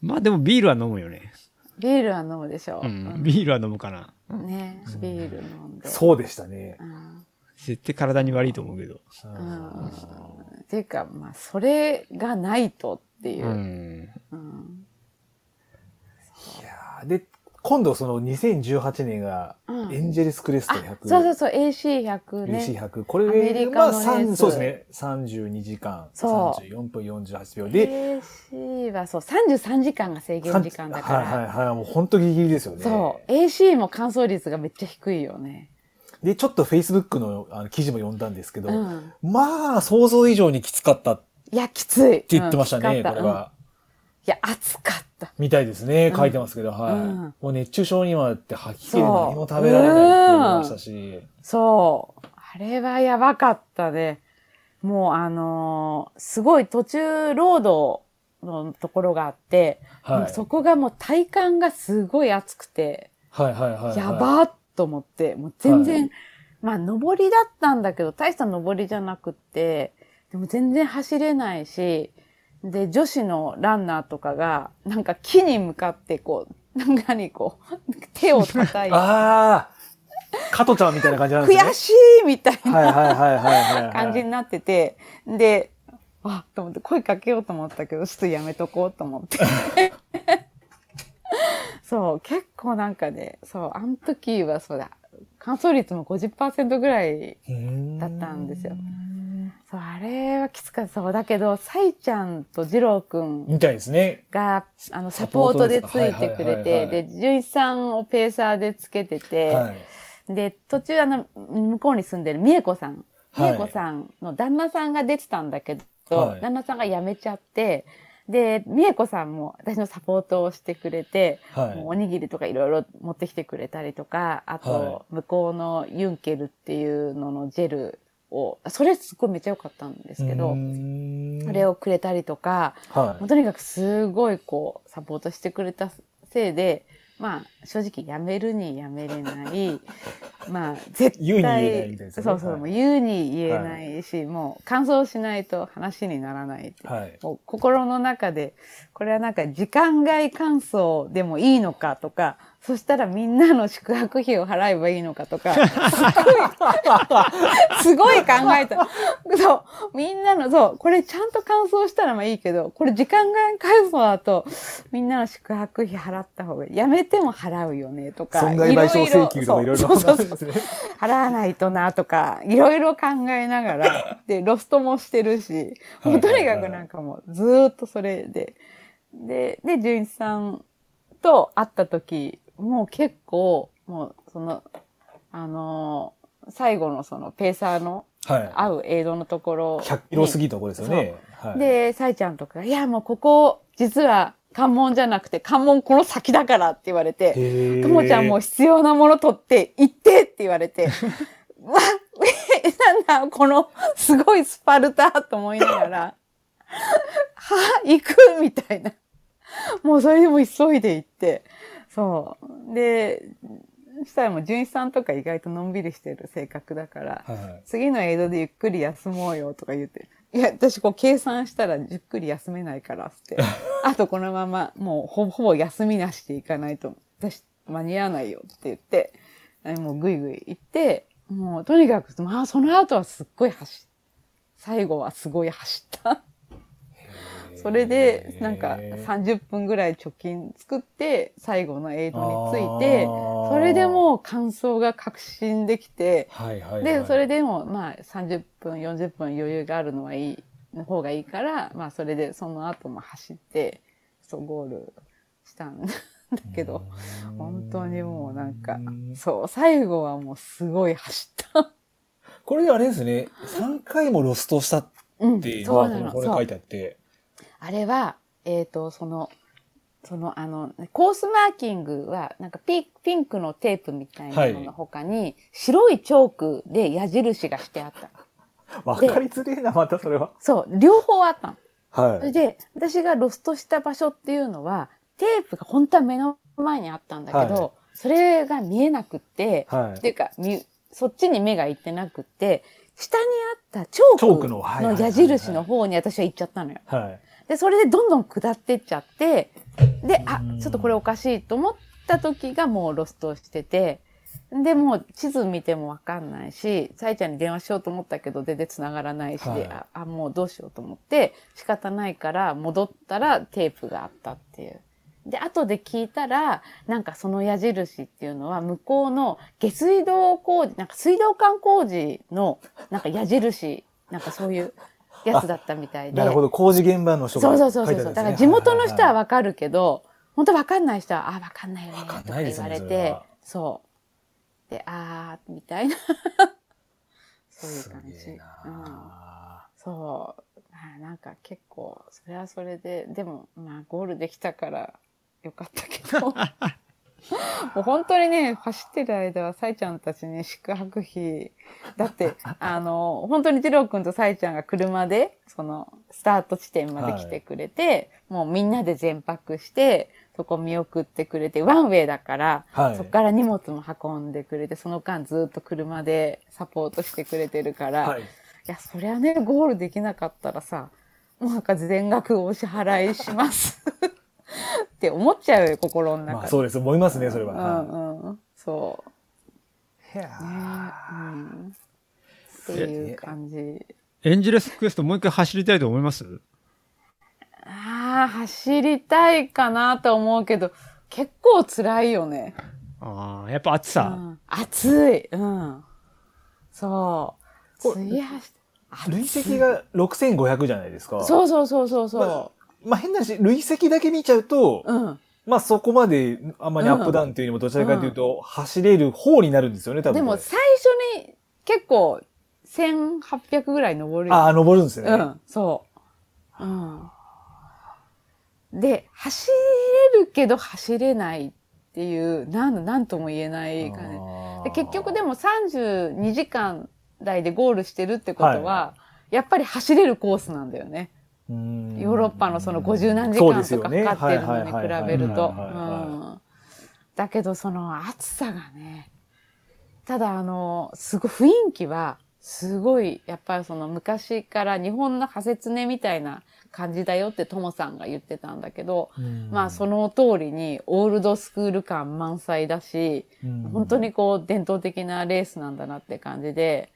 S2: まあでもビールは飲むよね。
S3: ビールは飲むでしょ、
S2: う、
S3: うんん
S2: ビールは飲むかな。
S3: ね、ビール飲んで。
S1: そうでしたね。
S3: うん
S2: 絶対体に悪いと思うけど。
S3: うんっていうか、まあ、それがないとっていうう。
S2: ん。
S3: うん。
S1: いやーで、今度その2018年が
S3: うん
S1: エンジェルスクレスト
S3: あ、
S1: 100。
S3: そうそうそう、AC100 ね。
S1: AC100。こ
S3: ア
S1: れ
S3: メリ
S1: が、ま
S3: カ
S1: あ、
S3: のレー
S1: 三
S3: ス
S1: そうですね。32時間、
S3: そう
S1: 34分48秒で、
S3: AC はそう、33時間が制限時間だから。
S1: はいはいはい。もう本当ギリギリですよね。
S3: そう、AC も乾燥率がめっちゃ低いよね。
S1: で、ちょっと Facebook のあの記事も読んだんですけど、
S3: うん。
S1: まあ、想像以上にきつかったって
S3: いや、きつい。って
S1: 言ってましたね、これ。
S3: うんい
S1: は。
S3: や、暑かった。
S1: みたいですね。
S3: うん
S1: 書いてますけど、はい。
S3: うん
S1: もう熱中症にはって吐き気で
S3: そう
S1: 何も食べられないって言いましたし。
S3: そう。あれはやばかったね。もうあのーすごい途中、ロードのところがあって、も
S1: はい。
S3: うそこがもう体感がすごい暑くて、
S1: はいはいはいはい。
S3: やばーっと思って、もう全然、
S1: は
S3: まあ登りだったんだけど、大した登りじゃなくって、でも全然走れないし、で、女子のランナーとかが、なんか木に向かってこう、なんかにこう、 手を叩いて、
S1: ああ加トちゃんみたいな感じなんですね。
S3: 悔しいみたい
S1: はいはい
S3: な
S1: はいはいはい。
S3: 感じになってて、で、あ、と思って声かけようと思ったけど、ちょっとやめとこうと思って。 そう、結構なんかね、そう、あの時はそうだ、乾燥率も50%ぐらい、だ
S1: だ
S3: ったんですよ。そう、あれはきつかった。そう、だけど、サイちゃんと二郎くん
S1: みたいですね。
S3: が、あの、サ
S1: サ
S3: ポ
S1: ポ
S3: ー
S1: ー
S3: ト
S1: ト
S3: で
S1: で
S3: つ
S1: す
S3: いてく
S1: は
S3: れ
S1: いはいはいは
S3: て、で、純一さんをペーサーでつけてて、
S1: はい。
S3: で、途中、あの、向こうに住んでる美恵子さん
S1: はい
S3: 玲子さんの旦那さんが出てたんだけど、
S1: はい
S3: 旦那さんが辞めちゃって、で、美恵子さんも私のサポートをしてくれて、
S1: は
S3: もうおにぎりとかいろいろ持ってきてくれたりとか、あ
S1: は
S3: と、向こうのユンケルっていうののジェルを、それすっごいめっちゃ良かったんです
S1: い。
S3: けど、
S1: そ
S3: それをくれたりとか、
S1: は
S3: もうとにかくすごいこう、サポートしてくれたせいで、まあ、正直辞めるに辞めれない、 まあ、絶対、
S1: 言うに言えないみたいですね
S3: そうそう、
S1: はい
S3: もう言うに言えないし、もう感想しないと話にならないって
S1: い。はい。
S3: もう心の中で、これはなんか時間外感想でもいいのかとか、そしたらみんなの宿泊費を払えばいいのかとか、すごい、すごい考えた。そう、みんなの、そう、これちゃんと感想したらまあいいけど、これ時間外感想だと、みんなの宿泊費払った方が、やめても払うよねとか、
S1: 損害賠償請求とかいろいろ
S3: そうそうそう
S1: ですね。
S3: 払わないとなとか、いろいろ考えな がら、で、ロストもしてるし、もうとにかくなんかもうずーっとそれで。で、で、純一さんと会った時、もう結構、もうその、あのー最後のそのペーサーの
S1: は
S3: 会う映像のとこ
S1: い。
S3: ろに。
S1: 100キロ過ぎたところですよね。はい。
S3: で、サイちゃんとかが、いやもうここ、実は関門じゃなくて関門この先だからって言われて、
S1: へー、
S3: ともちゃんも必要なもの取って行ってって言われ て、わ、えなんだ、このすごいスパルタと思いながら、は行くみたいな。もうそれでも急いで行って、そう。で、そしたらもう純一さんとか意外とのんびりしてる性格だから、
S1: はい。
S3: 次の江戸でゆっくり休もうよとか言って。いや、私こう計算したらゆっくり休めないからっつって。あとこのままもうほぼほぼ休みなしで行かないと私間に合わないよって言って、えもうぐいぐい行って、もうとにかく、まあその後はすっごい走っ最後はすごい走った。それで、なんか30分ぐらい貯金作って、最後のエイドについて、それでもう感想が確信できて、
S1: あー、はいはいはい、
S3: で、それでも、まあ、30分、40分余裕があるのはいい、の方がいいから、まあ、それで、その後も走って、そう、ゴールしたんだけど、
S1: うん、
S3: 本当にもうなんか
S1: うん
S3: そう、最後はもうすごい走った。
S1: これであれですね、3回もロストしたっ
S3: うん
S1: てい、うの
S3: そ
S1: は、
S3: うなの。
S1: これ
S3: そ
S1: 書
S3: う
S1: い。てあって。
S3: あれは、えっ、と、その、その、あの、コースマーキングは、なんかピピンクのテープみたいなのの他に、白いチョークで矢印がしてあった。
S1: わかりづれえな、またそれは。
S3: そう、両方あったの。そ
S1: は
S3: れ
S1: い。
S3: で、私がロストした場所っていうのは、テープが本当は目の前にあったんだけど、
S1: はい
S3: それが見えなくって、
S1: は
S3: って
S1: い。
S3: いうか、みそっちに目が行ってなくって、下にあったチ
S1: チ
S3: ョ
S1: ョ
S3: ー
S1: ー
S3: ク
S1: ク
S3: の
S1: のはいはいはいはい
S3: 矢印の方に私は行っちゃったのよ。
S1: はい。
S3: で、それでどんどん下ってっちゃって、で、あ
S1: う、ん
S3: ちょっとこれおかしいと思った時がもうロストしてて、で、もう地図見てもわかんないし、さえちゃんに電話しようと思ったけど全然繋がらないし、
S1: はい
S3: ああ、もうどうしようと思って、仕方ないから戻ったらテープがあったっていう。で、後で聞いたら、なんかその矢印っていうのは向こうの下水道工事、なんか水道管工事のなんか矢印、なんかそういうやつだったみたいで。
S1: なるほど、工事現場の人が
S3: そ
S1: 書
S3: うそ
S1: いうてあるん
S3: そうそう。
S1: ですね
S3: だから地元の人は
S1: は
S3: わかるけど、本当わかんない人は、あ、わかんないよね、
S1: わ
S3: と
S1: か
S3: か
S1: んないで
S3: 言
S1: す
S3: わ
S1: ね
S3: れ
S1: それ
S3: て
S1: は、
S3: そう。で、あー、みたいな。
S1: い
S3: そ
S1: は
S3: う
S1: い
S3: いう
S1: す
S3: 感じ。
S1: げ
S3: う
S1: え
S3: ん。
S1: な
S3: そう。まあ、なんか結構、それはそれで、でも、まあ、ゴールできたから、よかったけど。もう本当にね、走ってる間は、サイちゃんたちに宿泊費、だって、あの、本当に二郎くんとサイちゃんが車で、その、スタート地点まで来てくれて、もうみんなで全泊して、そこ見送ってくれて、ワンウェイだから、
S1: はい
S3: そこから荷物も運んでくれて、その間ずっと車でサポートしてくれてるから、
S1: はい。
S3: いや、そりゃね、ゴールできなかったらさ、もうなんか全額お支払いします。 って思っちゃうよ、心の中で。
S1: まあそうです、思いますね、それは。は
S3: うんうん。そ
S1: いいや
S3: う。ね、うん。っていう感じ。
S2: エンジェルスクエストもう一回走りたいと思います
S3: ああ、走りたいかなと思うけど、結構辛いよね。
S2: ああ、やっぱ暑
S3: う
S2: さ。
S3: ん、暑い。うん。そう。
S1: これ
S3: 水走っ
S1: ー累積が6500じゃないですか。
S3: そうそうそうそうそ
S1: まあ変な話、累積だけ見ちゃうと、
S3: う。うん。
S1: まあそこまであんまりアップダウンっていうよりもどちらかというと、走れる方になるんですよね、多分。
S3: でも最初に結構1800ぐらい登るよ
S1: ああ、登るんですね。
S3: うん、そう。うん。で、走れるけど走れないっていう、なん、なんとも言えない感
S1: あ
S3: じ。
S1: ー
S3: で結局でも32時間台でゴールしてるってことは、
S1: は
S3: やっぱり走れるコースなんだよね。
S1: うーん
S3: ヨーロッパのその50何時
S1: そうで
S3: 間
S1: す
S3: と
S1: よ
S3: か
S1: ね
S3: かかってるのに
S1: はいはい
S3: 比
S1: はい
S3: べると。う
S1: はいはいはい
S3: んだけどその暑さがね、ただあの、すごい雰囲気は、すごい、やっぱりその昔から日本の派説ねみたいな感じだよってともさんが言ってたんだけど、まあその通りにオールドスクール感満載だし、
S1: うん
S3: 本当にこう伝統的なレースなんだなって感じで、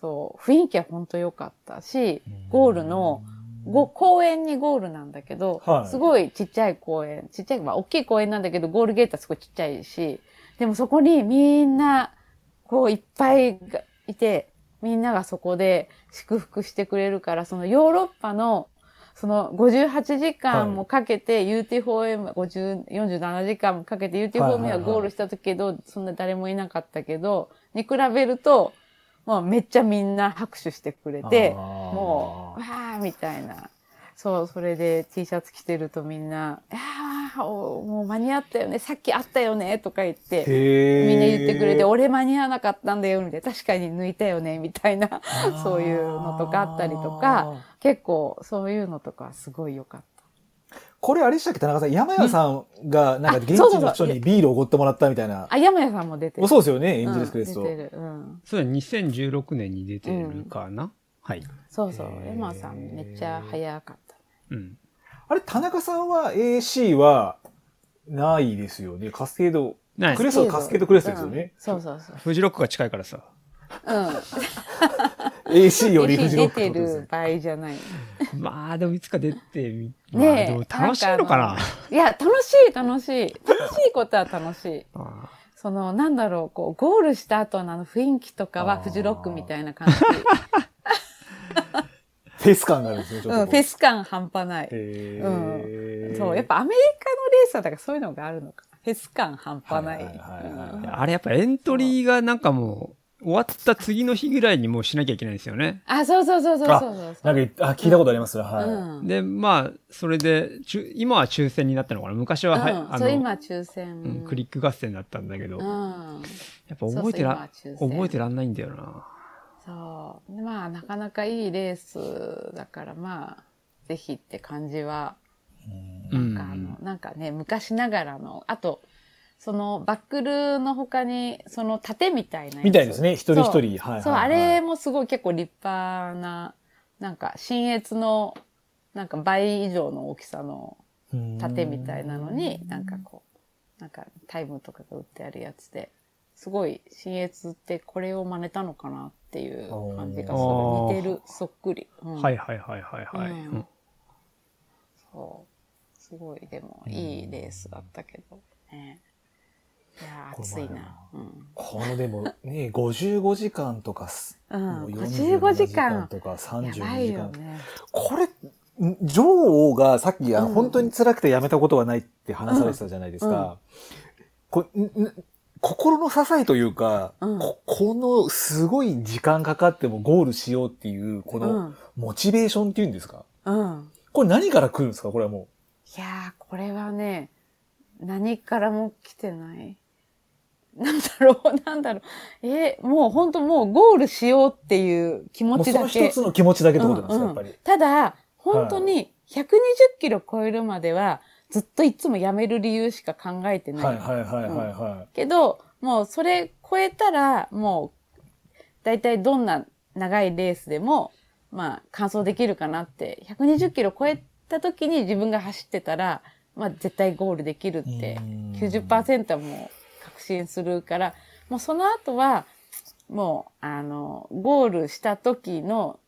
S3: そう、雰囲気は本当良かったし、ゴールの、ご公園にゴールなんだけど、
S1: はい
S3: すごいちっちゃい公園、ちっちゃい、まあ大きい公園なんだけど、ゴールゲートはすごいちっちゃいし、でもそこにみんな、こういっぱいがいて、みんながそこで祝福してくれるから、そのヨーロッパの、その58時間もかけて UT4M、50 47時間もかけて UT4M はゴールした時けど、そんな誰もいなかったけど、に比べると、もうめっちゃみんな拍手してくれて、もう、わーみたいな。そう、それで T シャツ着てるとみんな、ああ、おもう間に合ったよね、さっきあったよね、とか言って、
S1: み
S3: みんな言ってくれて、俺間に合わなかったんだよ、みたいな、確かに抜いたよね、みたいな、そういうのとかあったりとか、結構そういうのとかすごい良かっ
S1: これあれでしたっけ田中さん、山屋さんが、なんか
S3: あ
S1: 現地
S3: そうそうそう
S1: の人にビールをおごってもらったみたいな
S3: た。。あ、山谷さんも出てる。
S1: そうですよね、エンジェルスク
S3: 出
S1: レスト。
S3: てる。うん。
S2: それは2016年に出てるかな、はい。
S3: そうそう
S1: へ。ー
S3: 山谷さんめっちゃ早かった。
S2: うん。
S1: あれ、田中さんは AC はないですよね。カスケード。
S2: ない
S1: クレスト、カスケードクレストですよね。
S3: うんそうそうそう。
S2: フジロックが近いからさ。
S3: うん。
S1: AC より
S3: ぜ
S1: フ
S3: ひ
S1: ジロ
S3: 出
S1: ックって
S3: て
S1: ことです
S3: る
S1: ね。
S3: 場合じゃない。
S2: まあ、でもいつか出てみ、まあ、
S3: ねえ
S2: でも楽しいのかな。
S3: いや、楽しい、楽しい。楽しいことは楽しい。
S2: あ
S3: その、なんだろう、こう、ゴールした後のあの雰囲気とか
S1: あ
S3: は、
S1: ー
S3: フジロックみたいな 感じ。
S1: フェス感があるんですね、ちょっ
S3: う
S1: と
S3: ん、
S1: こ
S3: フェス感半端ない。
S1: へー
S3: そう、やっぱアメリカのレースはだからそういうのがあるのか。フェス感半端ない。
S1: はいはいはいはい
S3: うん
S2: ーあれやっぱエントリーがなんかもう、終わった次の日ぐらいにもうしなきゃいけないんですよね。
S3: あ、そうそうそうそうそうそう
S1: なんかい、あ、聞いたことありますね、はい。
S3: うん。
S2: で、まあ、それで、中今は抽選になったのかな昔は、はい、
S3: うん、
S2: あ
S3: そう、
S2: の、
S3: 今抽選。
S2: うんクリック合戦だったんだけど、
S3: う
S2: や
S3: ん。
S2: っぱ覚えてら
S3: そうそう今は抽選
S2: 覚えてらんないんだよな。
S3: そう。でまあ、なかなかいいレースだから、まあ、ぜひって感じは
S2: う
S3: なんかあの
S2: ん。、
S3: なんかね、昔ながらの、あと、そのバックルの他に、その盾みたいなやつ。
S1: みたいですね、一人一
S3: そう
S1: 人。はいはいはい。
S3: そう、あれもすごい結構立派な、なんか、新越の、なんか倍以上の大きさの盾みたいなのに、なんかこう、なんかタイムとかが売ってあるやつで、すごい、新越ってこれを真似たのかなっていう感じがす
S2: お
S3: る。
S2: ー
S3: 似てる、そっくり。うん
S2: はいはいはいはいはい。
S3: うん
S2: うん
S3: そう。すごい、でも、いいレースだったけど。ね、いやー、
S1: これ
S3: 暑いな。
S1: ま
S3: うん。
S1: このでもね、55時 間とかす、
S3: うん、
S1: もう
S3: 55時間。
S1: とか
S3: やば
S1: 32
S3: い
S1: 時
S3: よ
S1: 間。
S3: ね。
S1: これ、ん女王がさっき、あの
S3: うん
S1: 本当に辛くてやめたことはないって話されてたじゃないですか。こんん心の支えというか、
S3: うん
S1: こ、このすごい時間かかってもゴールしようっていう、こ
S3: う
S1: の
S3: ん。
S1: モチベーションっていうんですか
S3: うん。
S1: これ何から来るんですかこれはも
S3: いやー、これはね、何からも来てない。なんだろう、なんだろう。えーもう本当もうゴールしようっていう気
S1: う。
S3: 持
S1: もう
S3: ち
S1: そ
S3: だ
S1: の
S3: け。
S1: 一つの気持ちだけってことなんですか、
S3: うん
S1: やっ
S3: うん
S1: ぱり。
S3: ただ、本当に120キロ超えるまでは、ずっといつもやめる理由しか考えてない。
S1: はいはいはいはいはい。
S3: けど、もうそれ超えたら、もう、だいたいどんな長いレースでも、まあ、完走できるかなって、120キロ超えた時に自分が走ってたら、まあ、絶対ゴールできるって
S1: うん、
S3: 90%はもう確信するから、もうその後は、もう、あの、ゴールした時の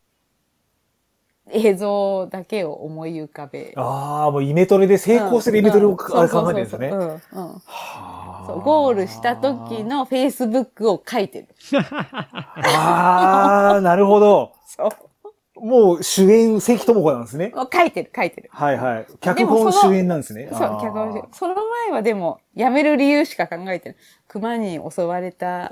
S3: 映像だけを思い浮かべ。
S1: ああ、もうイメトレで成功するイメトレを
S3: うん
S1: あれ考えてるんですね
S3: そ。うそうそううんうんそ
S1: そう
S3: ゴールした時。のフェイスブックを書いてる。
S1: あーあー、なるほど。
S3: そう。
S1: もう主演、関智子なんですね。
S3: 書いてる、書いてる。
S1: はいはい。脚本主演なんですね。
S3: そう、
S1: あー
S3: 脚本しその前はでも、辞める理由しか考えてない。熊に襲わ れたん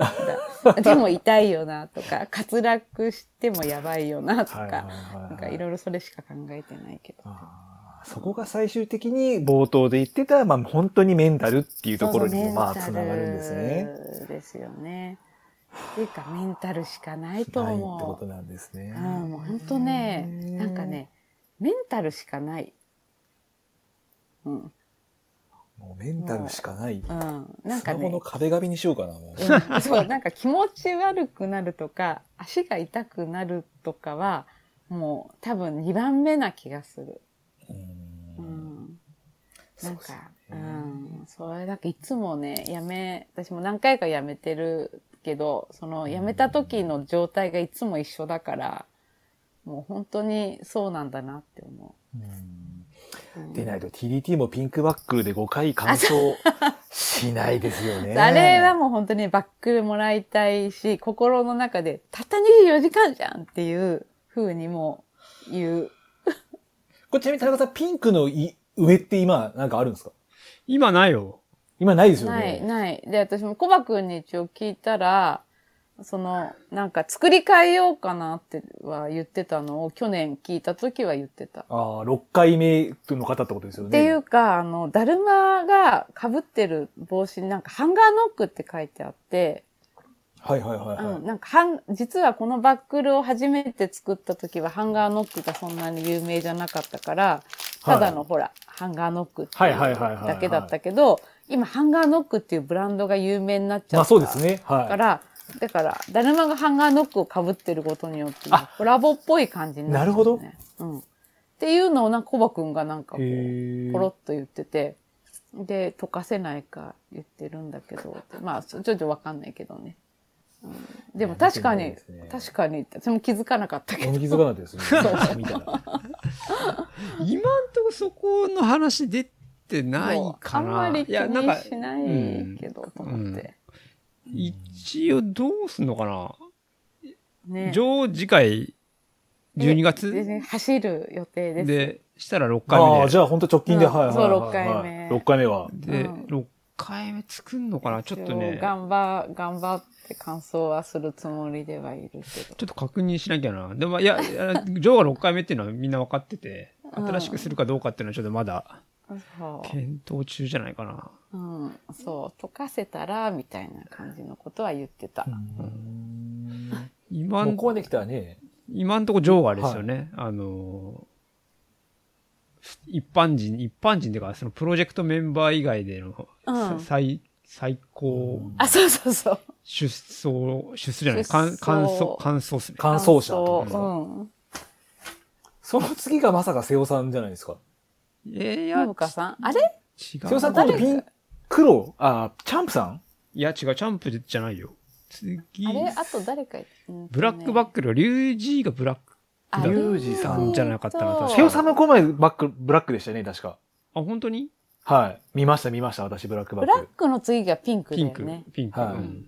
S3: だ。でも痛いよな、とか、滑落してもやばいよな、と
S1: はいはい
S3: か、
S1: はいはい
S3: なんかいろいろそれしか考えてないけど。
S1: あーそこが最終的に冒頭で言ってた、まあ本当にメンタルっていうところにもまあつながるんですね。
S3: ね。ですよね。っていうか、メンタルしかないと
S1: ないって
S3: 思う。
S1: ことなんですね。
S3: うん、もう本当ね、
S1: うん
S3: なんかね、メンタルしかない。うん、
S1: もうメンタルしかない。
S3: うん、なん
S1: スマ
S3: か
S1: ホ
S3: ね
S1: の、壁紙にしようかな、もう。
S3: うんそう、なんか気持ち悪くなるとか、足が痛くなるとかは、もう多分2番目な気がする。う
S1: うん
S3: ん、
S1: そ
S3: な
S1: うんですね
S3: か、うん、それなんかいつもね、やめ、私も何回かやめてるけど、そのやめた時の状態がいつも一緒だから、もう本当にそうなんだなって思
S1: うん
S3: う。うん
S1: でないと TDT もピンクバックルで5回完走しないですよね。
S3: あれはもう本当にバックルもらいたいし、心の中で、たった24時間じゃんっていう風にも言う。
S1: これちなみに田中さん、ピンクのい上って今なんかあるんですか
S2: 今ないよ。
S1: 今ないですよね。
S3: ない、ない。で、私もコバくんに一応聞いたら、その、なんか作り変えようかなっては言ってたのを去年聞いた時は言ってた。
S1: ああ、6回目の方ってことですよね。
S3: っていうか、あの、だるまが被ってる帽子になんかハンガーノックって書いてあって、
S1: はいはいはいはい。
S3: うん、なんかハン、実はこのバックルを初めて作った時はハンガーノックがそんなに有名じゃなかったから、ただのほら、ハンガーノックって
S1: はいいうはいはいはいはい
S3: だけだったけど、今ハンガーノックっていうブランドが有名になっちゃった。
S1: まあそうですね。はい。
S3: だから、だから、だるまがハンガーノックを被ってることによって、コラボっぽい感じになっちゃう、
S1: な
S3: ね。ど。うん。っていうのを、なんか、コバくんがなんかこ
S1: へ
S3: う、
S1: ー
S3: ポロっと言ってて、で、溶かせないか言ってるんだけど、まあ、ちょちょっとわかんないけどね。うん、でも確か
S1: いや
S3: に
S1: 見てみたい、ですね
S3: 確かに、私も気づかなかったけ
S1: お
S3: ど。
S1: に気づかなかった ですね。見たら。
S2: 今んとこそこの話出てないかな。
S3: あんまり
S2: い
S3: 気
S2: や、なん
S3: に
S2: か、
S3: しないけど、と思って。
S2: 一応どうすんのかな。
S3: ね。
S2: 上次回、12
S3: で
S2: 月
S3: ね走る予定です。
S2: で、したら6回目
S1: あ
S2: で。
S1: あ、じゃあ本当直近で、
S3: うん
S1: はいはいはい。
S3: そう六回目
S1: 6回目は。
S2: で、
S3: うん
S2: 6回目作んのかなちょっとね、ちょ
S3: 頑張、頑張って感想はするつもりではいるけど。
S2: っと確認しなきゃな。でも、いや、いやジョーが6回目っていうのはみんな分かってて、
S3: うん
S2: 新しくするかどうかっていうのはちょっとまだ
S3: そ
S2: 検討中じゃないかな。
S3: う。うん。そう。溶かせたら、みたいな感じのことは言ってた。
S2: 今
S1: もうんこ、こまで来たらね、
S2: 今んとこジョーがあれですよね。あのー、一般人、一般人っていうか、そのプロジェクトメンバー以外での、
S3: うん
S2: 最、最高
S3: あ、そうそうそう。
S2: 出走、出走じゃない、
S3: 出走
S2: 感感想、感想っすね。
S1: 感想者ってこと
S3: 感
S1: ですか。
S3: 想
S1: その次がまさか瀬尾さんじゃないですか。
S2: えー、い
S3: うん。
S2: や
S3: のぶ、かさん。あれ
S2: 違
S1: 瀬尾さん
S2: う。
S1: 今度ピン、黒、あ、チャンプさん
S2: いや、違う、チャンプじゃないよ。次、
S3: あれあと誰か、
S2: ブラックバッ
S3: ク
S2: クル、リュウジーがブラック。
S1: リュウジさん
S2: じゃなかったな確か
S1: 瀬尾さ
S3: ん。
S1: んのこまでバック、ブラックでしたよね、確か。
S2: あ、本当に
S1: はい。見ました見ました、私ブラックバ
S3: ブ
S1: ッ
S3: ラッ
S1: ク。
S3: クの次がピンクだ
S2: ピ
S3: よ
S2: ンク
S3: ね。。
S2: ピンク。
S1: はい
S2: うん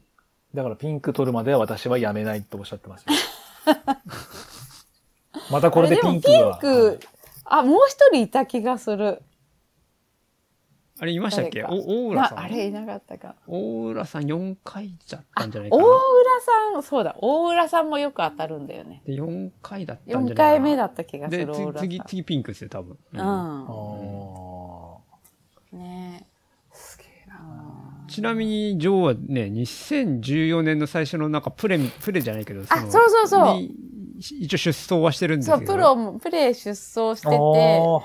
S1: だからピンク取るまでは私はやめないとおっしゃってました。 またこれでピンク
S3: あれでも
S1: が。
S3: ピンク、あ、もう一人いた気がする。
S2: あれ、いましたっけ
S3: 誰
S2: お
S3: か
S2: 大浦さん。
S3: なあれいなかったか。
S2: 大浦さん4回だったんじゃないか
S3: 大
S2: な。
S3: 浦さん、そうだ、大浦さんもよく当たるんだよね。
S2: で、4回だったんじ
S3: 4
S2: ゃない
S3: 回
S2: かな。
S3: 目だった気がす
S2: で、
S3: る、大
S2: つ
S3: 浦さん。
S2: 次、次ピンクですよ、多分。
S3: う
S2: うん
S1: あ
S3: ん。
S1: ー
S3: ね
S1: すげえ
S3: え
S1: な。
S2: ちなみに、ジョーはね、2014年の最初のなんかプレみ、プレじゃないけど、
S3: あ
S2: の
S3: そうそうそう
S2: に一応出走はしてるんです
S3: そ
S2: け
S3: う、
S2: ど。
S3: プロも、プレイ出走してて、
S1: あー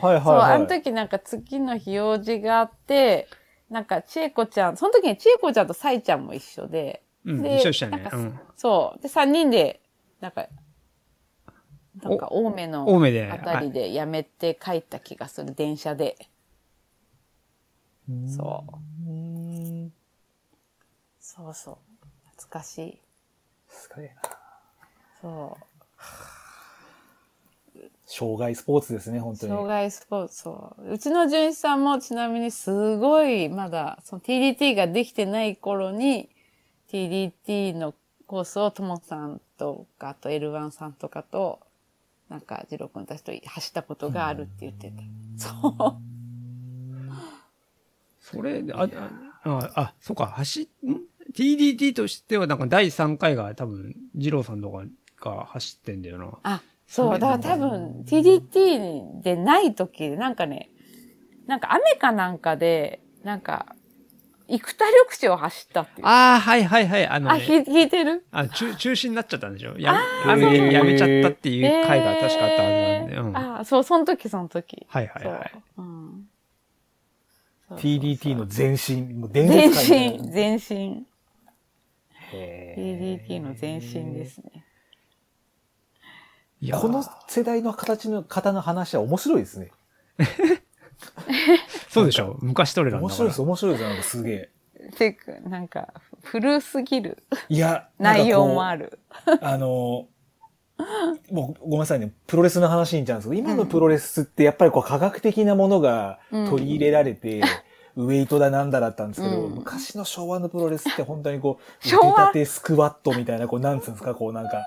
S1: はいはいはい
S3: そう、あの時なんか次の日用事があって、なんか、千恵子ちゃん、その時に千恵子ちゃんとサイちゃんも一緒で、
S2: うん、
S3: で
S2: 一緒でしたね
S3: なん。か
S2: うん。
S3: そう、で、3人で、なんか、なんか、青梅の、
S2: 青梅で
S3: あたりでやめて帰った気がする、電車で。そう。
S1: うん
S3: そうそう。懐かしい。
S1: すげえな。
S3: そう。
S1: 障害スポーツですね、本当に。
S3: 障害スポーツ、そう。うちの純一さんもちなみにすごい、まだ、その TDT ができてない頃に、TDT のコースをともさんとか、あと L1 さんとかと、なんか、次郎君たちと走ったことがあるって言ってた。そう。
S2: それ、あ、あ、ああそうか、走っ、ん TDT としては、なんか第3回が多分、二郎さんとかが走ってんだよな。
S3: あ、
S2: そ
S3: そうう。だから多分、TDT でない時、なんかね、なんか雨かなんかで、なんか、幾多緑地を走ったっていう。あ、
S2: ああ、はいはいはい、あの、ね、
S3: ひ聞いてる
S2: あ中、中止になっちゃったんでしょや
S1: あー
S2: や
S1: そうなん
S2: め、
S1: だ
S2: やめちゃったっていう回が確かあったはずなんで。
S3: えー
S2: うん。はい
S3: あ、そう、その時、その時。
S2: はいはい。
S3: そう。うん。そうそうそう
S1: TDT の前身、もう伝
S3: 全
S1: 説界
S3: 身、全身。
S1: へー
S3: TDT の全身ですね。
S2: いやー
S1: この世代の形の方の話は面白いですね。
S2: そうでしょ昔トレランだ
S1: 面
S2: か
S1: 白い
S2: ら
S1: です、。面白いです、なんかすげえ。
S3: ていうか、なんか、古すぎる
S1: いや、
S3: 内容も
S1: る
S3: ある。
S1: あの、もうごめんなさいね、プロレスの話にちゃうんですけど、今のプロレスってやっぱりこう科学的なものが取り入れられ て、ウェイトだなんだだったんですけど、
S3: うん
S1: 昔の昭和のプロレスって本当にこう、
S3: 昭和
S1: 腕立てスクワットみたいな、こう、なんつうんですか、こうなんか、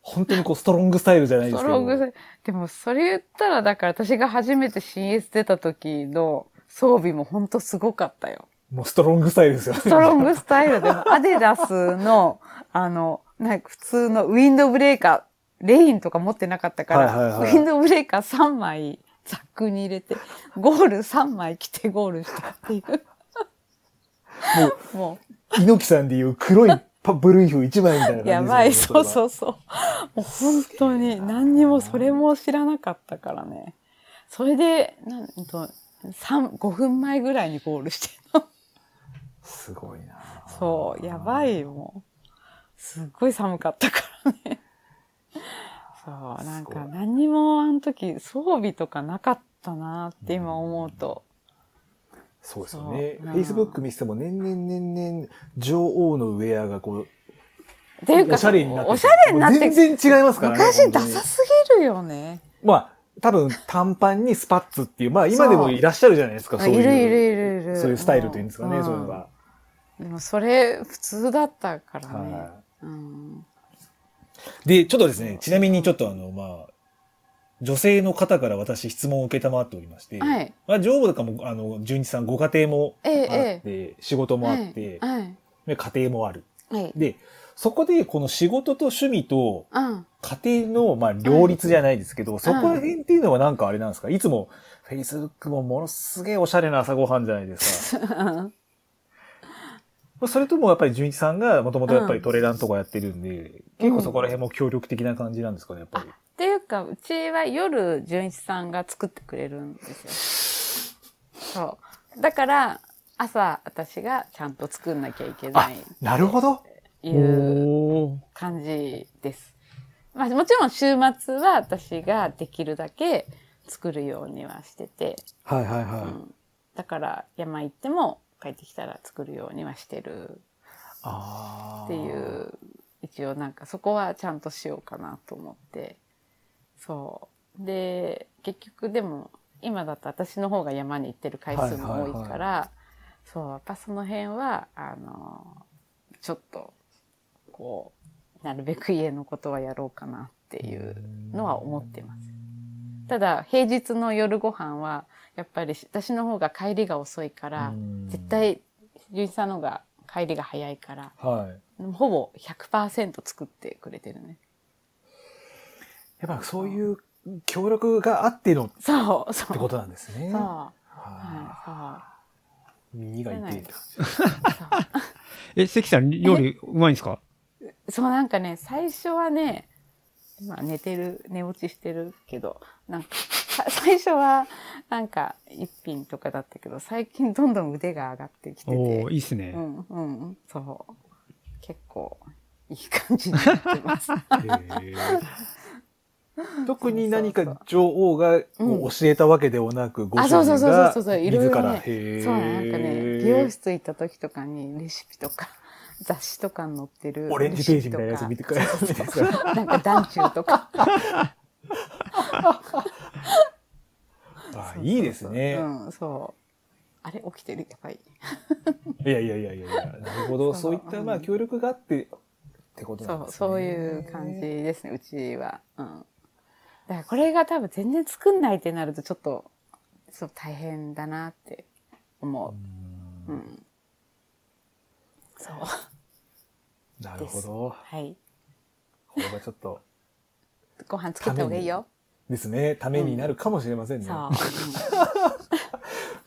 S1: 本当にこう、ストロングスタイルじゃないです
S3: ス
S1: け
S3: ト
S1: ど。
S3: ロングさでもそれ言ったら、だから私が初めて CS 出た時の装備もほんとすごかったよ。
S1: もうストロングスタイルですよ。
S3: ストロングスタイルでも、アデダスの、あの、なんか普通のウィンドブレーカー、レインとか持ってなかったから、
S1: はいはいはい
S3: ウィンドブレーカー3枚ザックに入れて、ゴール3枚着てゴールしたっていう。
S1: もう、
S3: も
S1: 猪木さんでいう黒いパブルーフ一枚みたいな感じで
S3: う、
S1: すよね
S3: やばい、そ
S1: れ
S3: うそ
S1: は
S3: うそう。もう本当に、何にもそれも知らなかったからね。それで、なんと、三5分前ぐらいにゴールしてるの。
S1: すごいな
S3: そう、やばいよ、もう。すっごい寒かったからね。そう、なん
S1: すご
S3: か
S1: い
S3: 何にもあの時装備とかなかったなって今思うと。
S1: そうですよね。
S3: そう
S1: Facebook 見せても年々年々女王のウェアがこ
S3: って
S1: う、
S3: いうか、
S1: おしゃれになって。
S3: おしゃれになって
S1: もう全然違いますからね。
S3: 昔
S1: 本当
S3: ダ
S1: に
S3: サすぎるよね。
S1: まあ、多分短パンにスパッツっていう、まあ今でもいらっしゃるじゃないですか、
S3: あ
S1: そういう。
S3: いるいるいるいる
S1: そういうスタイルというんですかね、
S3: うん
S1: そういうのが。
S3: でもそれ普通だったからね。
S1: は
S3: うん
S1: い。で、ちょっとですね、ちなみにちょっとあの、まあ、女性の方から私質問を受けたまっておりまして、
S3: はい。
S1: まあ、女王とかも、あの、純一さん、ご家庭もあっ
S3: ええ
S1: て、仕事もあって、
S3: はい。
S1: で家庭もある。
S3: はい。
S1: で、そこで、この仕事と趣味と
S3: うん。
S1: 家庭の、まあ、両立じゃないですけど、そこら辺っていうのはなんかあれなんですかいつも、Facebook もものすげえおしゃれな朝ごはんじゃないですか。 まあそれともやっぱり純一さんがもともとやっぱりトレランとかやってるんで、結構そこら辺も協力的な感じなんですかね、やっぱり。
S3: っていうか、うちは夜、純一さんが作ってくれるんですよ。そう。だから、朝、私がちゃんと作んなきゃいけな
S1: あ
S3: い、
S1: なるほど。
S3: いう
S2: おー
S3: 感じです。まあ、もちろん週末は私ができるだけ作るようにはしてて、
S1: はいはいはい。
S3: うん、だから山行っても帰ってきたら作るようにはしてる
S1: ああ。
S3: ってい。う一応なんかそこはちゃんとしようかなと思ってそうで結局でも今だと私の方が山に行ってる回数も多いから、
S1: はいはい
S3: そうやっぱその辺はあのちょっとこうなるべく家のことはやろうかなっていうのは思ってます。ただ平日の夜ご飯はやっぱり私の方が帰りが遅いから
S1: うん
S3: 絶対純一さんの方が帰りが早いから
S1: はい。
S3: ほぼ100%作ってくれてるね。
S1: やっぱそういう協力があってのっ
S3: そう、そう。
S1: てことなんですね。
S3: そう。
S1: は
S3: はい
S1: 耳が痛いって感じ。
S3: いそうそ
S2: え、関さん、料理うまいんですか
S3: う。そう、なんかね、最初はね、まあ寝てる、寝落ちしてるけど、なんか、さ最初は、なんか、一品とかだったけど、最近どんどん腕が上がってきて
S2: おお
S3: て、
S2: いいっすね
S3: う。ん、うん、そう。結構、いい感じになってます。
S1: 特に何か女王が教えたわけではなく、ご主
S3: あ、そうそう
S1: 人
S3: そうそう
S1: が
S3: そうそう、いろい
S1: 自
S3: ろ
S1: ら
S3: ね。
S1: へー
S3: そう、なんかね、美容室行った時とかにレシピとか、雑誌とかに載ってる。
S1: オレンジページみたいなやつ見てくれる
S3: そうそうそ
S1: やつが
S3: う なんか団中とか。
S1: あいいですね
S3: う。ん、そう。あれ起きてるやばい。
S1: いやいやいやいやいや、なるほど。
S3: そ
S1: そうういったまあ協力があってってこと
S3: そ
S1: なん
S3: う
S1: ですね。
S3: そういう感じですねうちは。うん、だからこれが多分全然作んないってなるとちょっとそう大変だなって思う。うん、そう
S1: なるほど。
S3: はい
S1: これはちょっと、
S3: ご飯作った方がいいよ。
S1: ですね、ためになるかもしれませんね。
S3: そう、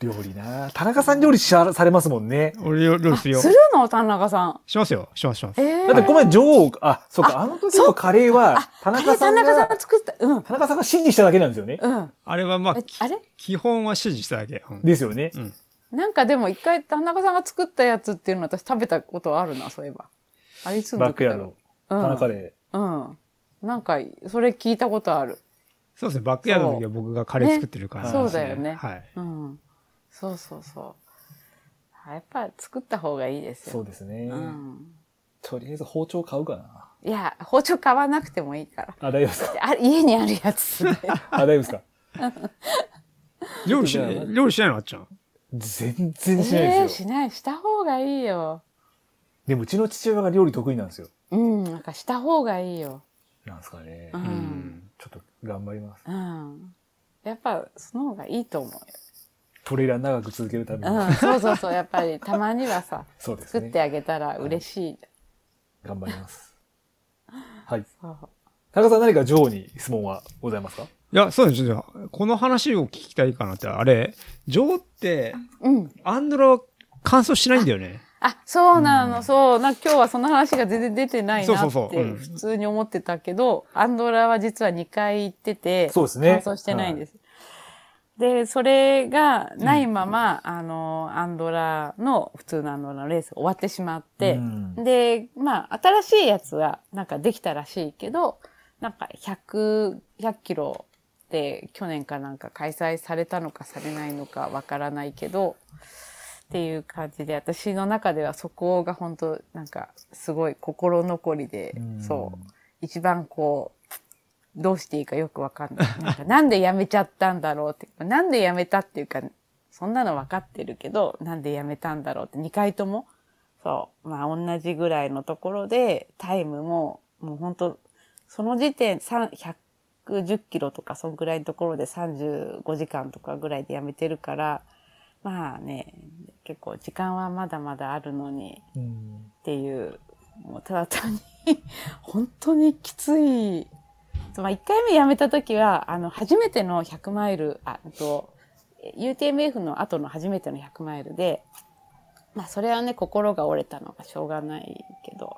S1: 料理な田中さん料理しゃされますもんね。
S2: 俺料理する
S3: うん
S2: よ
S3: す。るの田中さん。
S2: しますよ。します、します。
S3: え
S1: だってこ
S3: ー
S1: の前女王、あ、そうか、あの時のカレーは、田
S3: あれ
S1: 中さ
S3: 田
S1: ん
S3: 中さん
S1: が、
S3: が作った。うん
S1: 田中さんが指示しただけなんですよね。
S3: うん。
S2: あれはまあ
S3: え、あれ
S2: 基本は指示しただけ。うん
S1: ですよね
S2: う。ん。
S3: なんかでも一回田中さんが作ったやつっていうの私食べたことあるな、そういえば。あれいつの
S1: バッ
S3: 時
S1: クヤ
S3: だ
S1: ード
S3: ろ。う
S1: 田中で。
S3: うん。うん。なんか、それ聞いたことある。
S2: そうですね。バックヤードの時は僕がカレー作ってるから、
S1: ね
S3: そうだよね
S2: はい。
S3: うん。そうそうそう。あやっぱ作った方がいいですよ。
S1: そうですね
S3: う。ん。
S1: とりあえず包丁買うかな。
S3: いや、包丁買わなくてもいいから。
S1: あ、大丈夫 ですか
S3: あ家にあるやつで。
S1: あ、大丈夫ですか
S2: 料理しない
S1: ちょっとじゃあ、
S2: 料理しないのあっちゃん。
S1: 全然しない
S3: えー、
S1: ですよ。
S3: しない。した方がいいよ。
S1: でもうちの父親が料理得意なんですよ。
S3: うん。なんかした方がいいよ。
S1: なんですかね
S3: う。。
S2: うん
S1: ちょっと頑張ります。
S3: うん。やっぱ、その方がいいと思うよ。
S1: トレーラー長く続けるために。
S3: うん。そうそうそう。やっぱり、たまにはさ、
S1: そうです
S3: 作っ
S1: ね
S3: て。あげたら嬉しい。
S1: 頑張ります。はい。
S3: そう
S1: 田中さん何か女王に質問はございますか
S2: いや、そうですね。この話を聞きたいかなって、あれ、女王って、
S3: うん。
S2: アンドラは乾燥しないんだよね。
S3: あ、そうなの、そう。なんか今日はその話が全然出てない
S2: そう
S3: な
S2: そ
S3: っ
S2: うそうう
S3: て
S2: ん
S3: 普通に思ってたけど、アンドラは実は2回行ってて、
S1: そうですね
S3: 乾燥してないんです。で、それがないまま、あの、アンドラの、普通のアンドラのレース終わってしまって、
S1: うん
S3: で、まあ、新しいやつは、なんかできたらしいけど、なんか100、100キロで去年かなんか開催されたのかされないのかわからないけど、っていう感じで、私の中ではそこが本当なんかすごい心残りで
S1: う、ん
S3: そう、一番こう、どうしていいかよくわかんない。なんかなんでやめちゃったんだろうって、なんでやめたっていうか、そんなのわかってるけど、なんでやめたんだろうって、2回とも、そう、まあ同じぐらいのところで、タイムも、もう本当その時点、3 110キロとか、そんぐらいのところで35時間とかぐらいでやめてるから、まあね、結構時間はまだまだあるのに
S1: うん
S3: っていう、もうただ単に、 本当にきつい。まあ1回目やめた時は、あの、初めての100マイル、あえっと、UTMF の後の初めての100マイルで、まあそれはね、心が折れたのがしょうがないけど、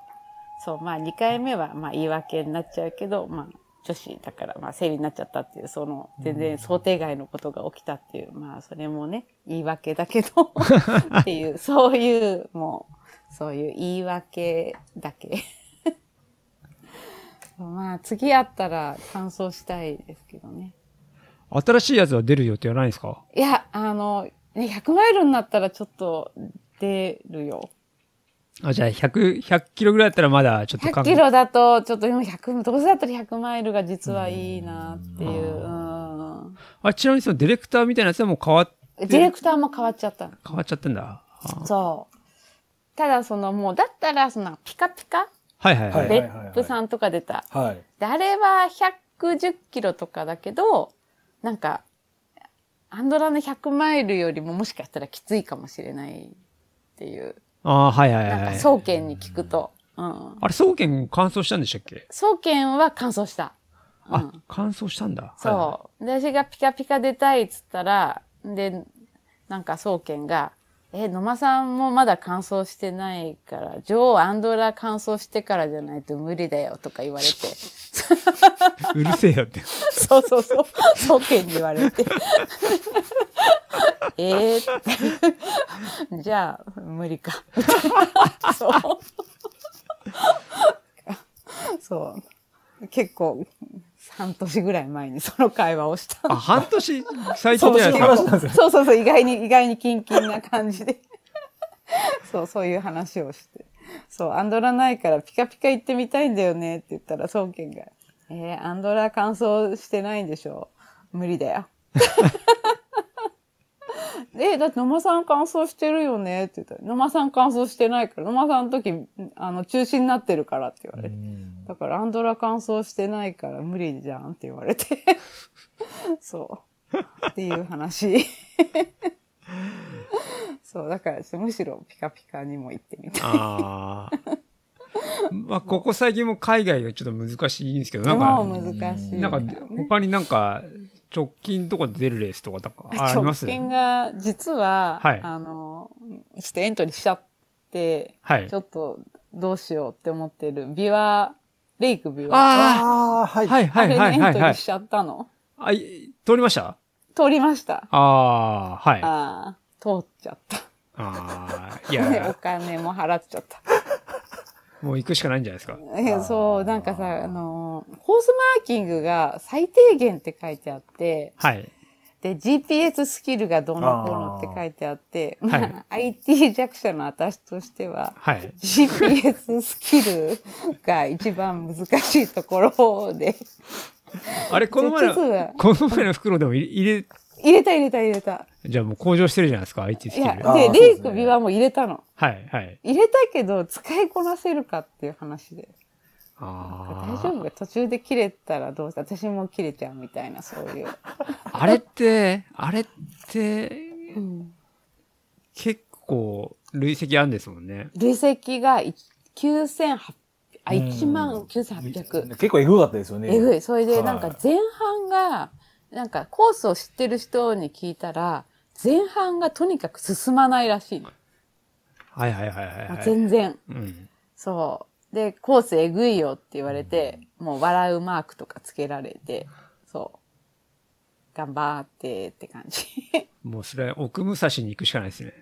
S3: そう、まあ2回目はまあ言い訳になっちゃうけど、まあ女子だからまあ生理になっちゃったっていう、その全然想定外のことが起きたっていう、まあそれもね、言い訳だけど、っていう、そういう、もう、そういう言い訳だけ。 まあ次あったら感想したいですけどね。
S2: 新しいやつは出る予定はないんですか
S3: いや、あの、ね、100マイルになったらちょっと出るよ。
S2: あ、じゃあ100、100キロぐらいだったらまだちょっと
S3: 100
S2: 覚
S3: キ
S2: 悟
S3: ロだと、ちょっと今100、どうせだったら100マイルが実はいいなっていう。うん
S2: あ、ちなみにそのディレクターみたいなやつはもう変わっ、
S3: ディレクターも変わっちゃったの。
S2: 変わっちゃってんだ。あ
S3: そう。ただそのもう、だったらそのピカピカ、
S2: はいはいはい。
S1: はい
S3: ベ
S1: はいはい
S3: ップさんとか出た。
S1: はい。
S3: で、あれは110キロとかだけど、なんか、アンドラの100マイルよりももしかしたらきついかもしれないっていう。
S2: あーはいはい
S3: なん
S2: は
S3: か、
S2: い。
S3: 総研に聞くと。うん。
S2: あれ、総研乾燥したんでしたっけ
S3: 総研は乾燥した。うん
S2: あ、乾燥したんだ。はいは
S3: そう。で私がピカピカ出たいっつったら、で、なんか総研が、え、野間さんもまだ乾燥してないから、女王アンドラ乾燥してからじゃないと無理だよとか言われて、
S2: い。うるせえよって。
S3: そうそうそう、総研に言われて。 えーって じゃあ、無理か。 そう。 そう。結構、半年ぐらい前にその会話をした
S2: あ、半年、最近じゃないですか。
S3: そうそうそう、意外に、意外にキンキンな感じで。 そう、そういう話をして。そう、アンドラないからピカピカ行ってみたいんだよねって言ったら、総研が、えー、アンドラ乾燥してないんでしょ無理だよ。 え、だって野間さん乾燥してるよねって言ったら、野間さん乾燥してないから、野間さんの時、あの、中止になってるからって言われて。だから、アンドラ乾燥してないから無理じゃんって言わ れて。そう。っていう話。そう、だから、むしろピカピカにも行ってみた。
S2: ああ。まあ、ここ最近も海外がちょっと難しいんですけど、なん
S3: も
S2: か、
S3: う難しい。
S2: なんか、他になんか、直近とか出るレースとか、なんかあります
S3: 直近が、実は、
S2: はい
S3: あの、してエントリーしちゃって、
S2: はい
S3: ち。ょっとどうしようって思ってる、ビワ、レイクビワ。
S2: あ
S1: ああ、は
S2: あ
S1: い。
S2: はいは
S3: あれ
S2: い
S3: に
S2: はい
S3: エン
S2: は
S3: ト
S2: い
S3: リ
S2: はい
S3: ーし。ちゃったの。
S2: あ、い通りました
S3: 通りました。
S2: ああー、はい。あ
S3: ああ、通っちゃった。
S2: あー、い
S3: お
S2: や、
S3: 金も払っちゃった。
S2: もう行くしかないんじゃないですか。
S3: えそう、なんかさ、あのー、コースマーキングが最低限って書いてあって、
S2: はい。
S3: で、GPS スキルがどうのこうのって書いてあって、
S2: ー
S3: まあ、IT 弱者の私としては、
S2: はい。
S3: GPS スキルが一番難しいところで、
S2: あれ、この前
S3: 実は
S2: の、この前の袋でも入れ入れ、
S3: 入れた入れた入れた。
S2: じゃあもう向上してるじゃないですか、IT ス
S3: い
S2: キル。
S3: や、
S2: は
S1: あ
S3: で、
S1: ー
S3: レ
S1: そうで
S3: イ
S1: すね
S3: クビはもう入れたの。
S2: い、はい。
S3: 入れたけど、使いこなせるかっていう話で。大
S2: あ
S3: 丈夫か途中で切れたらどうせ私も切れちゃうみたいな、そういう。
S2: あ。あれって、あれって、
S3: うん
S2: 結構、累積あるんですもんね。
S3: 累積が9800、
S1: う
S3: あ、
S1: ん
S3: 1万9800。
S1: 結構エグかったですよね。
S3: えぐい。それ
S1: は
S3: で
S1: い
S3: なんか前半が、なんかコースを知ってる人に聞いたら、前半がとにかく進まないらしいの。
S2: はいはいはいはい、
S3: もう
S2: はい。
S3: 全然。
S2: うん。
S3: そう。で、コースえぐいよって言われて、もう笑うマークとかつけられて、そう。頑張ってって感じ。
S2: もうそれは奥武蔵に行くしかないですね。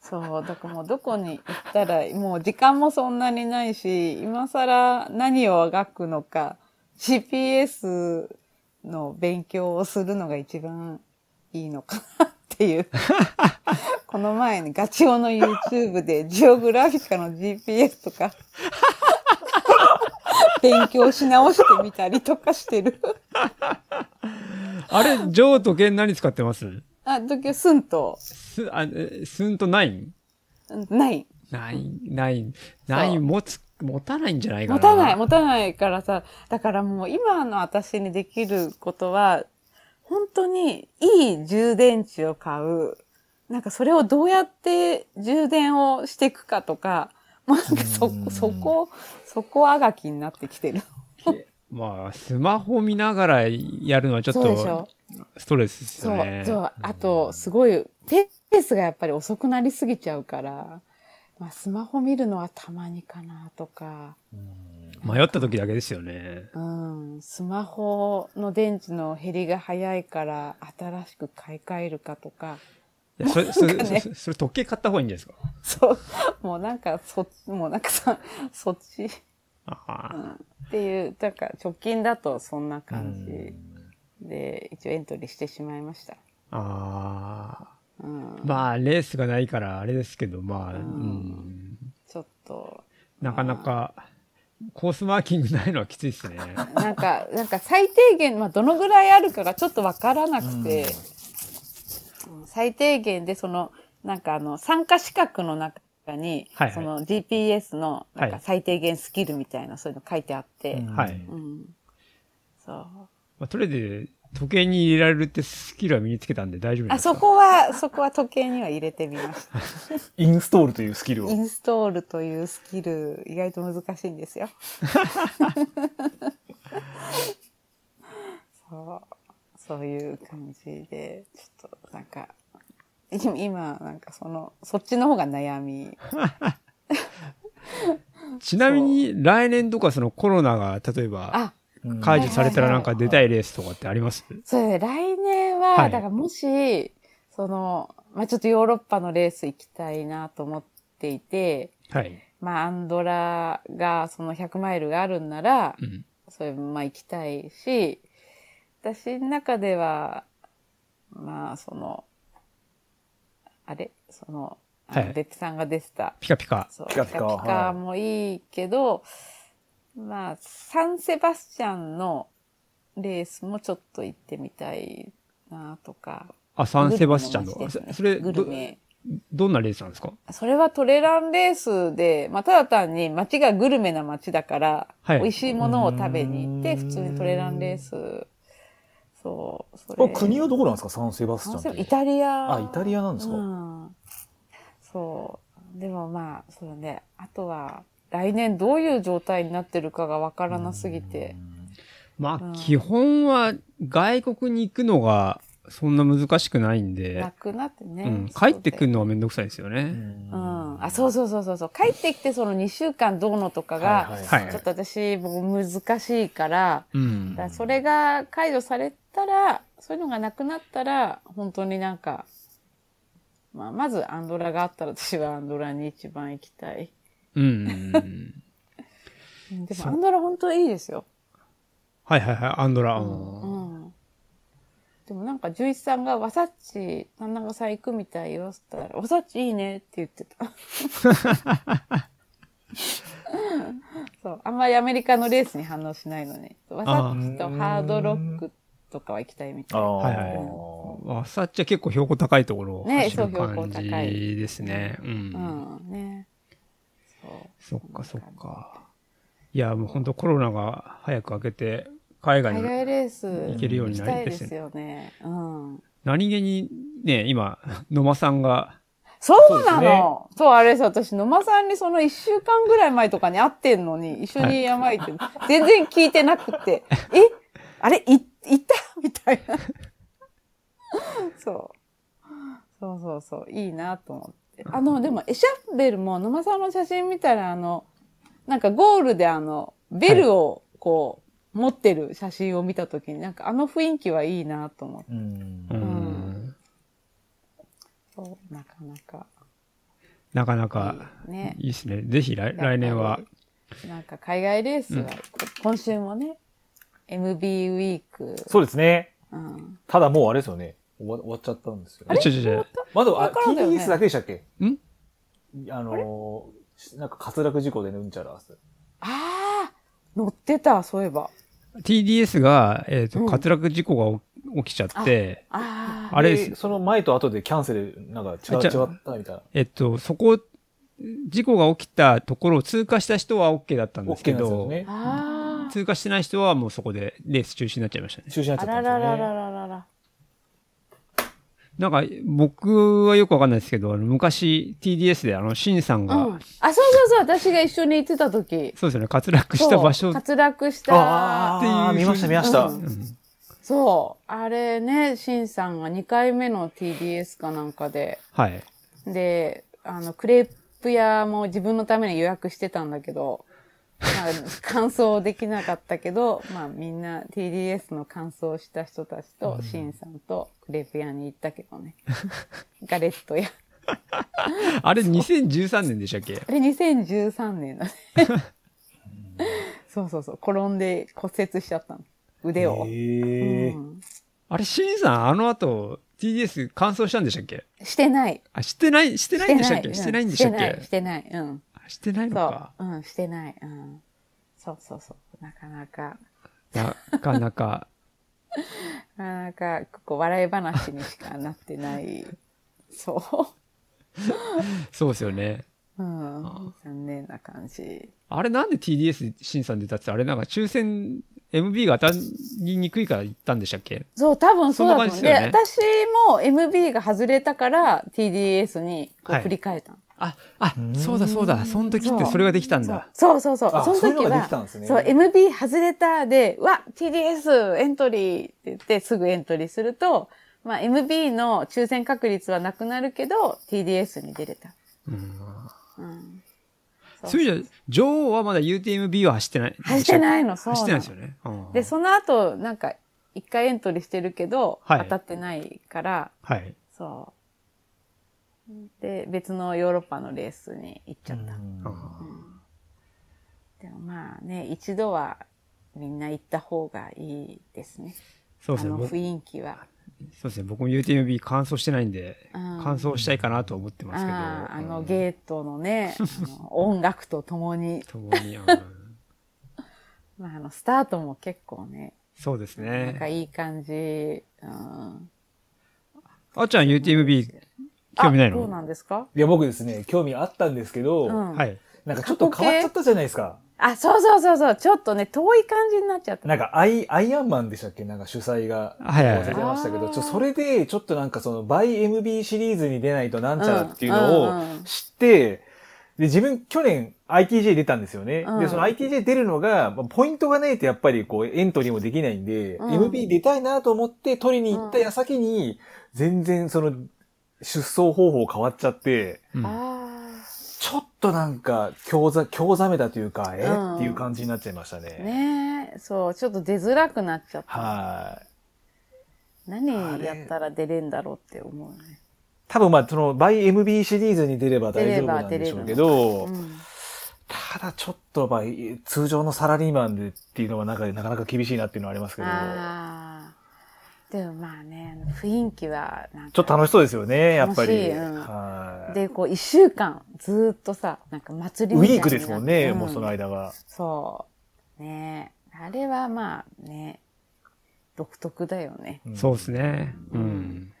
S3: そう、だからもうどこに行ったら、もう時間もそんなにないし、今更何をあがくのか、GPS の勉強をするのが一番いいのかなっていう。この前にガチオの YouTube でジオグラフィカの GPS とか、勉強し直してみたりとかしてる。
S2: あれ、ジョーとゲン何使ってます
S3: あ、時計すんと、
S2: す、あ、えスンとナイン
S3: ない。
S2: ナイン、ナイン、ナイン持つ、持たないんじゃないかな。
S3: 持たない、持たないからさ、だからもう今の私にできることは、本当にいい充電池を買う。なんかそれをどうやって充電をしていくかとか、もうなんかそ、そこ、そこあがきになってきてる。
S2: まあ、スマホ見ながらやるのはちょっ
S3: そうでしょ
S2: と、ストレスです
S3: そ
S2: よ
S3: う、
S2: ね。
S3: そう。あと、すごい、ペースがやっぱり遅くなりすぎちゃうから、まあスマホ見るのはたまにかなとか。
S2: 迷った時だけですよね。
S3: うん、スマホの電池の減りが早いから新しく買い替えるかとか、
S2: いやそれ、それ、
S3: なんかね
S2: それそれ時計買った方がいいんじゃないですか。
S3: そう、もうなんかそ、もうなんかさ、 そっちっ
S2: あ
S3: ていう、なんか直近だとそんな感じで、一応エントリーしてしまいました。
S2: あ。あ
S3: うん
S2: あ、まあ、レースがないからあれですけど、まあ、うん。
S3: ちょっと、
S2: なかなか、コースマーキングないのはきついで すね。
S3: なんか、なんか最低限、まあ、どのぐらいあるかがちょっとわからなくて、うん最低限でその、なんかあの、参加資格の中に、
S2: はいはい
S3: その GPS の、な
S2: は
S3: んか
S2: い
S3: 最低限スキルみたいな、そういうの書いてあって、
S1: うん
S2: はい。
S3: うんそう。
S2: まあ、とりあえず、時計に入れられるってスキルは身につけたんで大丈夫じゃない
S3: あ、
S2: ですか。
S3: そこは、そこは時計には入れてみました。
S1: インストールというスキル
S3: イ
S1: を。
S3: ンストールというスキル、意外と難しいんです よ。そう、そういう感じで、ちょっとなんか、い今、なんかその、そっちの方が悩み。
S2: ちなみに、来年とかそのコロナが、例えば、
S3: あ、
S1: うん
S2: 解除されたらなん
S1: は
S2: か
S1: いはいはい
S2: 出たいレースとかってあります
S3: そうね、来年は、
S2: はい
S3: だからもし、その、まあちょっとヨーロッパのレース行きたいなと思っていて、
S2: はい。
S3: まあアンドラが、その100マイルがあるんなら、
S2: うん。
S3: それもまあ行きたいし、私の中では、まあその、あれその、あの
S2: はい
S3: 別府さんが出てた、
S2: ピカピカ。
S3: そう、
S1: ピカピカ
S3: ピカもいいけど、まあ、サンセバスチャンのレースもちょっと行ってみたいなとか、
S2: ああ、サンセバスチャン
S3: グルメの
S2: の。
S3: 街です
S2: そ
S3: ね
S2: それ、
S3: グ
S2: ど
S3: ル、メ。
S2: どんなレースなんですか
S3: それはトレランレースで、まあ、ただ単に街がグルメな街だから、
S2: はい
S3: 美味しいものを食べに行っ
S1: う
S3: て、
S1: ん
S3: 普通にトレランレース。そう、そ
S1: こ
S3: れ。
S1: れ国はどこなんですかサンセバスチャンって。
S3: イタリア。
S1: あ、イタリアなんですか、
S3: うん、そう。でもまあ、そうね。あとは、来年どういう状態になってるかがわからなすぎて。
S2: ま
S3: うん
S2: あ、基本は外国に行くのがそんな難しくないん
S3: な
S2: で、
S3: くなってね。
S2: うん、帰ってくる
S3: る。
S2: のはめんどくさいですよ
S1: う
S2: ね。
S1: ん。
S3: うん。あ、そうそうそうそうそう。帰ってきてその2週間どうのとか
S1: は
S3: が、
S1: い
S2: はい
S1: はい
S3: ちょっと私、もう難しいから、
S2: うん
S3: だか。らそれが解除されたら、そういうのがなくなったら、本当になんか、まあ、まずアンドラがあったら私はアンドラに一番行きたい。
S2: うん。
S3: うんでも
S2: そう
S3: アンドラ本当いいですよ。
S2: はいはいはい、アンドラ。うん
S3: うんでもなんか、十一さんが、わさっち、なんなんかさん行くみたいよ、つったら、わさっちいいねって言っ てた。そう。あんまりアメリカのレースに反応しないのに。わさっちとハードロックとかは行きたいみた
S1: あ
S3: い。
S1: あ、
S2: はいはいわさっちは結構標高高いところを
S3: ね
S2: 走る
S3: そう標高
S2: 感
S3: 高い
S2: じですね。う。
S3: うんん、ね。そう。
S2: そっかそっか。いや、もう本当コロナが早く明けて、海外
S3: 海
S2: に
S3: 外レース
S2: 行けるよう
S3: 行
S2: に
S3: き
S2: な
S3: た
S2: り
S3: いで
S2: です
S3: す
S2: ね。
S3: よね。うん。
S2: 何気にね、今、野間さんが、
S3: そうな
S1: そうですね
S3: のそう,、あれです私、野間さんにその一週間ぐらい前とかに会ってんのに、一緒にやばいって、全然聞いてなく て、えあれい、行ったみたいな。そう。そうそうそう、いいなと思って。あの、でも、エシャッベルも野間さんの写真見たら、あの、なんかゴールであの、ベルをこう、持ってる写真を見たときに、なんかあの雰囲気はいいなと思って。
S1: うん
S2: う。
S3: ん
S2: ん、
S3: そうなかなか。
S2: なかなか
S3: いいね
S2: いいですね。ぜひ来来年は。
S3: なんか海外レースは、今週もね、MB ウィーク。
S1: そうですね。
S3: うん。
S1: ただもうあれですよね。終わ終わっちゃったんですよね。
S2: ちょちょちょ。
S1: まだ、あ
S3: わからんだよね
S1: TBS だけでしたっけ
S2: ん
S1: あのー、なんか滑落事故でね、うんちゃら。
S3: ああ乗ってた、そういえば。
S2: TDS が、えっ、と、
S3: うん
S2: 滑落事故が起きちゃって、
S3: ああ。
S2: あれです
S1: でその前と後でキャンセル、なんか違う、
S2: あ
S1: 違
S2: じゃあ
S1: ったみたいな。
S2: えっと、そこ、事故が起きたところを通過した人は OK だったんですけ
S1: OK なんですよ
S2: ど、
S1: ね。
S3: あ
S2: 通過してない人はもうそこでレース中止になっちゃいましたね。
S1: 中止になっ
S3: あ。
S1: ちゃ
S3: あ
S1: った
S3: ら
S1: んです
S3: ら
S1: よね。
S3: ららららら。
S2: なんか、僕はよくわかんないですけど、あの昔 TDS であの、シンさん
S3: う
S2: が、
S3: ん。あ、そうそうそう、私が一緒に行ってた時。
S2: そうですよね、滑落した場所
S3: そう
S2: っ
S3: 滑落し
S1: あ
S3: た。
S1: あ
S2: て
S1: ー、
S2: いう
S1: 見ました見ました。
S3: うん
S2: うん
S3: そう。あれね、シンさんが2回目の TDS かなんかで。
S2: はい。
S3: で、あの、クレープ屋も自分のために予約してたんだけど、まあ、完走できなかったけど、 まあみんな TDS の完走した人たちと、シンさんとクレープ屋に行ったけどね。 ガレット屋。
S2: あれ2013年でしたっけ
S3: あれ2013年だね。 そうそうそう。転んで骨折しちゃったの。腕を。
S1: へえ
S3: う。ん
S2: あれ、シンさん、あの後、TDS 完走したんでしたっけ
S3: してない。
S2: あ、してない、してないんでしたっけしてないんでしたっ
S3: うんしてない、
S2: け
S3: してない。うん。
S2: あしてないの
S3: そ
S2: か。
S3: う。うん、してない。うん。そうそうそう。なかなか。
S2: なかなか。
S3: なかなか、ここ笑い話にしかなってない。そ
S2: そうですよね。
S3: う。うん。残念な感じ。
S2: あれなんで TDS 審査に出たって、あれなんか抽選、MB が当たりにくいから行ったんでしたっけ
S3: そう、多分そうだと思う。
S2: そん
S3: で、
S2: な感じ
S3: 私も MB が外れたから、TDS にこう
S2: はい
S3: 振り替えたの、
S2: あ、あ、そうだそうだ。その時ってそれができたんだ。
S3: そうそうそう。
S1: あ
S3: その
S1: そういう
S3: 時
S1: のが
S3: は
S1: できたんですね
S3: そう MB 外れたで、うわ、TDS エントリーって言ってすぐエントリーすると、まあ MB の抽選確率はなくなるけど、TDS に出れた。うん。
S2: そういう意味じゃ、女王はまだ UTMB は走ってない。
S3: 走ってないのそうな
S2: 走
S3: の
S2: ってないですよね。うん
S3: で、その後、なんか、一回エントリーしてるけど、
S2: はい
S3: 当たってないから、
S2: はい。
S3: そう。で、別のヨーロッパのレースに行っちゃった。でもまあね、一度はみんな行った方がいいですね。
S2: そうで
S3: あ
S2: すね。
S3: の
S2: 僕そう
S3: 雰囲気は。
S2: ですね。僕も UTMB 完走してないんで、
S3: うん
S2: 完走したいかなと思ってますけど。
S3: ああ、あ
S2: う
S3: の
S2: ん
S3: ゲートの ね、あの音楽とともに、
S2: 共に。うん
S3: まああの、スタートも結構ね、
S2: そうです
S3: なんか
S2: ね。
S3: いい感じ、うん、
S2: あっちゃん UTMB 興味ない
S3: あそう
S2: の
S3: なんですか
S1: いや、僕ですね、興味あったんですけど、
S3: うん。
S2: はい。
S1: なんかちょっと変わっちゃったじゃないですか。
S3: あ、そうそうそうそう。ちょっとね、遠い感じになっちゃった。
S1: なんかアイ、アイアンマンでしたっけなんか主催が。
S2: はいはいはい
S1: 忘れてましたけ
S3: あ
S1: ど、
S3: ー
S1: ちょ、それで、ちょっとなんかその、バイ MB シリーズに出ないとなんちゃらっていう
S3: うん
S1: の
S3: うんう
S1: を
S3: ん
S1: 知って、で、自分、去年 ITJ 出たんですよね。
S3: うん
S1: で、その ITJ 出るのが、まあポイントがないとやっぱりこう、エントリーもできないんで、
S3: うん
S1: MB 出たいなと思って取りに行った矢先に、全然その、出走方法変わっちゃって、
S2: うん
S3: あ
S1: ちょっとなんか、興ざ、興ざめたというか、え、
S3: うん
S1: っていう感じになっちゃいましたね。
S3: あ。ねえ、そう、ちょっと出づらくなっちゃった。
S1: はい。
S3: 何やったら出れんだろうって思うね。
S1: 多分まあ、その、バイ MB シリーズに出れば大丈夫なん
S3: 出
S1: で
S3: れ
S1: し
S3: ば
S1: ょう
S3: 出れ
S1: け
S3: る
S1: ど、
S3: うん
S1: ただちょっと、まあ、通常のサラリーマンでっていうのはなんか、なかなか厳しいなっていうのはありますけど、
S3: ああ。でもまあね、雰囲気はなんか、
S1: ちょっと楽しそうですよね、やっぱり。
S3: 楽しいうん
S1: はい。
S3: で、こう、一週間、ずーっとさ、なんか祭り
S1: ウ
S3: みた
S1: ィ
S3: いに
S1: ー
S3: な
S1: クですもんね、
S3: ん
S1: もうその間は。
S3: そう。ねえあれはまあね、独特だよね。
S1: ん
S2: そうですね。うん。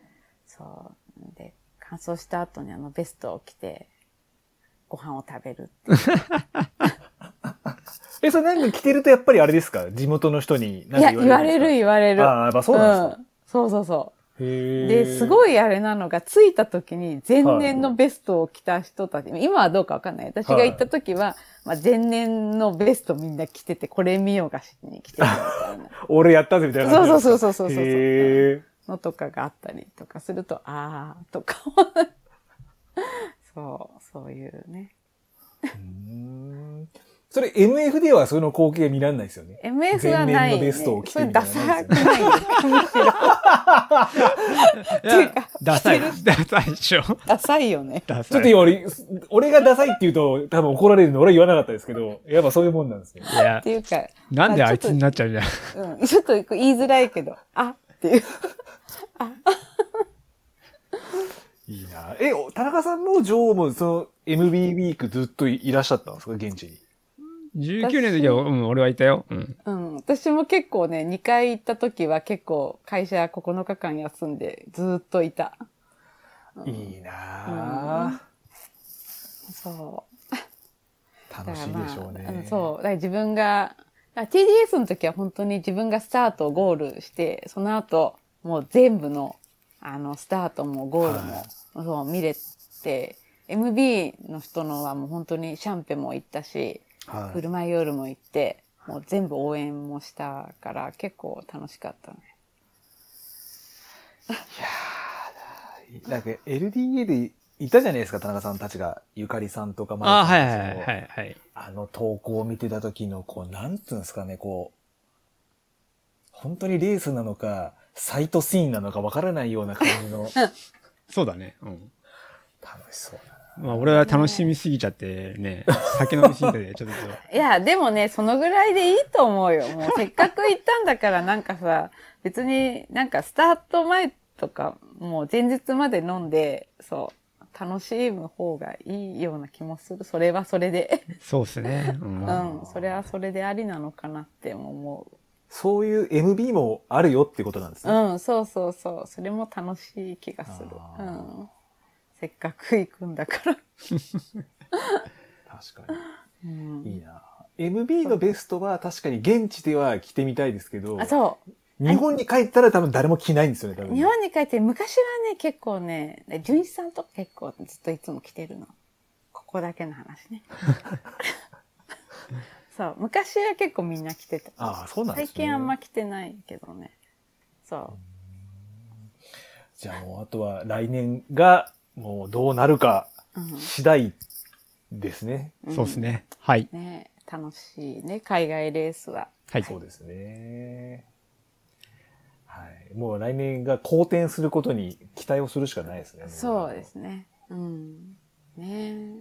S3: そう。で、乾燥した後にあのベストを着て、ご飯を食べるって。
S1: え、それなんか着てるとやっぱりあれですか地元の人に
S3: い
S1: 何
S3: や、
S1: か
S3: 言われる
S1: よ。
S3: 言われる。
S1: ああ、やっぱそうなんですか。
S3: うんそうそうそ
S1: へ
S3: う。
S1: ー
S3: で、すごいあれなのが、着いた時に前年のベストを着た人たち、今はどうかわかんない。私が行った時は、まあ、前年のベストみんな着てて、これ見よがしに着てるみたいな
S1: 俺やったぜみたいな感じなんですか。
S3: そうそうそうそうそうそう
S1: へー
S3: のとかがあったりとかすると、あーとか。 そう、そういうね。
S1: うんそれ MF ではその光景見られないですよね。
S3: MS はない、
S1: 前年
S3: ね。
S1: のベストを着
S3: そ
S1: て
S3: れ
S1: みた
S3: ダ
S1: いな
S3: サくない、 むしろ
S2: いや、ダサい。ダサいで しょ。
S3: ダサいよね。
S2: ダ
S1: ちょ
S2: サ
S1: っ
S2: い。
S1: と今俺、俺がダサいって言うと多分怒られるの俺は言わなかったですけど、やっぱそういうもんなんですね。
S2: いや
S3: っ、ていうか。
S2: なんであいつに
S3: ま
S2: なっちゃうんだよ。
S3: ちょっとうん、ち ょっと言いづらいけど、あっていう。
S1: いいなえ、お田中さんも女王もその MB ウィークずっといいらっしゃったんですか現地に。
S2: 19年の時は、うん、俺はいたよ。うん。
S3: うん。私も結構ね、2回行った時は結構会社9日間休んでずーっといた。
S1: いいな
S3: そう。
S1: ぁ楽しいでしょう
S3: あの
S1: ね。
S3: そう。だから自分が、だから TDS の時は本当に自分がスタート、ゴールして、その後、もう全部の、あの、スタートもゴールも、
S1: は
S3: そう、見れて、MB の人のはもう本当にシャンペも行ったし、
S1: は
S3: フ
S1: い。
S3: ルマイオールも行って、もう全部応援もしたから、結構楽しかったね。
S1: なんか LDA でいたじゃないですか、田中さんたちが。ゆかりさんとか
S2: あ、はい
S1: さんた
S2: は
S1: ちの
S2: いはいはい。
S1: あの投稿を見てた時の、こう、なんつうんですかね、こう、本当にレースなのか、サイトシーンなのかわからないような感じの、 楽
S2: そうだね。うん。
S1: しそうな。
S2: まあ、俺は楽しみすぎちゃってね、酒飲みすぎ てね、ちょっと。
S3: いや、でもね、そのぐらいでいいと思うよ。も うせっかく行ったんだから、なんかさ、別になんかスタート前とか、もう前日まで飲んで、そう、楽しむ方がいいような気もする。それはそれで。
S2: そうっすね。う。
S3: うんん、それはそれでありなのかなっても思
S1: そういう MB もあるよってことなんです
S3: う。
S1: ね。
S3: うん、そうそうそう。それも楽しい気がする。
S1: あ
S3: う
S1: ー
S3: ん。せっかく行くんだから。
S1: 確か
S3: う
S1: に。いい
S3: ん、
S1: な MB のベストは確かに現地では着てみたいですけど
S3: あ、、そう。
S1: 日本に帰ったら多分誰も着ないんですよね、多分。
S3: 日本に帰って昔はね結構ね純一さんとか結構ずっといつも来てるのここだけの 話ねそう昔は結構みんな来てた
S1: ああ、そうなんで
S3: 最
S1: すね。
S3: 近あんま来てないけどねそ
S1: じゃあもうあとは来年がもうどうなるか
S3: う、うん
S1: 次第ですね。
S3: ん
S2: そうっすね。はい。
S3: ね楽しいね海外レースは
S2: はい。
S1: そうですね。はい。もう来年が好転することに期待をするしかないですね。
S3: そうですねうんね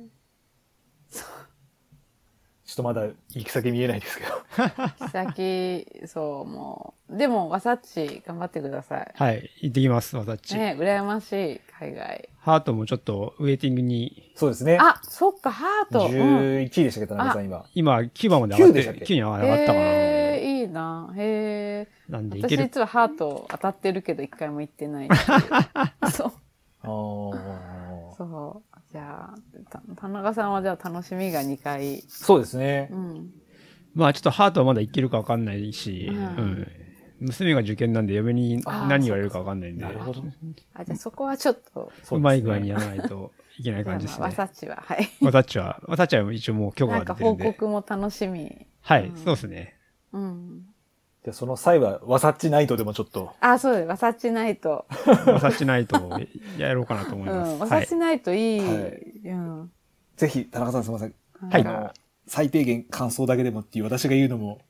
S1: ちょっとまだ行き先見えないですけど。
S3: 先 そうもうでもわさっち頑張ってください
S2: はい。行ってきます、わたっち。
S3: ね羨ましい海外
S2: ハートもちょっとウェイティングに、
S1: そうですね。
S3: あそっかハート、うん
S1: 11位でしたっけ、田中さん今。
S2: 今、9番まで上がっ、
S1: 9でしたってけ
S2: 9に上がったかな。
S3: えーいいいな。へえ。
S2: なんでい
S3: 私
S2: ける。
S3: 実はハート当たってるけど一回も行ってない。 そう。
S1: あー
S3: そう。じゃあ、た田中さんはじゃあ楽しみが2回。
S1: そうですね
S3: う。ん。
S2: まあちょっとハートはまだいけるかわかんないし、
S3: う
S2: うんん娘が受験なんで嫁に
S3: あー
S2: 何言われるかわかんないんで、
S1: なるほど。
S3: あ、じゃあそこはちょっと、
S1: そうですね
S2: うまい具合にやらないといけない感じです
S3: まあ
S2: ね
S3: わ。さちは、はい。
S2: わたっちは、わたっちは一応もう許可
S3: なん
S2: が
S3: か
S2: 出てる
S3: 報
S2: んで。
S3: 告も楽しみ。
S2: はい、
S3: うん
S2: そうですね。
S3: うん。
S1: じゃあその際は、わさっちナイトでもちょっと。
S3: あ、そうです。わさちないと。
S2: わさっちないとやろうかなと思いうます。
S3: ん。わ
S2: は
S3: さ
S2: い
S3: ち。ないといい。
S1: はい
S3: うん。
S1: ぜひ、田中さんすみません。
S3: なん
S2: はい
S3: か
S1: あの最低限感想だけでもっていう私が言うのも、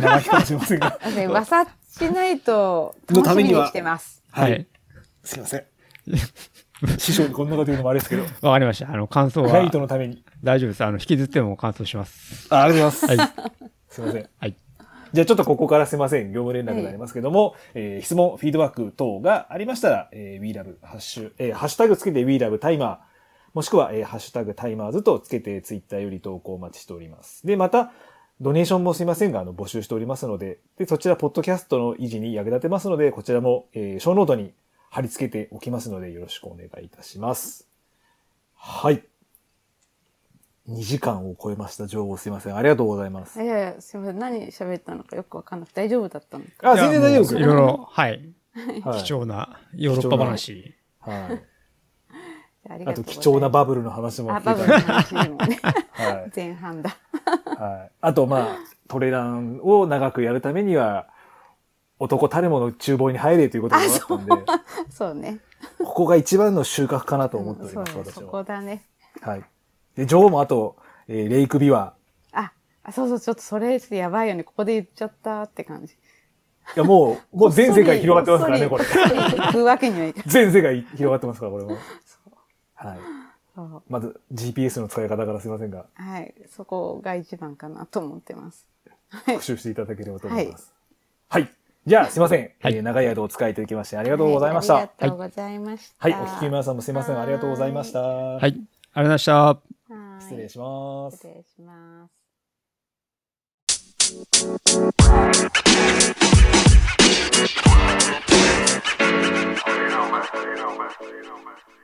S1: 長いかもしれませんが。
S3: だってわさちないと、
S1: の
S3: 楽
S1: た
S3: し
S1: め
S3: みに
S1: には
S3: 来てます。
S2: は
S1: はいい。。すいません。師匠にこんなこと言うのもあれですけど、
S2: わかりました。あの、感想
S1: ナ
S2: は
S1: イトのために。
S2: 大丈夫です。あの、引きずっても感想します。
S1: あありがとうございます。
S2: は
S1: すいません。
S2: はい。
S1: じゃあちょっとここからすいません。業務連絡になりますけども、えー質問、フィードバック等がありましたら、えー、WeLove、ハッシュ、えーハッシュタグつけて WeLove タイマー、もしくは、えーハッシュタグタイマーズとつけてツイッターより投稿お待ちしております。で、また、ドネーションもすいませんが、あの、募集しておりますので、で、そちら、ポッドキャストの維持に役立てますので、こちらも、えー、ショーノートに貼り付けておきますので、よろしくお願いいたします。はい。2時間を超えました。情報すいません。ありがとうございます。
S3: いやいや、すみません。何喋ったのかよくわかんなくて大丈夫だったのか。
S1: あ、全然大丈夫です
S2: いやもういろい
S1: よ。
S2: ろ、はい。
S1: はい
S2: 貴重なヨーロッパ話。
S1: はい。
S3: あ
S1: あ
S3: りがと
S1: と、
S3: うございます
S1: 貴重なバブルの話も
S3: あ、
S1: 聞
S3: バブ
S1: い
S3: ル
S1: た
S3: の
S1: り。
S3: 話でもね。
S1: はい。
S3: 前半だ。
S1: はい。あと、まあ、トレランを長くやるためには、男たるもの厨房に入れということがあったんで、
S3: そうね。
S1: ここが一番の収穫かな と思っており
S3: そ
S1: ま
S3: うね
S1: す、私
S3: そ
S1: は。
S3: こだね。
S1: はい。で、女王もあと、えーレイクビワ。
S3: あ、あそうそう、ちょっとそれ、ちょっとやばいよね。ここで言っちゃったって感じ。
S1: いや、 もう、もう全世界広がってますからね、これ。
S3: れ。食うわけにはいかない。
S1: 全世界広がってますから、 これも。はい。
S3: そう
S1: まず、GPS の使い方からすいませんが、
S3: はい。そこが一番かなと思ってます。
S1: 復習していただければと思います。はい。じゃあ、すいません。
S2: はい
S1: えー長い間お使いいただきまして、ありがとうございました。
S3: はありがとうございまし
S1: は
S3: た。
S1: い、お聞きの皆さんもすいません。ありがとうございました。
S2: はい。ありがとうございました。
S3: はい
S1: 失礼します
S3: 失。礼します。
S4: You know, man. You know, man. You know, man.